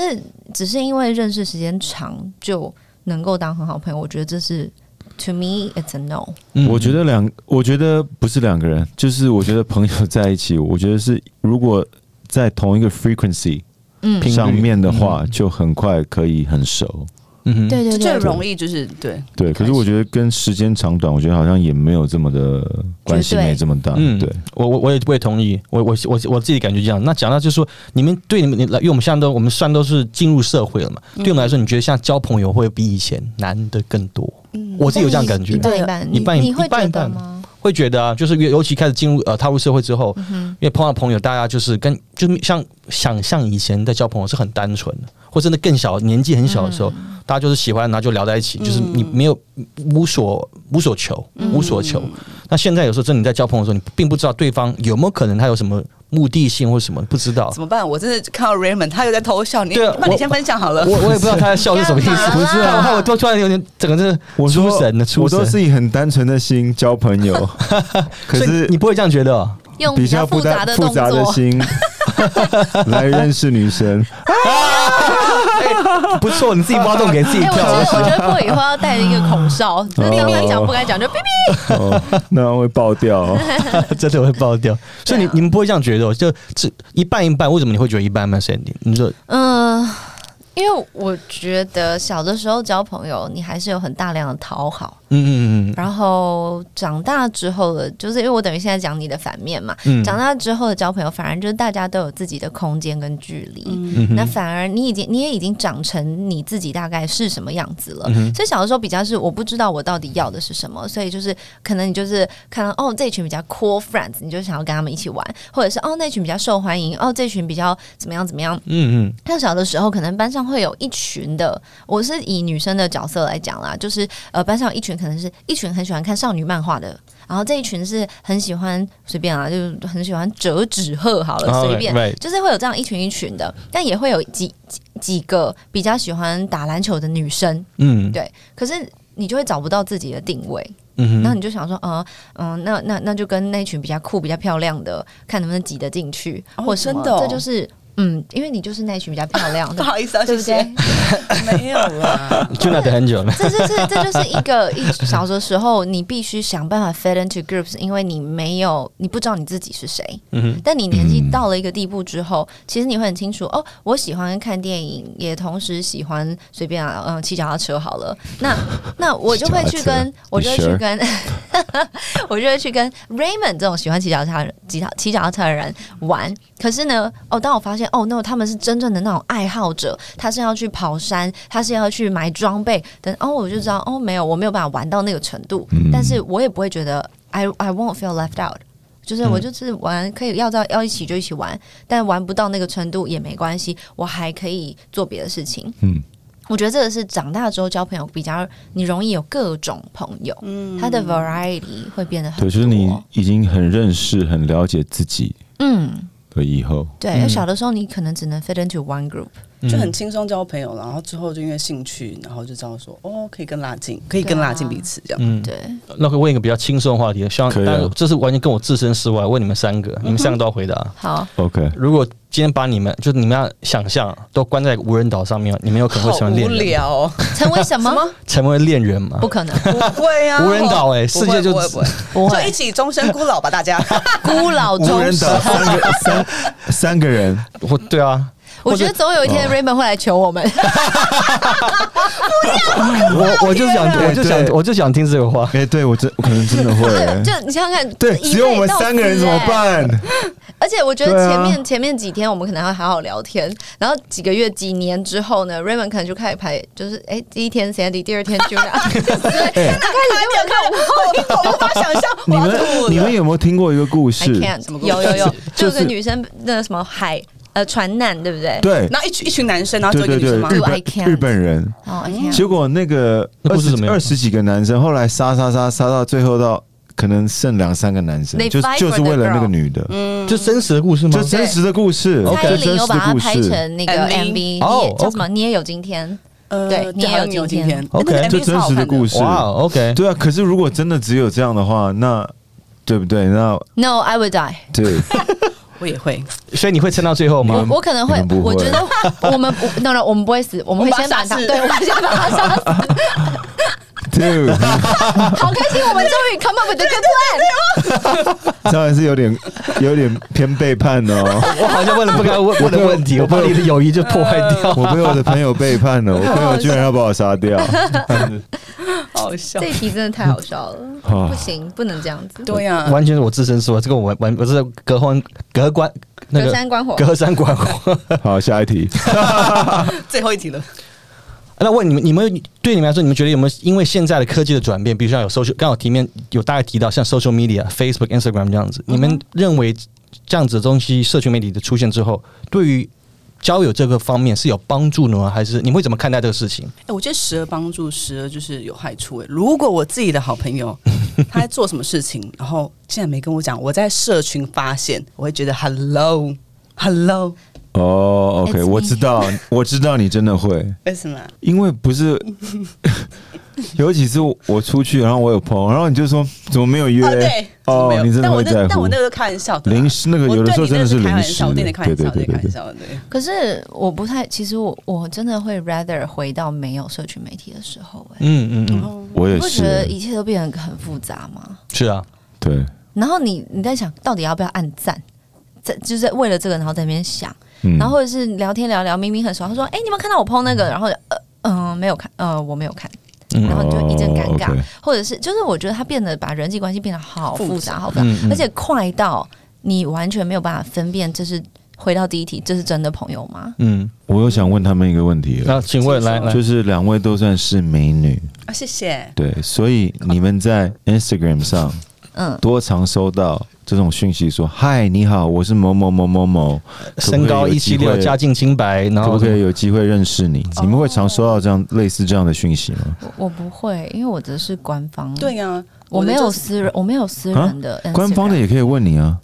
Speaker 5: 只是因为认识时间长就能够当很好朋友，我觉得这是 to me it's a no。
Speaker 2: 哼
Speaker 3: 我觉得两，我觉得不是两个人，就是我觉得朋友在一起，我觉得是如果在同一个 frequency
Speaker 5: 嗯，
Speaker 2: 频率
Speaker 3: 上面的话，
Speaker 2: 嗯
Speaker 3: 就很快可以很熟。
Speaker 2: 嗯哼
Speaker 5: 对对对，
Speaker 4: 最容易就是对，
Speaker 3: 对，可是我觉得跟时间长短，我觉得好像也没有这么的关系，
Speaker 5: 绝对
Speaker 3: 没这么大。
Speaker 2: 嗯，
Speaker 3: 对，
Speaker 2: 我我我也我也同意，我我我我自己感觉这样。那讲到就是说，你们对你们，因为我们现在都我们算都是进入社会了嘛，对我们来
Speaker 5: 嗯
Speaker 2: 说，你觉得像交朋友会比以前难的更多？我自己有这样感觉
Speaker 5: 一，半一半，嗯你
Speaker 2: 一半一
Speaker 5: 你会
Speaker 2: 一半
Speaker 5: 觉
Speaker 2: 一
Speaker 5: 得
Speaker 2: 半
Speaker 5: 吗？
Speaker 2: 会觉得啊，就是尤尤其开始进入呃踏入社会之
Speaker 5: 嗯
Speaker 2: 后，因为碰到朋友，大家就是跟就像想象以前在交朋友是很单纯的，或真的更小年纪很小的时候，
Speaker 5: 嗯
Speaker 2: 大家就是喜欢，然后就聊在一起，就是你没有无所无所求，
Speaker 5: 嗯
Speaker 2: 无所求。那现在有时候真的你在交朋友的时候，你并不知道对方有没有可能他有什么目的性或什么，不知道。
Speaker 4: 哦怎么办？我真的看到 Raymond，他又在偷笑，你
Speaker 2: 对啊
Speaker 4: 那你
Speaker 2: 我
Speaker 4: 先分享好了
Speaker 2: 我。我也不知道他在笑是什啊么意 思，
Speaker 5: 干嘛啦
Speaker 2: 我害我都突然有点整个是
Speaker 3: 我
Speaker 2: 出
Speaker 3: 说
Speaker 2: 神了，出
Speaker 3: 我
Speaker 2: 神
Speaker 3: 都。是以很单纯的心交朋友，可
Speaker 2: 所以
Speaker 3: 是
Speaker 2: 你不会这样觉得哦？
Speaker 5: 用
Speaker 3: 比
Speaker 5: 较
Speaker 3: 较不
Speaker 5: 杂
Speaker 3: 单
Speaker 5: 的
Speaker 3: 复
Speaker 5: 动
Speaker 3: 杂的
Speaker 5: 作，
Speaker 3: 心 来认识女生。
Speaker 2: 不错，你自己挖洞给自己
Speaker 5: 哎，我觉
Speaker 2: 跳。
Speaker 5: 得我觉得过以后要带着一个 孔哨，就是
Speaker 2: 哦
Speaker 5: 刚该讲不该讲就哔哔。
Speaker 3: 哦，那会爆掉哦、
Speaker 2: 真的会爆掉。所以你、
Speaker 5: 对啊
Speaker 2: 你们不会这样觉得哦，就这一半一半，为什么你会觉得一半一半 Sandy？你说
Speaker 5: 嗯，因为我觉得小的时候交朋友，你还是有很大量的讨好，
Speaker 2: 嗯嗯嗯
Speaker 5: 然后长大之后的，就是因为我等于现在讲你的反面嘛，
Speaker 2: 嗯，
Speaker 5: 长大之后的交朋友，反而就是大家都有自己的空间跟距离。
Speaker 2: 嗯哼
Speaker 5: 那反而你已经你也已经长成你自己大概是什么样子
Speaker 2: 嗯
Speaker 5: 了，所以小的时候比较是我不知道我到底要的是什么，所以就是可能你就是看到哦这群比较 cool friends，你就想要跟他们一起玩，或者是哦那群比较受欢迎，哦这群比较怎么样怎么样，
Speaker 2: 嗯嗯
Speaker 5: 像小的时候，可能班上会有一群的，我是以女生的角色来讲啦，就是呃，班上有一群可能是一群很喜欢看少女漫画的，然后这一群是很喜欢随便啊，就是很喜欢折纸鹤，好了，
Speaker 2: 哦
Speaker 5: 随便
Speaker 2: right，right
Speaker 5: 就是会有这样一群一群的，但也会有几几几个比较喜欢打篮球的女生，
Speaker 2: 嗯
Speaker 5: 对可是你就会找不到自己的定位，
Speaker 2: 嗯
Speaker 5: 然后
Speaker 2: 哼，
Speaker 5: 你就想说，呃，嗯、那那那就跟那群比较酷、比较漂亮的，看能不能挤得进去，
Speaker 4: 哦
Speaker 5: 或什么
Speaker 4: 真的哦
Speaker 5: 这就是。嗯，因为你就是那群比较漂亮
Speaker 4: 不
Speaker 5: 的，
Speaker 4: 好意思啊，
Speaker 5: 对
Speaker 4: 谢谢。
Speaker 5: 不对？
Speaker 4: 没有啊 啦，
Speaker 2: 就那等很久了。
Speaker 5: 这这这这就是一个一小的时候，你必须想办法 fit into groups，因为你没有，你不知道你自己是谁。
Speaker 2: 嗯
Speaker 5: 但你年纪到了一个地步之后，其实你会很清楚哦，我喜欢看电影，也同时喜欢随便啊，嗯、骑脚踏车好了。那那我就会去跟，我就会去跟， 我就会去跟 Raymond 这种喜欢骑脚踏人、骑脚骑脚踏车的人玩。可是呢，哦，当我发现哦，no，他们是真正的那种爱好者，他是要去跑山，他是要去买装备等，哦，我就知道哦，没有，我没有办法玩到那个程度，
Speaker 3: 嗯
Speaker 5: 但是我也不会觉得 I I won't feel left out。就是
Speaker 3: 嗯
Speaker 5: 我就是玩，可以要到要一起就一起玩，但玩不到那个程度也没关系，我还可以做别的事情。
Speaker 3: 嗯，
Speaker 5: 我觉得这个是长大之后交朋友比较，你容易有各种朋友，嗯，它的 variety 会变得很
Speaker 3: 对，
Speaker 5: 多。
Speaker 3: 就是你已经很认识、很了解自己
Speaker 5: 嗯，
Speaker 3: 了以后，
Speaker 5: 对，因为小的时候你可能只能 fit into one group，
Speaker 2: 嗯
Speaker 4: 就很轻松交朋友，然后之后就因为兴趣，然后就知道说哦，可以更拉近，可以更拉近彼此这样。
Speaker 2: 嗯，
Speaker 5: 对，
Speaker 2: 那可以问一个比较轻松的话题，希望
Speaker 3: 可以啊
Speaker 2: 但这是完全跟我置身事外。问你们三个，你们三个都要回答。
Speaker 5: 好，
Speaker 3: OK，
Speaker 2: 如果今天把你们，就是你们要想象都关在无人岛上面，你们有可能会
Speaker 4: 好
Speaker 2: 成为
Speaker 4: 无
Speaker 2: 恋人，
Speaker 4: 聊哦，
Speaker 5: 成为什么？
Speaker 2: 成为恋人吗
Speaker 5: 不？可能，
Speaker 4: 不会啊，
Speaker 2: 无人岛欸
Speaker 4: 我
Speaker 2: 世界就
Speaker 4: 不会不会
Speaker 5: 不
Speaker 4: 不会，就
Speaker 5: 会
Speaker 4: 一，起终身孤老吧，大 家。
Speaker 5: 孤老
Speaker 3: 无
Speaker 5: 终
Speaker 3: 人
Speaker 5: 生。
Speaker 3: 岛三个三三个 人，
Speaker 2: 我对啊，
Speaker 5: 我觉得总有一
Speaker 3: 哦
Speaker 5: 天 Raymond 会来求我们。
Speaker 2: 我我就想，我就想，
Speaker 3: 对
Speaker 2: 我就想听这个话。
Speaker 3: 哎、对我真我可能真的会、
Speaker 5: 就你想想看，
Speaker 3: 对，
Speaker 5: 一
Speaker 3: 只有我们
Speaker 5: 辈到
Speaker 3: 三个人
Speaker 5: 死
Speaker 3: 怎么
Speaker 5: 欸
Speaker 3: 办？
Speaker 5: 而且我觉得
Speaker 3: 对啊
Speaker 5: 前面、前面几天我们可能会好好聊天，然后几个月、几年之后呢，Raymond 可能就开始排，就是哎、第一天 Sandy，第二天 Juna，就是
Speaker 3: 哎、
Speaker 4: 没有看我，我无法想象，
Speaker 3: 你
Speaker 4: 我
Speaker 3: 们
Speaker 4: 要吐
Speaker 3: 你们
Speaker 4: 了。
Speaker 3: 有没有听过一个故
Speaker 5: I
Speaker 3: 事？
Speaker 4: 什
Speaker 5: can't，
Speaker 4: 么
Speaker 5: 有有有，
Speaker 3: 就
Speaker 5: 就是个女生那什么海呃船难，对不对？
Speaker 3: 对
Speaker 4: 然后一群一群男生，然后
Speaker 3: 对
Speaker 4: 做一个
Speaker 3: 对对，
Speaker 4: 女生吗？
Speaker 3: 日
Speaker 5: Do I
Speaker 3: 本
Speaker 5: can't？
Speaker 3: 日本人，
Speaker 5: 哦，I can't，
Speaker 3: 结果那个
Speaker 2: 那
Speaker 3: 二
Speaker 2: 故事
Speaker 3: 十
Speaker 2: 怎么样
Speaker 3: 二十几个男生，后来杀杀杀杀到最后到可能剩两三个男生，
Speaker 5: They
Speaker 3: 就
Speaker 5: fight for 嗯
Speaker 3: 就是为了那个女的，
Speaker 2: 这真实的故事吗
Speaker 3: 就？真实的故事，
Speaker 5: 蔡
Speaker 3: 就
Speaker 5: 依林
Speaker 3: 真
Speaker 5: 有
Speaker 3: 实
Speaker 5: 把
Speaker 3: 的
Speaker 5: 它
Speaker 3: 故
Speaker 5: 拍
Speaker 3: 事。
Speaker 5: 成那个
Speaker 4: 嗯
Speaker 5: MV，你也
Speaker 2: 哦
Speaker 5: 叫什么？你也有今天，
Speaker 4: 呃
Speaker 5: 对你也
Speaker 4: 好像
Speaker 5: 有今天
Speaker 4: 哎那
Speaker 2: OK，
Speaker 4: 个 MV
Speaker 3: 这
Speaker 4: 超
Speaker 3: 真
Speaker 4: 好
Speaker 3: 实
Speaker 4: 看
Speaker 3: 的故事，
Speaker 2: 哇，OK，
Speaker 3: 对啊。可是如果真的只有这样的话，那对不对？那
Speaker 5: No, I would die。
Speaker 3: 对，
Speaker 4: 我也会，
Speaker 2: 所以你会撑到最后吗？
Speaker 5: 我我可能
Speaker 3: 你
Speaker 5: 会
Speaker 3: 们不，会
Speaker 5: 我觉得 我们不，no no，我们不会死，我们会
Speaker 4: 我们
Speaker 5: 先
Speaker 4: 把它
Speaker 5: 把他，
Speaker 4: 杀死
Speaker 5: 对，我们先把他杀死。
Speaker 3: 对，
Speaker 5: 好开心，我们终于 come up with a good plan。
Speaker 4: 哦
Speaker 3: 当然是有点有点偏背叛哦。
Speaker 2: 我好像问了不 该问问的问题，我把你的友谊就破坏掉。
Speaker 3: 我被我的朋友背叛了，我朋友居然要把我杀掉。
Speaker 4: 好笑
Speaker 5: 这一题真的太好笑了，
Speaker 3: 啊
Speaker 5: 不行，不能这样子。
Speaker 4: 对呀、
Speaker 2: 完全是我自身说，这个我完我是隔婚隔关那
Speaker 5: 隔
Speaker 2: 个
Speaker 5: 山观火，
Speaker 2: 隔山观火。
Speaker 3: 好，下一题。
Speaker 4: 最后一题了。
Speaker 2: 那问你们，你们对你们来说，你们觉得有没有因为现在的科技的转变，比如像有 social，刚好题面有大概提到像 social media、Facebook、Instagram 这样
Speaker 5: 嗯
Speaker 2: 子，你们认为这样子的东西，社群媒体的出现之后，对于交友这个方面是有帮助呢，还是你们会怎么看待这个事情？
Speaker 4: 哎、我觉得时而帮助，时而就是有害处、哎，如果我自己的好 朋友他在做什么事情，然后竟然没跟我讲，我在社群发现，我会觉得 hello hello，
Speaker 3: 哦、o
Speaker 5: It's
Speaker 3: k
Speaker 5: me
Speaker 3: 我知道，我知道你真的会，
Speaker 4: 为什么？
Speaker 3: 因为不是， 尤其是我出去，然后我有朋友，然后你就说怎么没有约？
Speaker 4: 哦，对，
Speaker 3: 哦
Speaker 4: 没有
Speaker 3: 你真的
Speaker 4: 但我
Speaker 3: 会在
Speaker 4: 那
Speaker 3: 乎
Speaker 4: 但我那个开玩笑的啦，
Speaker 3: 临时那个
Speaker 4: 我
Speaker 3: 有的
Speaker 4: 对
Speaker 3: 时候
Speaker 4: 你
Speaker 3: 真的
Speaker 4: 是
Speaker 3: 是
Speaker 4: 开
Speaker 3: 临
Speaker 4: 玩
Speaker 3: 时
Speaker 4: 笑，我对你开玩笑，
Speaker 3: 对对
Speaker 4: 对开
Speaker 3: 对
Speaker 4: 玩
Speaker 3: 对。
Speaker 4: 笑，对。
Speaker 5: 可是我不太，其实我我真的会 rather 回到没有社群媒体的时候、哎、
Speaker 2: 嗯嗯嗯，
Speaker 4: 哦
Speaker 3: 我也
Speaker 5: 你不觉得
Speaker 3: 是，
Speaker 5: 一切都变得很复杂吗？
Speaker 2: 是啊，
Speaker 3: 对，
Speaker 5: 然后你你在想到底要不要按赞，在就是为了这个，然后在那边想，
Speaker 3: 嗯
Speaker 5: 然后或者是聊天聊聊，明明很熟，他说：“哎、你有没有看到我 PO 那个？”然后就呃嗯、没有看，呃我没有看，
Speaker 2: 嗯
Speaker 5: 然后就一阵尴尬，
Speaker 3: 哦，OK
Speaker 5: 或者是就是我觉得他变得把人际关系变得好复
Speaker 4: 复
Speaker 5: 杂，
Speaker 4: 杂
Speaker 5: 好复杂，
Speaker 2: 嗯嗯
Speaker 5: 而且快到你完全没有办法分辨这是。回到第一题，这是真的朋友吗？
Speaker 2: 嗯，
Speaker 3: 我又想问他们一个问题了，
Speaker 2: 那请问来来
Speaker 3: 就，是两位都算是美女，
Speaker 4: 啊，谢谢。
Speaker 3: 对，所以你们在 Instagram 上
Speaker 5: 嗯，
Speaker 3: 多常收到这种讯息说：“嗨，你好，我是某某某某某，
Speaker 2: 身高一七六，家境清白，然
Speaker 3: 可
Speaker 2: 后
Speaker 3: 不可以有机会认识你？”
Speaker 4: 哦
Speaker 3: 你们会常收到这样类似这样的讯息吗？
Speaker 5: 我我不会，因为我的是官方，
Speaker 4: 对呀、
Speaker 5: 我
Speaker 4: 的
Speaker 5: 没
Speaker 4: 就
Speaker 5: 有
Speaker 4: 是
Speaker 5: 私人，我没有私
Speaker 2: 啊
Speaker 5: 人的 Instagram，
Speaker 3: 官方的也可以问你啊。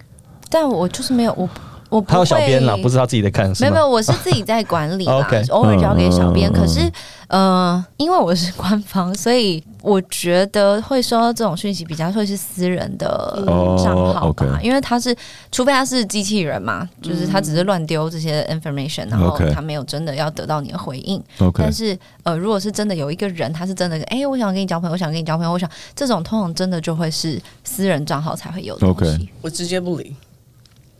Speaker 5: 但我就是没有，我我不
Speaker 2: 他有小编啦，
Speaker 5: 会
Speaker 2: 不是他自己的看，是
Speaker 5: 没
Speaker 2: 吗
Speaker 5: 有没有，我是自己在管 理啦
Speaker 2: OK
Speaker 5: 偶尔交给小编。
Speaker 3: Oh, 嗯嗯嗯
Speaker 5: 可是，呃，因为我是官方，所以我觉得会收到这种讯息比较会是私人的
Speaker 3: 哦
Speaker 5: 账号吧，
Speaker 3: OK
Speaker 5: 因为他是，除非他是机器人嘛，
Speaker 3: 嗯
Speaker 5: 就是他只是乱丢这些 information，然后
Speaker 3: OK
Speaker 5: 他没有真的要得到你的回应。
Speaker 3: OK，
Speaker 5: 但是，呃，如果是真的有一个人，他是真的，哎、我想跟你交朋友，我想跟你交朋友，我想这种通常真的就会是私人账号才会有的东
Speaker 3: OK
Speaker 5: 西。
Speaker 4: 我直接不理，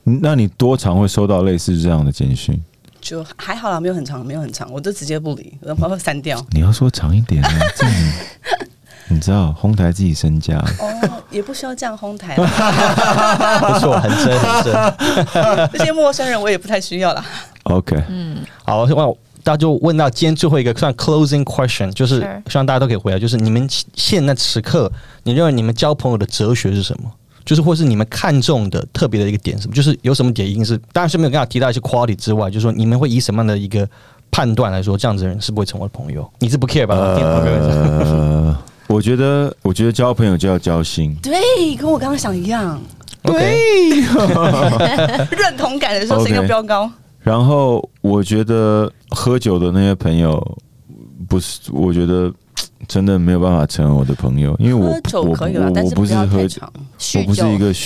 Speaker 3: 那你多常会收到类似这样的简 讯？
Speaker 4: 就还好啦，没有很长，没有很长，我就直接不理，我把它删掉。
Speaker 3: 你要说长一点啊，这样你你知道哄抬自己身价。
Speaker 4: 哦，也不需要这样哄抬 啦，
Speaker 2: 不错，很真很真。
Speaker 4: 这些陌生人我也不太需要啦。
Speaker 3: OK，
Speaker 4: 嗯
Speaker 2: 好，那大家就问到今天最后一个算 closing question，就是
Speaker 5: Sure
Speaker 2: 希望大家都可以回答，就是你们现在此刻，你认为你们交朋友的哲学是什么？就是或是你们看重的特别的一个点是什么？就是有什么点一定是，当然是没有刚才提到一些 quality 之外，就是说你们会以什么样的一个判断来说，这样子的人是不会成为朋友？你是不 care 吧？
Speaker 3: 呃，我觉得，我觉得交朋友就要交心。
Speaker 4: 对，跟我刚刚想一 样，
Speaker 2: o k
Speaker 4: 认同感的时候是一个
Speaker 3: OK
Speaker 4: 标高。
Speaker 3: 然后我觉得喝酒的那些朋友，不是，我觉得真的没有办法成为我的朋友，因为我
Speaker 4: 喝酒
Speaker 3: 我
Speaker 4: 可以啦，
Speaker 3: 我
Speaker 4: 但
Speaker 3: 我
Speaker 4: 是
Speaker 3: 不是
Speaker 4: 要
Speaker 3: 喝
Speaker 4: 太
Speaker 3: 酒，
Speaker 4: 长。
Speaker 5: 酗
Speaker 3: 我不是
Speaker 5: 酒
Speaker 3: 一个酗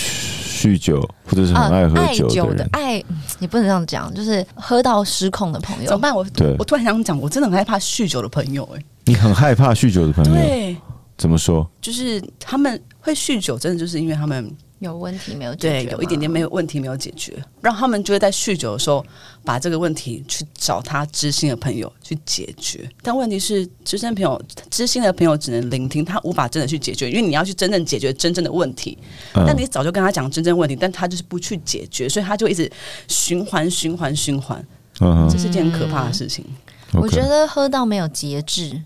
Speaker 3: 酗酒或者是
Speaker 5: 啊，
Speaker 3: 很爱喝
Speaker 5: 爱
Speaker 3: 酒的
Speaker 5: 的
Speaker 3: 人。
Speaker 5: 爱，嗯你不能这样讲，就是喝到失控的朋
Speaker 4: 怎么
Speaker 5: 友。
Speaker 4: 办？我
Speaker 3: 对
Speaker 4: 我突然想讲，我真的很害怕酗酒的朋友、哎，
Speaker 3: 你很害怕酗酒的朋友，
Speaker 4: 对，
Speaker 3: 怎么说？
Speaker 4: 就是他们会酗酒，真的就是因为他们
Speaker 5: 有问题没有解
Speaker 4: 对
Speaker 5: 决吗？
Speaker 4: 有一点点没有问题没有解决，让他们就会在酗酒的时候把这个问题去找他知心的朋友去解决。但问题是，知心朋友、知心的朋友只能聆听，他无法真的去解决，因为你要去真正解决真正的问题。
Speaker 3: 嗯
Speaker 4: 但你早就跟他讲真正问题，但他就是不去解决，所以他就一直循环、循环、循环，
Speaker 3: 嗯
Speaker 4: 这
Speaker 3: 哼
Speaker 4: 是件很可怕的事情。
Speaker 5: 我觉
Speaker 3: ，OK，
Speaker 5: 得喝到没有节制，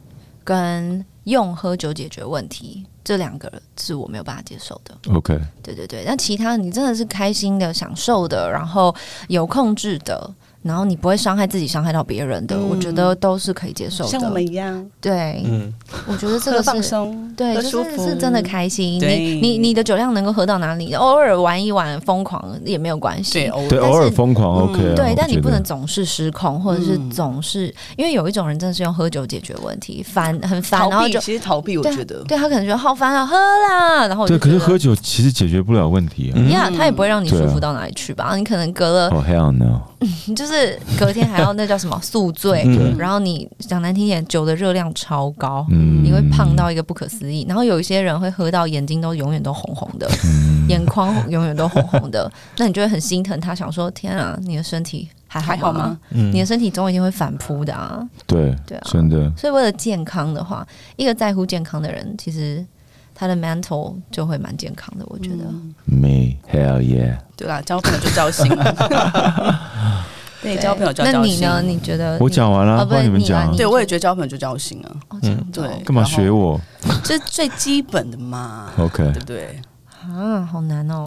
Speaker 5: 跟用喝酒解决问题这两个是我没有办法接受的。
Speaker 3: OK，
Speaker 5: 对对对，那其他你真的是开心的、享受的，然后有控制的。然后你不会伤害自己、伤害到别人的，
Speaker 4: 嗯
Speaker 5: 我觉得都是可以接受的。
Speaker 4: 像我们一样，
Speaker 5: 对，
Speaker 2: 嗯，
Speaker 5: 我觉嗯得这
Speaker 4: 这
Speaker 5: 个
Speaker 4: 个
Speaker 5: 是
Speaker 4: 放松，
Speaker 5: 对，
Speaker 4: 喝
Speaker 5: 就是
Speaker 4: 舒服
Speaker 5: 是真的开心。
Speaker 4: 对
Speaker 5: 你你你的酒量能够喝到哪里？偶尔玩一玩，疯狂也没有关系。
Speaker 4: 对，偶
Speaker 3: 对，
Speaker 4: 尔
Speaker 3: 偶尔疯狂
Speaker 4: 嗯
Speaker 3: OK，啊
Speaker 5: 对，但
Speaker 3: 我
Speaker 5: 你
Speaker 3: 觉
Speaker 5: 不
Speaker 3: 得
Speaker 5: 能总是失控，或者是
Speaker 4: 嗯
Speaker 5: 总是、因为有一种人真的是用喝酒解决问题，烦很烦，然
Speaker 4: 逃
Speaker 5: 后
Speaker 4: 避，
Speaker 5: 就
Speaker 4: 其实逃避，我
Speaker 5: 对啊
Speaker 4: 觉得
Speaker 5: 对他可能觉得好烦啊，喝啦，然后我就
Speaker 3: 对，可是
Speaker 5: 觉得
Speaker 3: 喝酒其实解决不了问题啊。
Speaker 2: 嗯
Speaker 5: 呀
Speaker 4: 嗯
Speaker 5: 他也不会让你
Speaker 3: 对
Speaker 5: 舒
Speaker 3: 啊
Speaker 5: 服到哪里去吧？你可能隔了，
Speaker 3: 哦 hell no！
Speaker 5: 你就是隔天还要那叫什么宿醉，
Speaker 2: 嗯
Speaker 5: 然后你讲难听点，酒的热量超高。
Speaker 3: 嗯，
Speaker 5: 你会胖到一个不可思议，然后有一些人会喝到眼睛都永远都红红的，
Speaker 3: 嗯
Speaker 5: 眼眶永远都红红的，那你就会很心疼他，想说天啊，你的身体还
Speaker 4: 还好
Speaker 5: 吗
Speaker 4: 吗？？
Speaker 2: 嗯
Speaker 5: 你的身体总有一天会反扑的啊，
Speaker 3: 对，
Speaker 5: 对啊。
Speaker 3: 真的
Speaker 5: 所以为了健康的话，一个在乎健康的人，其实他的 mental 就会蛮健康的，我觉得。
Speaker 4: 嗯
Speaker 3: me hell yeah！
Speaker 4: 对啦，交朋友就交心了。 对，哎交朋友就要
Speaker 5: 那
Speaker 4: 交
Speaker 5: 你
Speaker 4: 心。
Speaker 5: 呢？你觉得你
Speaker 3: 我讲完了，
Speaker 5: 哦不
Speaker 3: 换们
Speaker 5: 你来
Speaker 3: 讲啊
Speaker 5: 你。
Speaker 4: 对，我也觉得交朋友就交心啊，
Speaker 5: 哦，
Speaker 3: 嗯
Speaker 5: 这样子哦
Speaker 4: 对
Speaker 3: 干嘛学我
Speaker 4: 这是最基本 的嘛，
Speaker 3: ？OK，
Speaker 4: 对不对？
Speaker 5: 啊，好难哦，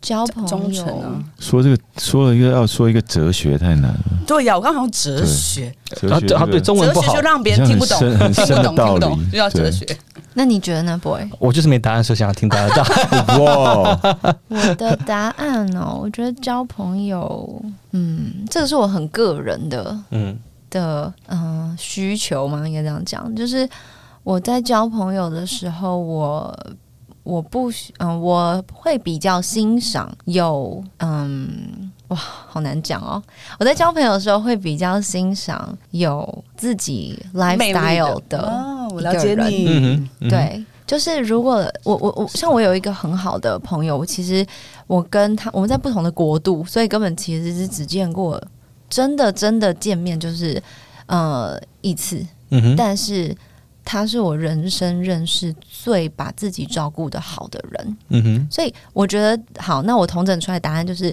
Speaker 5: 交朋友
Speaker 4: 忠诚啊，
Speaker 3: 说这个说了一个要说一个哲学太难了。
Speaker 4: 对呀，我刚好像哲学，
Speaker 3: 哲
Speaker 2: 啊
Speaker 3: 学
Speaker 2: 对啊
Speaker 3: 这
Speaker 2: 对
Speaker 3: 个
Speaker 2: 中文
Speaker 4: 哲
Speaker 2: 不
Speaker 4: 学
Speaker 2: 好
Speaker 4: 就，让别人听不懂，
Speaker 3: 好像很深很深
Speaker 4: 听不
Speaker 3: 的
Speaker 4: 懂，听不
Speaker 3: 道理
Speaker 4: 懂，就叫哲
Speaker 3: 对
Speaker 4: 学。
Speaker 5: 那你觉得呢，boy？
Speaker 2: 我就是没答案，所以想要听大家答案。
Speaker 3: 哇，
Speaker 5: 我的答案哦，我觉得交朋友，嗯，这个是我很个人的
Speaker 2: 嗯
Speaker 5: 的嗯、呃需求吗？应该这样讲，就是我在交朋友的时候，我我不喜嗯、我会比较欣赏有嗯哇，好难讲哦。我在交朋友的时候会比较欣赏有自己
Speaker 4: 魅力
Speaker 5: lifestyle 的，
Speaker 4: 哦，我
Speaker 5: 一
Speaker 4: 了
Speaker 5: 个
Speaker 4: 解
Speaker 5: 人
Speaker 4: 你，
Speaker 2: 嗯哼，
Speaker 5: 对，就是如果我我我像我有一个很好的朋友，其实我跟他我们在不同的国度，所以根本其实是只见过真的真的见面就是呃一次，
Speaker 2: 嗯哼，
Speaker 5: 但是他是我人生认识最把自己照顾的好的人，
Speaker 2: 嗯哼，
Speaker 5: 所以我觉得好，那我统整出来答案就是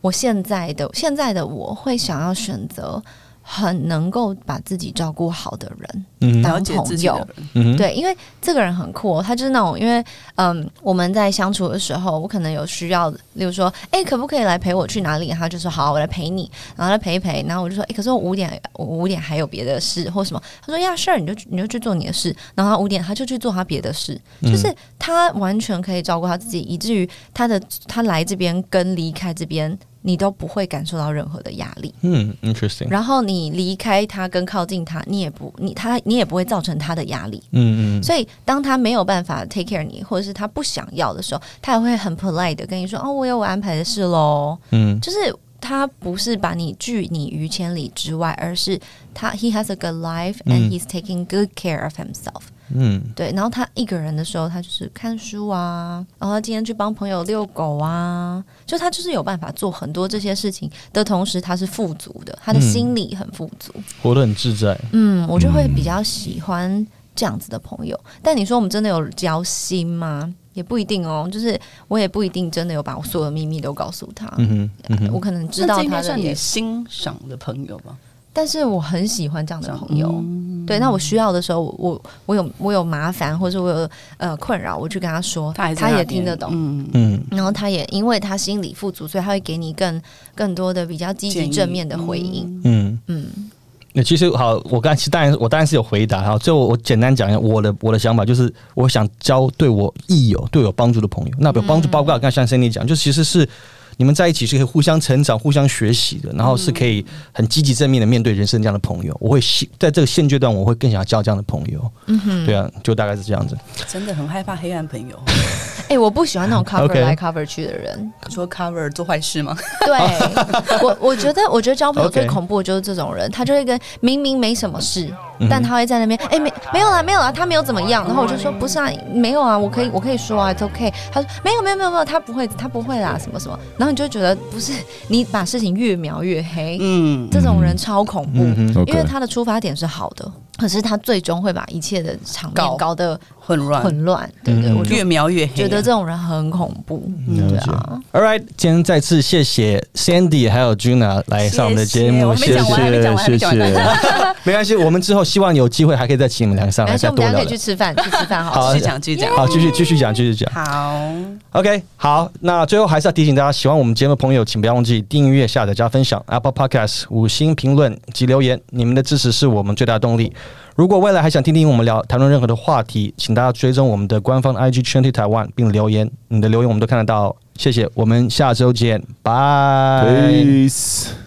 Speaker 5: 我现在的现在的我会想要选择很能够把自己照顾好的人。
Speaker 2: 嗯哼，
Speaker 4: 了解自己的人，
Speaker 2: 嗯哼，
Speaker 5: 对，因为这个人很酷、哦，他就是那种，因为嗯，我们在相处的时候，我可能有需要，例如说，哎、可不可以来陪我去哪里？他就说好，我来陪你，然后他陪一陪，然后我就说，哎、可是我五点，我五点还有别的事或什么。他说呀，sure，你就去你就去做你的事，然后他五点他就去做他别的事，
Speaker 2: 嗯
Speaker 5: 就是他完全可以照顾他自己，以至于他的他来这边跟离开这边，你都不会感受到任何的压力。
Speaker 2: 嗯，interesting，
Speaker 5: 然后你离开他跟靠近他，你也不你他你也不会造成他的压力。
Speaker 2: 嗯嗯，
Speaker 5: 所以当他没有办法 take care 你，或者是他不想要的时候，他也会很 polite 的跟你说：“哦，我有我安排的事喽。
Speaker 2: 嗯”
Speaker 5: 就是他不是把你拒你于千里之外，而是他 he has a good life
Speaker 2: 嗯
Speaker 5: and he's taking good care of himself、
Speaker 2: 嗯
Speaker 5: 对，然后他一个人的时候，他就是看书啊，然后他今天去帮朋友遛狗啊，就他就是有办法做很多这些事情的同时，他是富足的，他的
Speaker 2: 嗯
Speaker 5: 心理很富足。
Speaker 2: 活得很自在，
Speaker 5: 嗯，我就会比较喜欢这样子的朋友。但你说我们真的有交心吗？也不一定哦，就是我也不一定真的有把我所有的秘密都告诉他。
Speaker 2: 嗯哼，嗯
Speaker 5: 呃我
Speaker 2: 哼，
Speaker 5: 可能知
Speaker 4: 那
Speaker 5: 道
Speaker 4: 这应
Speaker 5: 他
Speaker 4: 该
Speaker 5: 的
Speaker 4: 算
Speaker 5: 也
Speaker 4: 你，欣赏的朋友吧？
Speaker 5: 但是我很喜欢这样的朋友。
Speaker 4: 嗯
Speaker 5: 对，那我需要的时候，我我我有我有麻烦或者我有呃困扰，我去跟他说，
Speaker 4: 他还在
Speaker 5: 他
Speaker 4: 那
Speaker 5: 也
Speaker 4: 边
Speaker 5: 听得懂。
Speaker 4: 嗯，
Speaker 2: 嗯
Speaker 5: 然后他也因为他心理富足，所以他会给你更更多的比较积
Speaker 4: 建
Speaker 5: 极
Speaker 4: 议
Speaker 5: 正面的回应。
Speaker 4: 嗯
Speaker 2: 嗯。
Speaker 5: 嗯
Speaker 2: 那其实好，我刚才其实当然我当然是有回答哈，最后我简单讲一下我的我的想法，就是我想交对我益友、对我有帮助的朋友。那有
Speaker 4: 嗯
Speaker 2: 帮助，包括刚才像 Sandy 讲，就其实是你们在一起是可以互相成长、互相学习的，然后是可
Speaker 4: 嗯
Speaker 2: 以很积极正面的面对人生这样的朋友。我会希在这个现阶段，我会更想要交这样的朋友。
Speaker 5: 嗯哼，
Speaker 2: 对啊，就大概是这样子。
Speaker 4: 真的很害怕黑暗朋 友，
Speaker 5: 哎、我不喜欢那种 cover
Speaker 2: OK
Speaker 5: 来 cover 去的人。
Speaker 4: 说 cover 做坏事吗？
Speaker 5: 对我，我觉得，我觉得交朋友
Speaker 2: OK
Speaker 5: 最恐怖的就是这种人，他就会跟明明没什么事，
Speaker 2: 嗯
Speaker 5: 但他会在那边，哎、没没有啦，没有啦，他没有怎么样。然后我就说，不是啊，没有啊，我可以，我可以说啊，it's OK。他说没有，没有，没有，没有，他不会，他不会啦，什么什么。然后你就觉得不是，你把事情越描越黑，
Speaker 4: 嗯，
Speaker 5: 这种人超恐怖。
Speaker 2: 嗯哼，
Speaker 5: 因为
Speaker 3: ，OK，
Speaker 5: 他的出发点是好的，可是他最终会把一切的场面
Speaker 4: 搞
Speaker 5: 搞得
Speaker 4: 混乱，
Speaker 5: 混乱，对对，
Speaker 2: 嗯
Speaker 5: 我就
Speaker 4: 越描越黑。
Speaker 5: 觉得这种人很恐怖，对啊，
Speaker 2: All right，今天再次谢谢 Sandy 还有 Juna 来上我们的节目，
Speaker 4: 谢谢我还没讲完还没讲完还没讲完
Speaker 2: 谢谢 没关系，我们之后希望有机会还可以再请你们两个上
Speaker 5: 没
Speaker 2: 来
Speaker 5: 关系，
Speaker 2: 再
Speaker 5: 我们
Speaker 2: 多
Speaker 5: 等一
Speaker 2: 聊
Speaker 5: 下哎可以
Speaker 2: 聊
Speaker 5: 去。吃饭，去吃饭好
Speaker 2: 好
Speaker 5: 了。
Speaker 4: 继续讲，继续讲。
Speaker 2: 好，继续继续讲，继续讲。
Speaker 4: 好，
Speaker 2: OK，好，那最后还是要提醒大家，喜欢我们节目的朋友，请不要忘记订阅、下载、加分享 Apple Podcast 五星评论及留言，你们的支持是我们最大的动力。如果未来还想听听我们聊谈论任何的话题，请大家追踪我们的官方 IG 圈地台湾，并留言，你的留言我们都看得到哦。谢谢，我们下周见，拜。
Speaker 3: Peace。